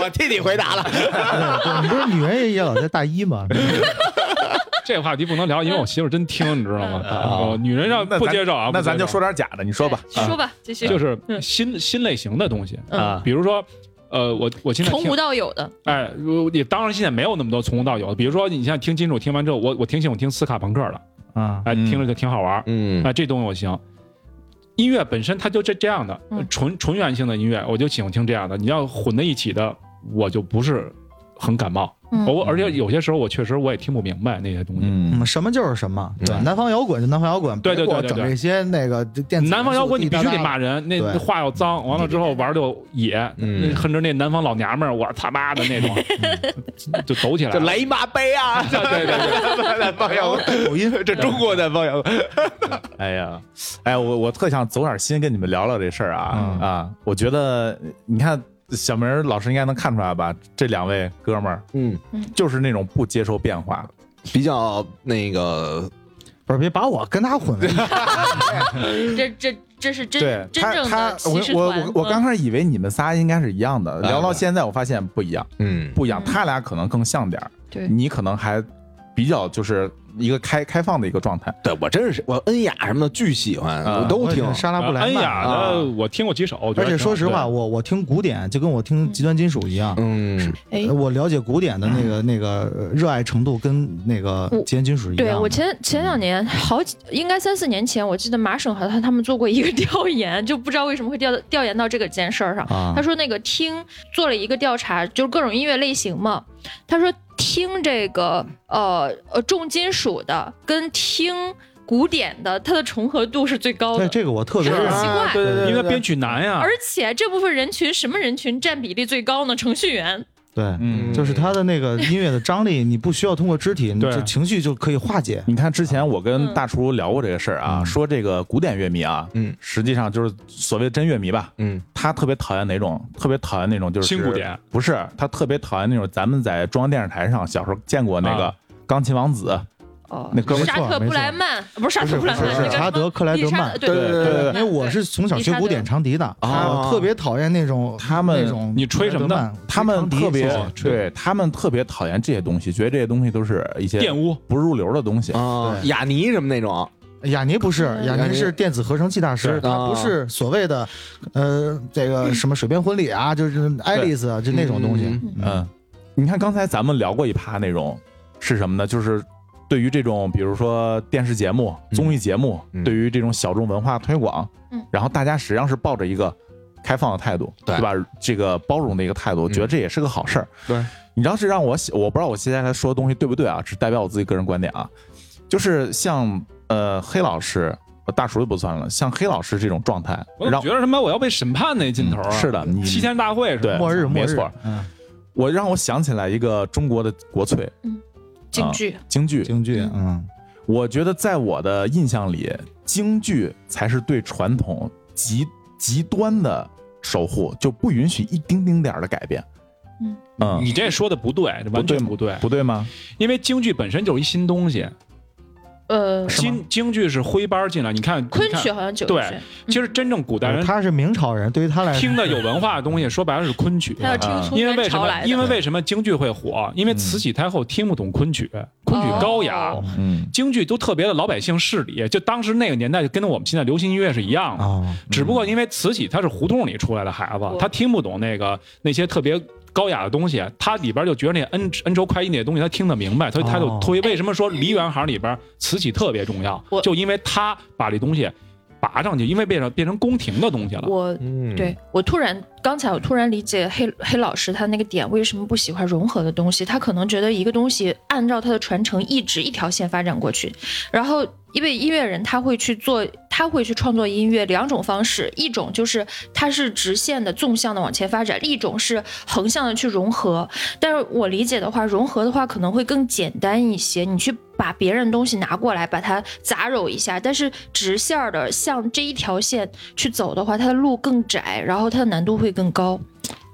我替你回答了。对你不是女人也也老在大 一吗？ 这个话题不能聊，因为我媳妇儿真听，你知道吗？哦女人让那咱不接受啊，那不接咱就受说点假的，你说吧，说吧，继续。就是嗯新新类型的东西，啊嗯，比如说，呃，我我现在从听无到有的，哎，我也当然现在没有那么多从无到有。比如说，你现在听金属，听完之后，我我挺喜欢听斯卡朋克的，啊，哎，嗯听着就挺好玩儿。嗯哎，这东西我行。音乐本身它就这这样的嗯纯纯元性的音乐，我就喜欢听这样的。你要混在一起的，我就不是很感冒。嗯我而且有些时候我确实我也听不明白那些东西。嗯嗯，什么就是什么，对，嗯南方摇滚就南方摇滚，对对对别给我对整对这些那个电子南方摇滚你必须得元骂人，那对那话要脏，完了之后玩儿就野，嗯那恨着那南方老娘们儿，我他妈的那种，就抖起来嗯就了。来一马杯啊！对对对对，南方摇滚，抖音，这中国南方摇滚，哎呀，哎，我我特想走点心跟你们聊聊这事儿啊、嗯啊！我觉得你看小明儿老师应该能看出来吧，这两位哥们儿嗯，就是那种不接受变化的。比较那个，素，不是别把我跟他混为一谈，这这这是真对真他正他的骑我士我团我我刚嗯开始以为你们仨应该是一样的，聊到现在我发现不一样，嗯，不一样。嗯他俩可能更像点儿，对你可能还比较就是一个开开放的一个状态。对我真是我恩雅什么的巨喜欢，啊我都我也听是。莎拉布莱恩曼。呃雅的我听过几首，哎我觉而得挺且好说实话，对我我听古典就跟我听极端金属一样，嗯，哎呃我了解古典的那个那个呃热爱程度跟那个嗯我极端金属一样对的。我前前两年好几应该三四年前，我记得麻省和他他们做过一个调研，就不知道为什么会调调研到这个件事儿上。啊他，说那个听做了一个调查，就是各种音乐类型嘛。他说听这个呃呃重金属的跟听古典的，它的重合度是最高对的。这个我特别是认啊识奇怪对对对对，因为编曲难呀而。且这部分人群什么人群占比例最高呢？程序员。对，嗯就是他的那个音乐的张力，你不需要通过肢体，你对就情绪就可以化解。你看之前我跟嗯大厨聊过这个事儿啊，嗯说这个古典乐迷啊，嗯实际上就是所谓的真乐迷吧，嗯他特别讨厌哪种？特别讨厌那种就是新古典，不是他特别讨厌那种咱们在中央电视台上小时候见过那个啊钢琴王子，哦那哥们儿沙特布莱曼不是沙特布莱曼，不是那个理查德什么克莱德曼理查对对对对对因为我是从小学古典长笛的，啊我特别讨厌那种他们那种你吹什么的德曼他们长笛特别哦对他们特别讨厌这些东西，觉得这些东西都是一些玷污，不入流的东西。啊，对雅尼什么那种，哎雅尼不是，雅雅尼尼是电子合成器大师，是他不是所谓的，呃，这个什么水边婚礼啊，就是爱丽丝啊，就那种东西。嗯嗯，你看刚才咱们聊过一趴内容是什么呢？就是对于这种比如说电视节目、嗯综艺节目，嗯对于这种小众文化推广，嗯然后大家实际上是抱着一个开放的态度，对吧？这个包容的一个态度，我觉得这也是个好事儿。对，你知道是让我写，我不知道我接下来说的东西对不对啊，只代表我自己个人观点啊。就是像呃黑老师，呃大厨就不算了，像黑老师这种状态，我让觉得他妈我要被审判那劲头啊！是的，你七天大会是吧对末日，末没日错，嗯，我让我想起来一个中国的国粹京剧京剧，京剧，嗯，我觉得在我的印象里，京剧才是对传统极极端的守护，就不允许一丁丁点儿的改变。嗯嗯，你这说的不对，这完全不对，不对吗？因为京剧本身就是一新东西，呃京京剧是徽班进来。你看，昆你看曲，好像九对句，其实真正古代人他是明朝人，对于他来说，听的有文化的东西，说白了是昆曲。他要啊听从因为天为什朝么？来因的。为为什么京剧会火？因为慈禧太后听不懂昆曲，昆曲高雅哦，嗯京剧都特别的老百姓市里，就当时那个年代就跟我们现在流行音乐是一样的。啊，只不过因为慈禧她是胡同里出来的孩子嗯，她听不懂那个那些特别高雅的东西，她里边就觉得那恩恩仇快意那些东西她听得明白，所以她哦就所以为什么说梨园行里边慈禧特别重要我，就因为她把这东西拔上去，因为变成变成宫廷的东西了。我嗯，对我突然刚才我突然理解黑黑老师他那个点为什么不喜欢融合的东西，他可能觉得一个东西按照它的传承一直一条线发展过去，然后因为音乐人他会去做，他会去创作音乐两种方式，一种就是它是直线的纵向的往前发展，一种是横向的去融合。但是我理解的话，融合的话可能会更简单一些，你去把别人东西拿过来，把它杂糅一下。但是直线儿的向这一条线去走的话，它的路更窄，然后它的难度会更高。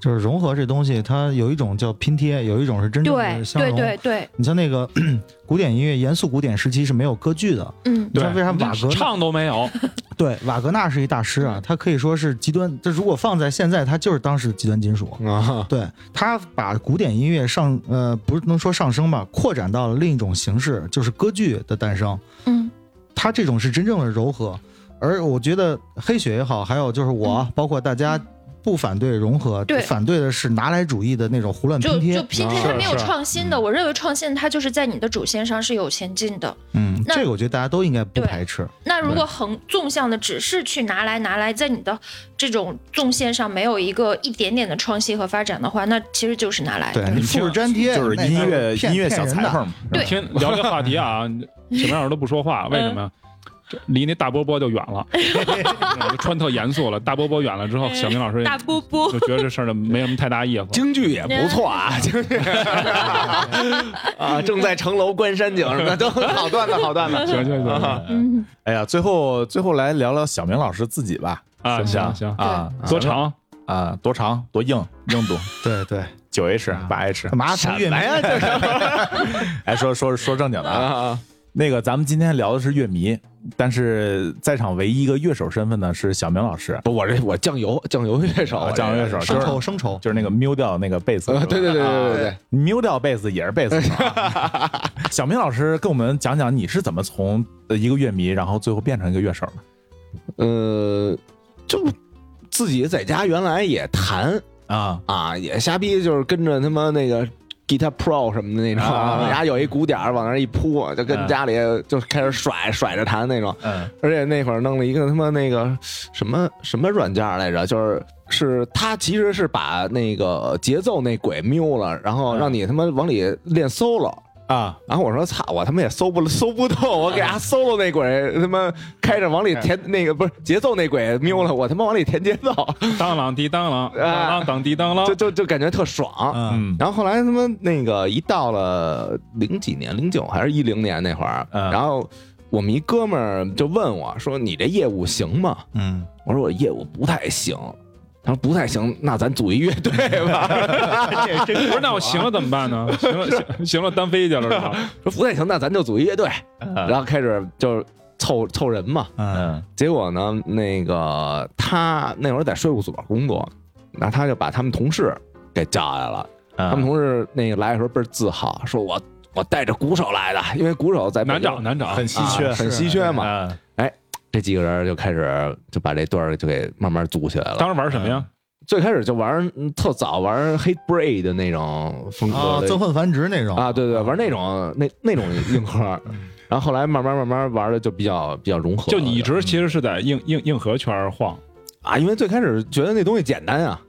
就是融合这东西，它有一种叫拼贴，有一种是真正对的相对融。对对，你像那个 古典音乐，严肃古典时期是没有歌剧的。嗯，你对像，为啥瓦格纳？唱都没有？对，瓦格纳是一大师嗯啊，他可以说是极端。这如果放在现在，他就是当时的极端金属。啊，对他把古典音乐上呃，不是能说上升吧，扩展到了另一种形式，就是歌剧的诞生。嗯他这种是真正的柔和，而我觉得黑雪也好，还有就是我，包括大家不反对融合，嗯对反对的是拿来主义的那种胡乱嗯就拼贴啊就。拼贴，是它没有是创新的。我认为创新它就是在你的主线上是有前进的。嗯，那这个我觉得大家都应该不对排斥。那如果横纵向的只是去拿来拿来，在你的这种纵线上没有一个一点点的创新和发展的话，那其实就是拿来。对你复制粘贴就是那音乐骗音乐小骗人裁的缝嘛。对天聊这话题 啊，什么样人都不说嗯话，为什么呀？这离那大波波就远 了，嗯就穿特严肃了。大波波远了之后，小明老师嗯大波波就觉得这事儿就没什么太大意思。京剧也不错啊，京剧啊，正在城楼观山景什么的，都好段子，好 段子。行行行嗯，哎呀，最后最后来聊聊小明老师自己吧，啊，行行行，啊，多长？啊，多长多硬硬 度，对对，九 H 啊八 H，干嘛从乐迷啊呀，这是哎，说说说正经的啊，啊，那个咱们今天聊的是乐迷，但是在场唯一一个乐手身份呢是小明老师，不，我这我酱油酱油乐手啊，酱油乐手生就是抽生抽，就是那个瞄掉那个贝斯，嗯呃，对对对对对对对。瞄掉贝斯也是贝斯手啊。 小明老师跟我们讲讲你是怎么从呃一个乐迷，然后最后变成一个乐手的呃，就自己在家原来也弹啊？啊，也瞎逼，就是跟着他妈那个 Guitar Pro 什么的那种，啊然后有一鼓点儿往那儿一扑，就跟嗯家里就开始甩甩着弹那种。嗯而且那会儿弄了一个他妈那个什么什么软件儿来着，就是是它其实是把那个节奏那轨瞄了，然后让你他妈往里练 solo。啊，然后我说：“操，我他妈也搜不了搜不 动，我给他 solo 那轨他妈开着往里填嗯那个不是节奏那轨瞄了，我他妈往里填节 奏，啊当啷滴当啷，当啷当滴当就啷，就就感觉特爽。嗯 然后后来他妈那个一到了零几年，零九还是一零年那会儿，嗯然后我们一哥们儿就问我说：‘你这业务行吗？’嗯，我说我业务不太行。”他说不太行，那咱组一乐队吧。哎不是嗯那我行了怎么办呢？行了行行了，单飞去了是吧？ 说不太行，那咱就组一乐队。然后开始就是凑凑人嘛。嗯结果呢，那个他那会儿在税务所工作，然后他就把他们同事给叫来了。他嗯他们同事那个来的时候倍儿自豪，说我我带着鼓手来的，因为鼓手在北难京找难找，很稀缺啊，哎很稀缺嗯嘛。嘛，这几个人就开始就把这队儿就给慢慢组起来了。当时玩什么呀？最开始就玩嗯特早玩黑 braid 的那种风啊格，的憎恨繁殖那种啊，，对对，玩那种那那种 硬核。然后后来慢慢慢慢玩的就比较比较融合了。就你一直其实是在硬硬硬核圈儿晃，啊，因为最开始觉得那东西简单啊，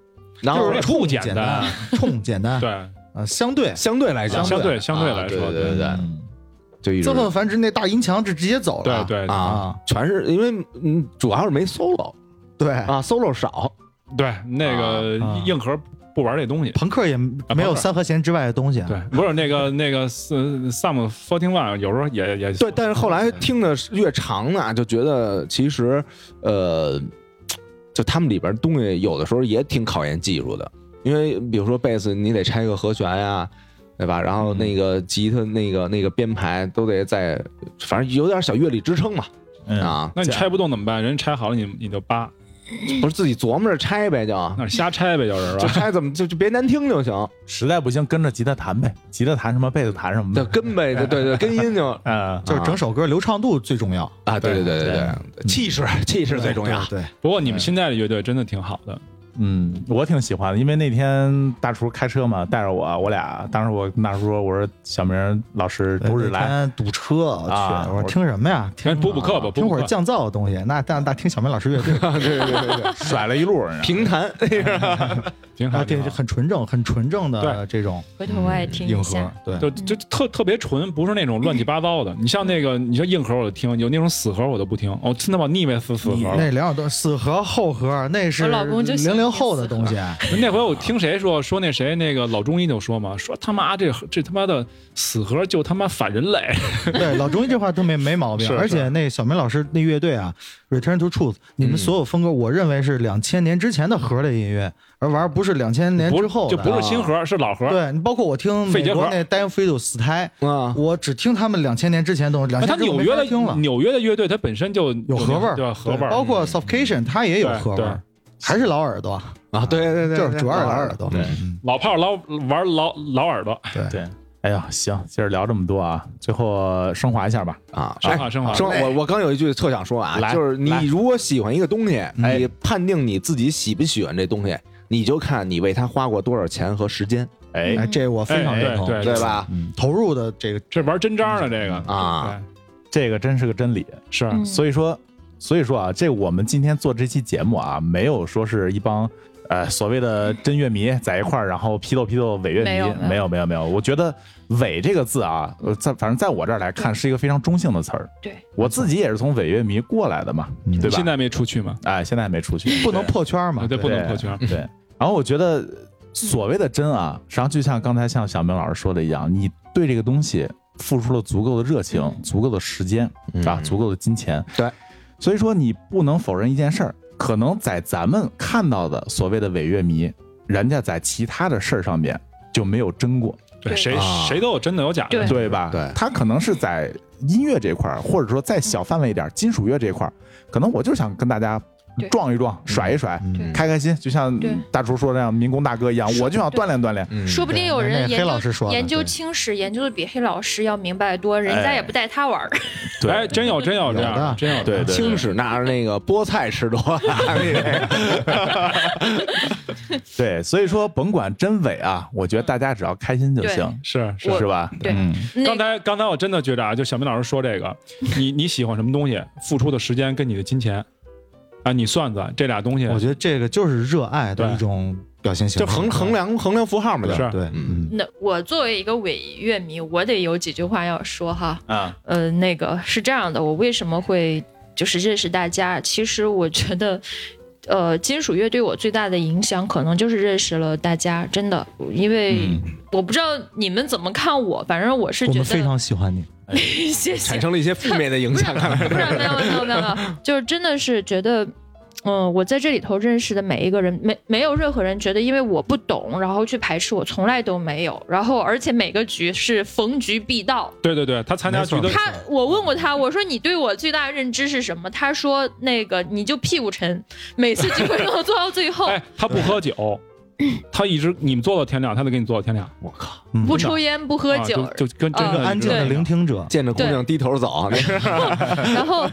然后就是不简简单单，冲简单， 对，啊，相对相对来讲，相对相对啊来对说，对对对，就一直憎恨繁殖那大银墙就直接走对了，对啊，全是因为嗯，主要是没 solo 对，啊，solo 少，对，那个啊啊硬核不玩这东西。朋克也没有三和弦之外的东西，啊啊对，，不是那个那个 Some Fourteen One，有时候也也对，但是后来听的越长呢，就觉得其实呃，就他们里边东西有的时候也挺考验技术的，因为比如说贝斯你得拆个和弦呀、对吧？然后那个吉他那个那个编排都得在，反正有点小乐理支撑嘛嗯啊，那你拆不动怎么办？人拆好了你你就扒，不是自己琢磨着拆呗，就 那瞎拆呗，就是 就吧？拆怎么就就别难听就行，实在不行跟着吉他弹呗，吉他弹什么贝斯弹什 么就呗，跟呗，对对对，跟音就嗯就是整首歌流畅度最重要， 啊，对对对对对对，气势气势最重要。对，不过你们现在的乐队真的挺好的，嗯，我挺喜欢的，因为那天大厨开车嘛，带着我，我俩当时我跟大厨说，我说小明老师对周日那来，天堵车，我啊去，我我说听什么呀？哎听补补课吧，补听补会儿课。降噪的东西，那但那听小明老师乐 队，甩了一路，你知道吗评弹，挺好，啊，对挺，好很纯正，很纯正的对这种回头我也听硬一核下。，对，就就就特特别纯，不是那种乱七八糟的。你像那个，你像硬核我就听，有那种死核我都不听，我真他妈腻歪死死你核那了。两首都死核后核，那是我老公就喜零欢零后的东西，啊那回我听谁说说那谁那个老中医就说嘛，说他妈这这他妈的死核就他妈反人类， 对，老中医这话都没没毛病是。而且那小明老师那乐队啊，Return to Truth，你嗯们所有风格，我认为是两千年之前的核类音乐，而玩儿不是两千年不之是后就的啊不是新核，是老核。对你包括我听肺美结国核那 Dan f r i d o 死胎，啊，我只听他们两千年之前的东西，两那千他年纽之后啊没约法的听了，纽约的乐队，它本身就有核味儿，对吧？核味儿，嗯包括 Suffocation，它也有对核味儿，还是老耳朵， 啊，对对对，就是主要是老老耳朵，对嗯老炮儿老玩老老耳朵，对，哎呀，行，接着聊这么多啊，最后升华一下吧。啊，升哎华升华升我我刚有一句特想说啊，来就是来你如果喜欢一个东西，哎你判定你自己喜不喜欢这东西，你就看你为它花过多少钱和时间，哎，哎，这我非常哎认对同，对对？吧？嗯，投入的这个这玩真章了，这个啊，这个真是个真理。对是嗯所以说，所以说啊，这我们今天做这期节目啊，没有说是一帮呃所谓的真乐迷在一块儿，然后批斗批斗伪乐迷，没有没没有没有没有。我觉得“伪”这个字啊，呃，在反正在我这儿来看是一个非常中性的词儿。对，我自己也是从伪乐迷过来的嘛，嗯对吧？现在没出去嘛？哎，现在还没出去，不能破圈嘛，对不能破啊圈对。对，然后我觉得所谓的真啊，实际上就像刚才像小明老师说的一样，你对这个东西付出了足够的热情、嗯足够的时间啊、嗯足够的金钱。对，所以说你不能否认一件事儿，可能在咱们看到的所谓的伪乐迷，人家在其他的事儿上面就没有争过。对，对谁啊谁都有真的有假的对，对吧？对他可能是在音乐这块儿，或者说再小范围一点，金属乐这块儿，可能我就想跟大家对撞一撞、甩一甩，对开开心，就像对大厨说的那样，民工大哥一样，我就想锻炼锻炼。嗯说不定有对那人黑研老师究说的研究对青史研究的比黑老师要明白得多，人家哎也不带他玩儿。哎，真有真有这样有的真有对对青史那儿那个菠菜吃多了，那 个对，所以说甭管真伪啊，我觉得大家只要开心就行，是是。是吧？嗯对嗯，那刚才刚才我真的觉得啊，就小明老师说这个，你你喜欢什么东西，付出的时间跟你的金钱，啊，你算算这俩东西，我觉得这个就是热爱的对一种表现形式，就衡衡量衡量符号嘛，就是对，嗯， 那我作为一个伪乐迷，我得有几句话要说哈。啊，呃，那个是这样的，我为什么会就是认识大家？其实我觉得，呃，金属乐对我最大的影响，可能就是认识了大家，真的，因为嗯，我不知道你们怎么看我，反正我是我觉们非得，常喜欢你， 谢谢产。生了一些负面的影 响。看来不 然没有没有没有没有，就是真的是觉得，嗯，我在这里头认识的每一个人，没没有任何人觉得因为我不懂，然后去排斥我，从来都没有。然后而且每个局是逢局必到。对对对，他参加没错局的他我问过他，我说你对我最大认知是什么？他说那个你就屁股沉，每次聚会都做到最后， 哎，他不喝酒，他一直你们做到天亮，他得给你做到天亮，我靠，不抽烟不喝啊酒，就就跟真的啊一是个安静的聆听者，见着姑娘低头 走，那是然后，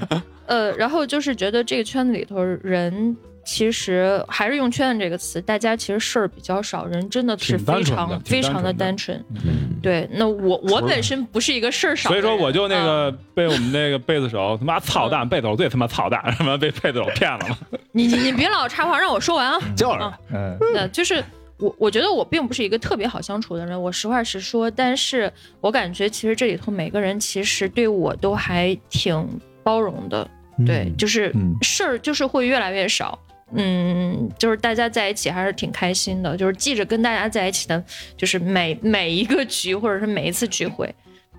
呃，然后就是觉得这个圈子里头人其实还是用“圈”子这个词，大家其实事儿比较少，人真的是挺单非纯的常挺单非常纯的的单纯。嗯对，那我我本身不是一个事儿少的所以人，说我就那啊个被我们那个贝子手他妈操嗯蛋，贝子手最他妈操蛋，他妈被贝子手骗了嘛。你你你别老插话，让我说完啊。就是嗯，那就是我我觉得我并不是一个特别好相处的人，我实话实说，但是我感觉其实这里头每个人其实对我都还挺包容的，对，就是嗯事儿就是会越来越少。嗯，就是大家在一起还是挺开心的，就是记着跟大家在一起的，就是每每一个局或者是每一次聚会，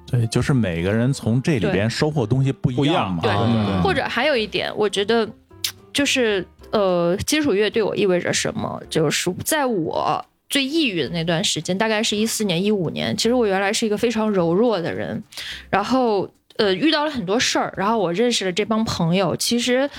对，就是每个人从这里边收获东西不一样嘛，对嗯或者还有一点，我觉得就是呃，金属乐对我意味着什么？就是在我最抑郁的那段时间，大概是一四年、一五年，其实我原来是一个非常柔弱的人，然后呃遇到了很多事儿，然后我认识了这帮朋友，其实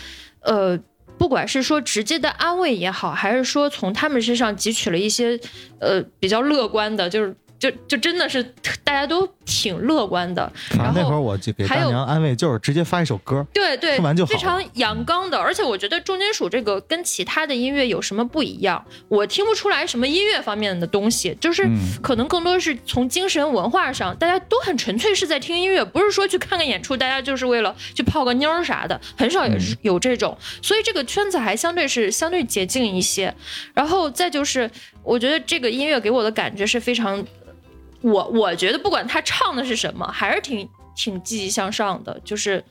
呃。不管是说直接的安慰也好，还是说从他们身上汲取了一些，呃，比较乐观的，就是就就真的是大家都挺乐观的。反然正啊那后会儿我就给还大有娘安慰，就是直接发一首歌，对对，听完就好非常阳刚的。而且我觉得重金属这个跟其他的音乐有什么不一样？我听不出来什么音乐方面的东西，就是嗯可能更多是从精神文化上，大家都很纯粹是在听音乐，不是说去看个演出，大家就是为了去泡个妞儿啥的，很少有嗯有这种。所以这个圈子还相对是相对洁净一些。然后再就是，我觉得这个音乐给我的感觉是非常我我觉得不管他唱的是什么，还是挺挺积极向上的，就是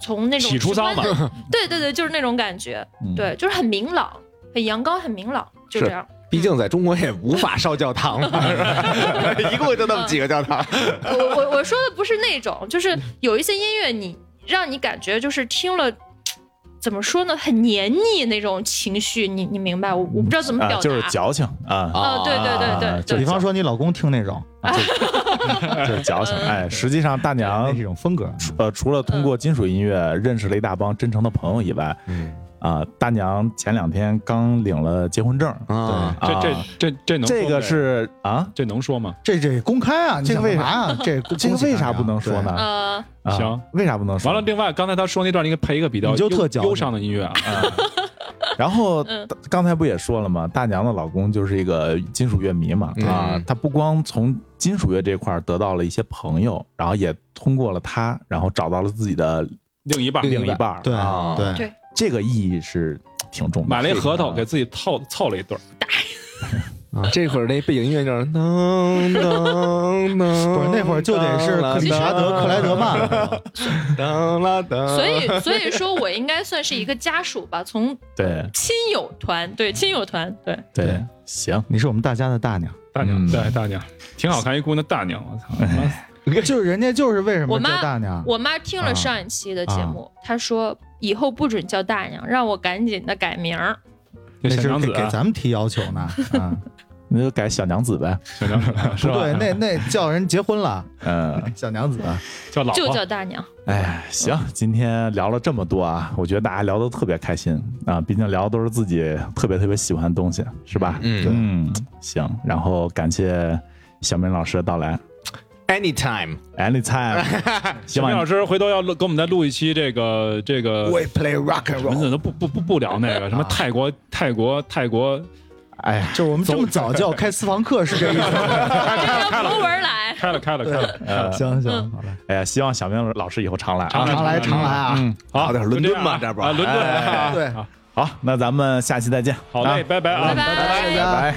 从那种喜出直观丧 嘛的，对对对，就是那种感觉，嗯对，就是很明朗，很阳刚，很明朗，就是这样。毕竟在中国也无法烧教堂嘛，是吧 一共就那么几个教堂。我我我说的不是那种，就是有一些音乐你让你感觉就是听了。怎么说呢？很黏腻那种情绪，你你明白？我我不知道怎么表啊，达。就是矫情啊，啊对对对对啊对比方说你老公听那种，就是矫情。哎，实际上大那娘是一种风格，呃，除了通过金属音乐认识了一大帮真诚的朋友以外，嗯啊、大娘前两天刚领了结婚证啊对这啊这这嗯这能说这个吗是啊，这能说吗？这这公开啊，你这个想为干嘛啊？这这个恭喜为大啥家不能说？呢？呃，啊行，为啥不能说？完了，，另外刚才他说那段，你给配一个比较你就忧特矫情忧伤的音乐啊，然后、嗯刚才不也说了吗？大娘的老公就是一个金属乐迷嘛，嗯啊，他不光从金属乐这块儿得到了一些朋友，然后也通过了他，然后找到了自己的另一半儿另另一半儿，对啊，对对这个意义是挺重的。买了一核桃，啊给自己凑凑了一对儿。啊！这会儿那背景音乐就是当当当，不不是那会儿就得是克里查德·克莱德 曼，当啦当，所嗯以所以说我应该算是一个家属吧，从对亲友团对亲友团对，对，行，你是我们大家的大娘。大娘，嗯对大娘，挺好看一姑娘，大娘，我操，就是人家就是为什么我叫妈大娘，啊我妈听了上一期的节目，她说以后不准叫大娘，让我赶紧的改名儿。这那小是娘给子啊，给咱们提要求 呢。 啊，那就改小娘子呗，小娘子啊是不吧？对，那那叫人结婚了，嗯。小娘子。 啊 叫老就婆，叫大娘。哎，行，今天聊了这么多啊，我觉得大家聊得特别开心啊，毕竟聊的都是自己特别特别喜欢的东西，是吧？嗯行，然后感谢小明老师的到来，anytime ，anytime，希小明老望师回头要录，给我们再录一期这个这个。 we play rock and 我们 roll。怎么不不不不聊那个什么泰国泰国泰国哎呀， 就是我们这么早就要开私房课是这意思 吗？叫博文 来，开了开了开了，呃，行嗯行，好嘞，哎呀，希望小明老师以后常来啊。常来常来啊！好好哦点儿就伦敦样嘛啊这不啊伦敦哎啊对，好，那咱们下期再见。好嘞，啊拜拜啊，拜拜拜拜拜拜。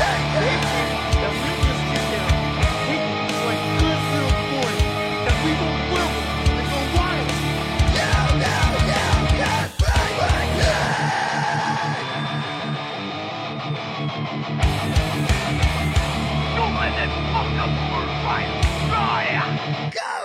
that we just sit there hidden like good little boys, that we will wilful and go wild. Don't let that fuck up word fire. Oh, yeah. Go!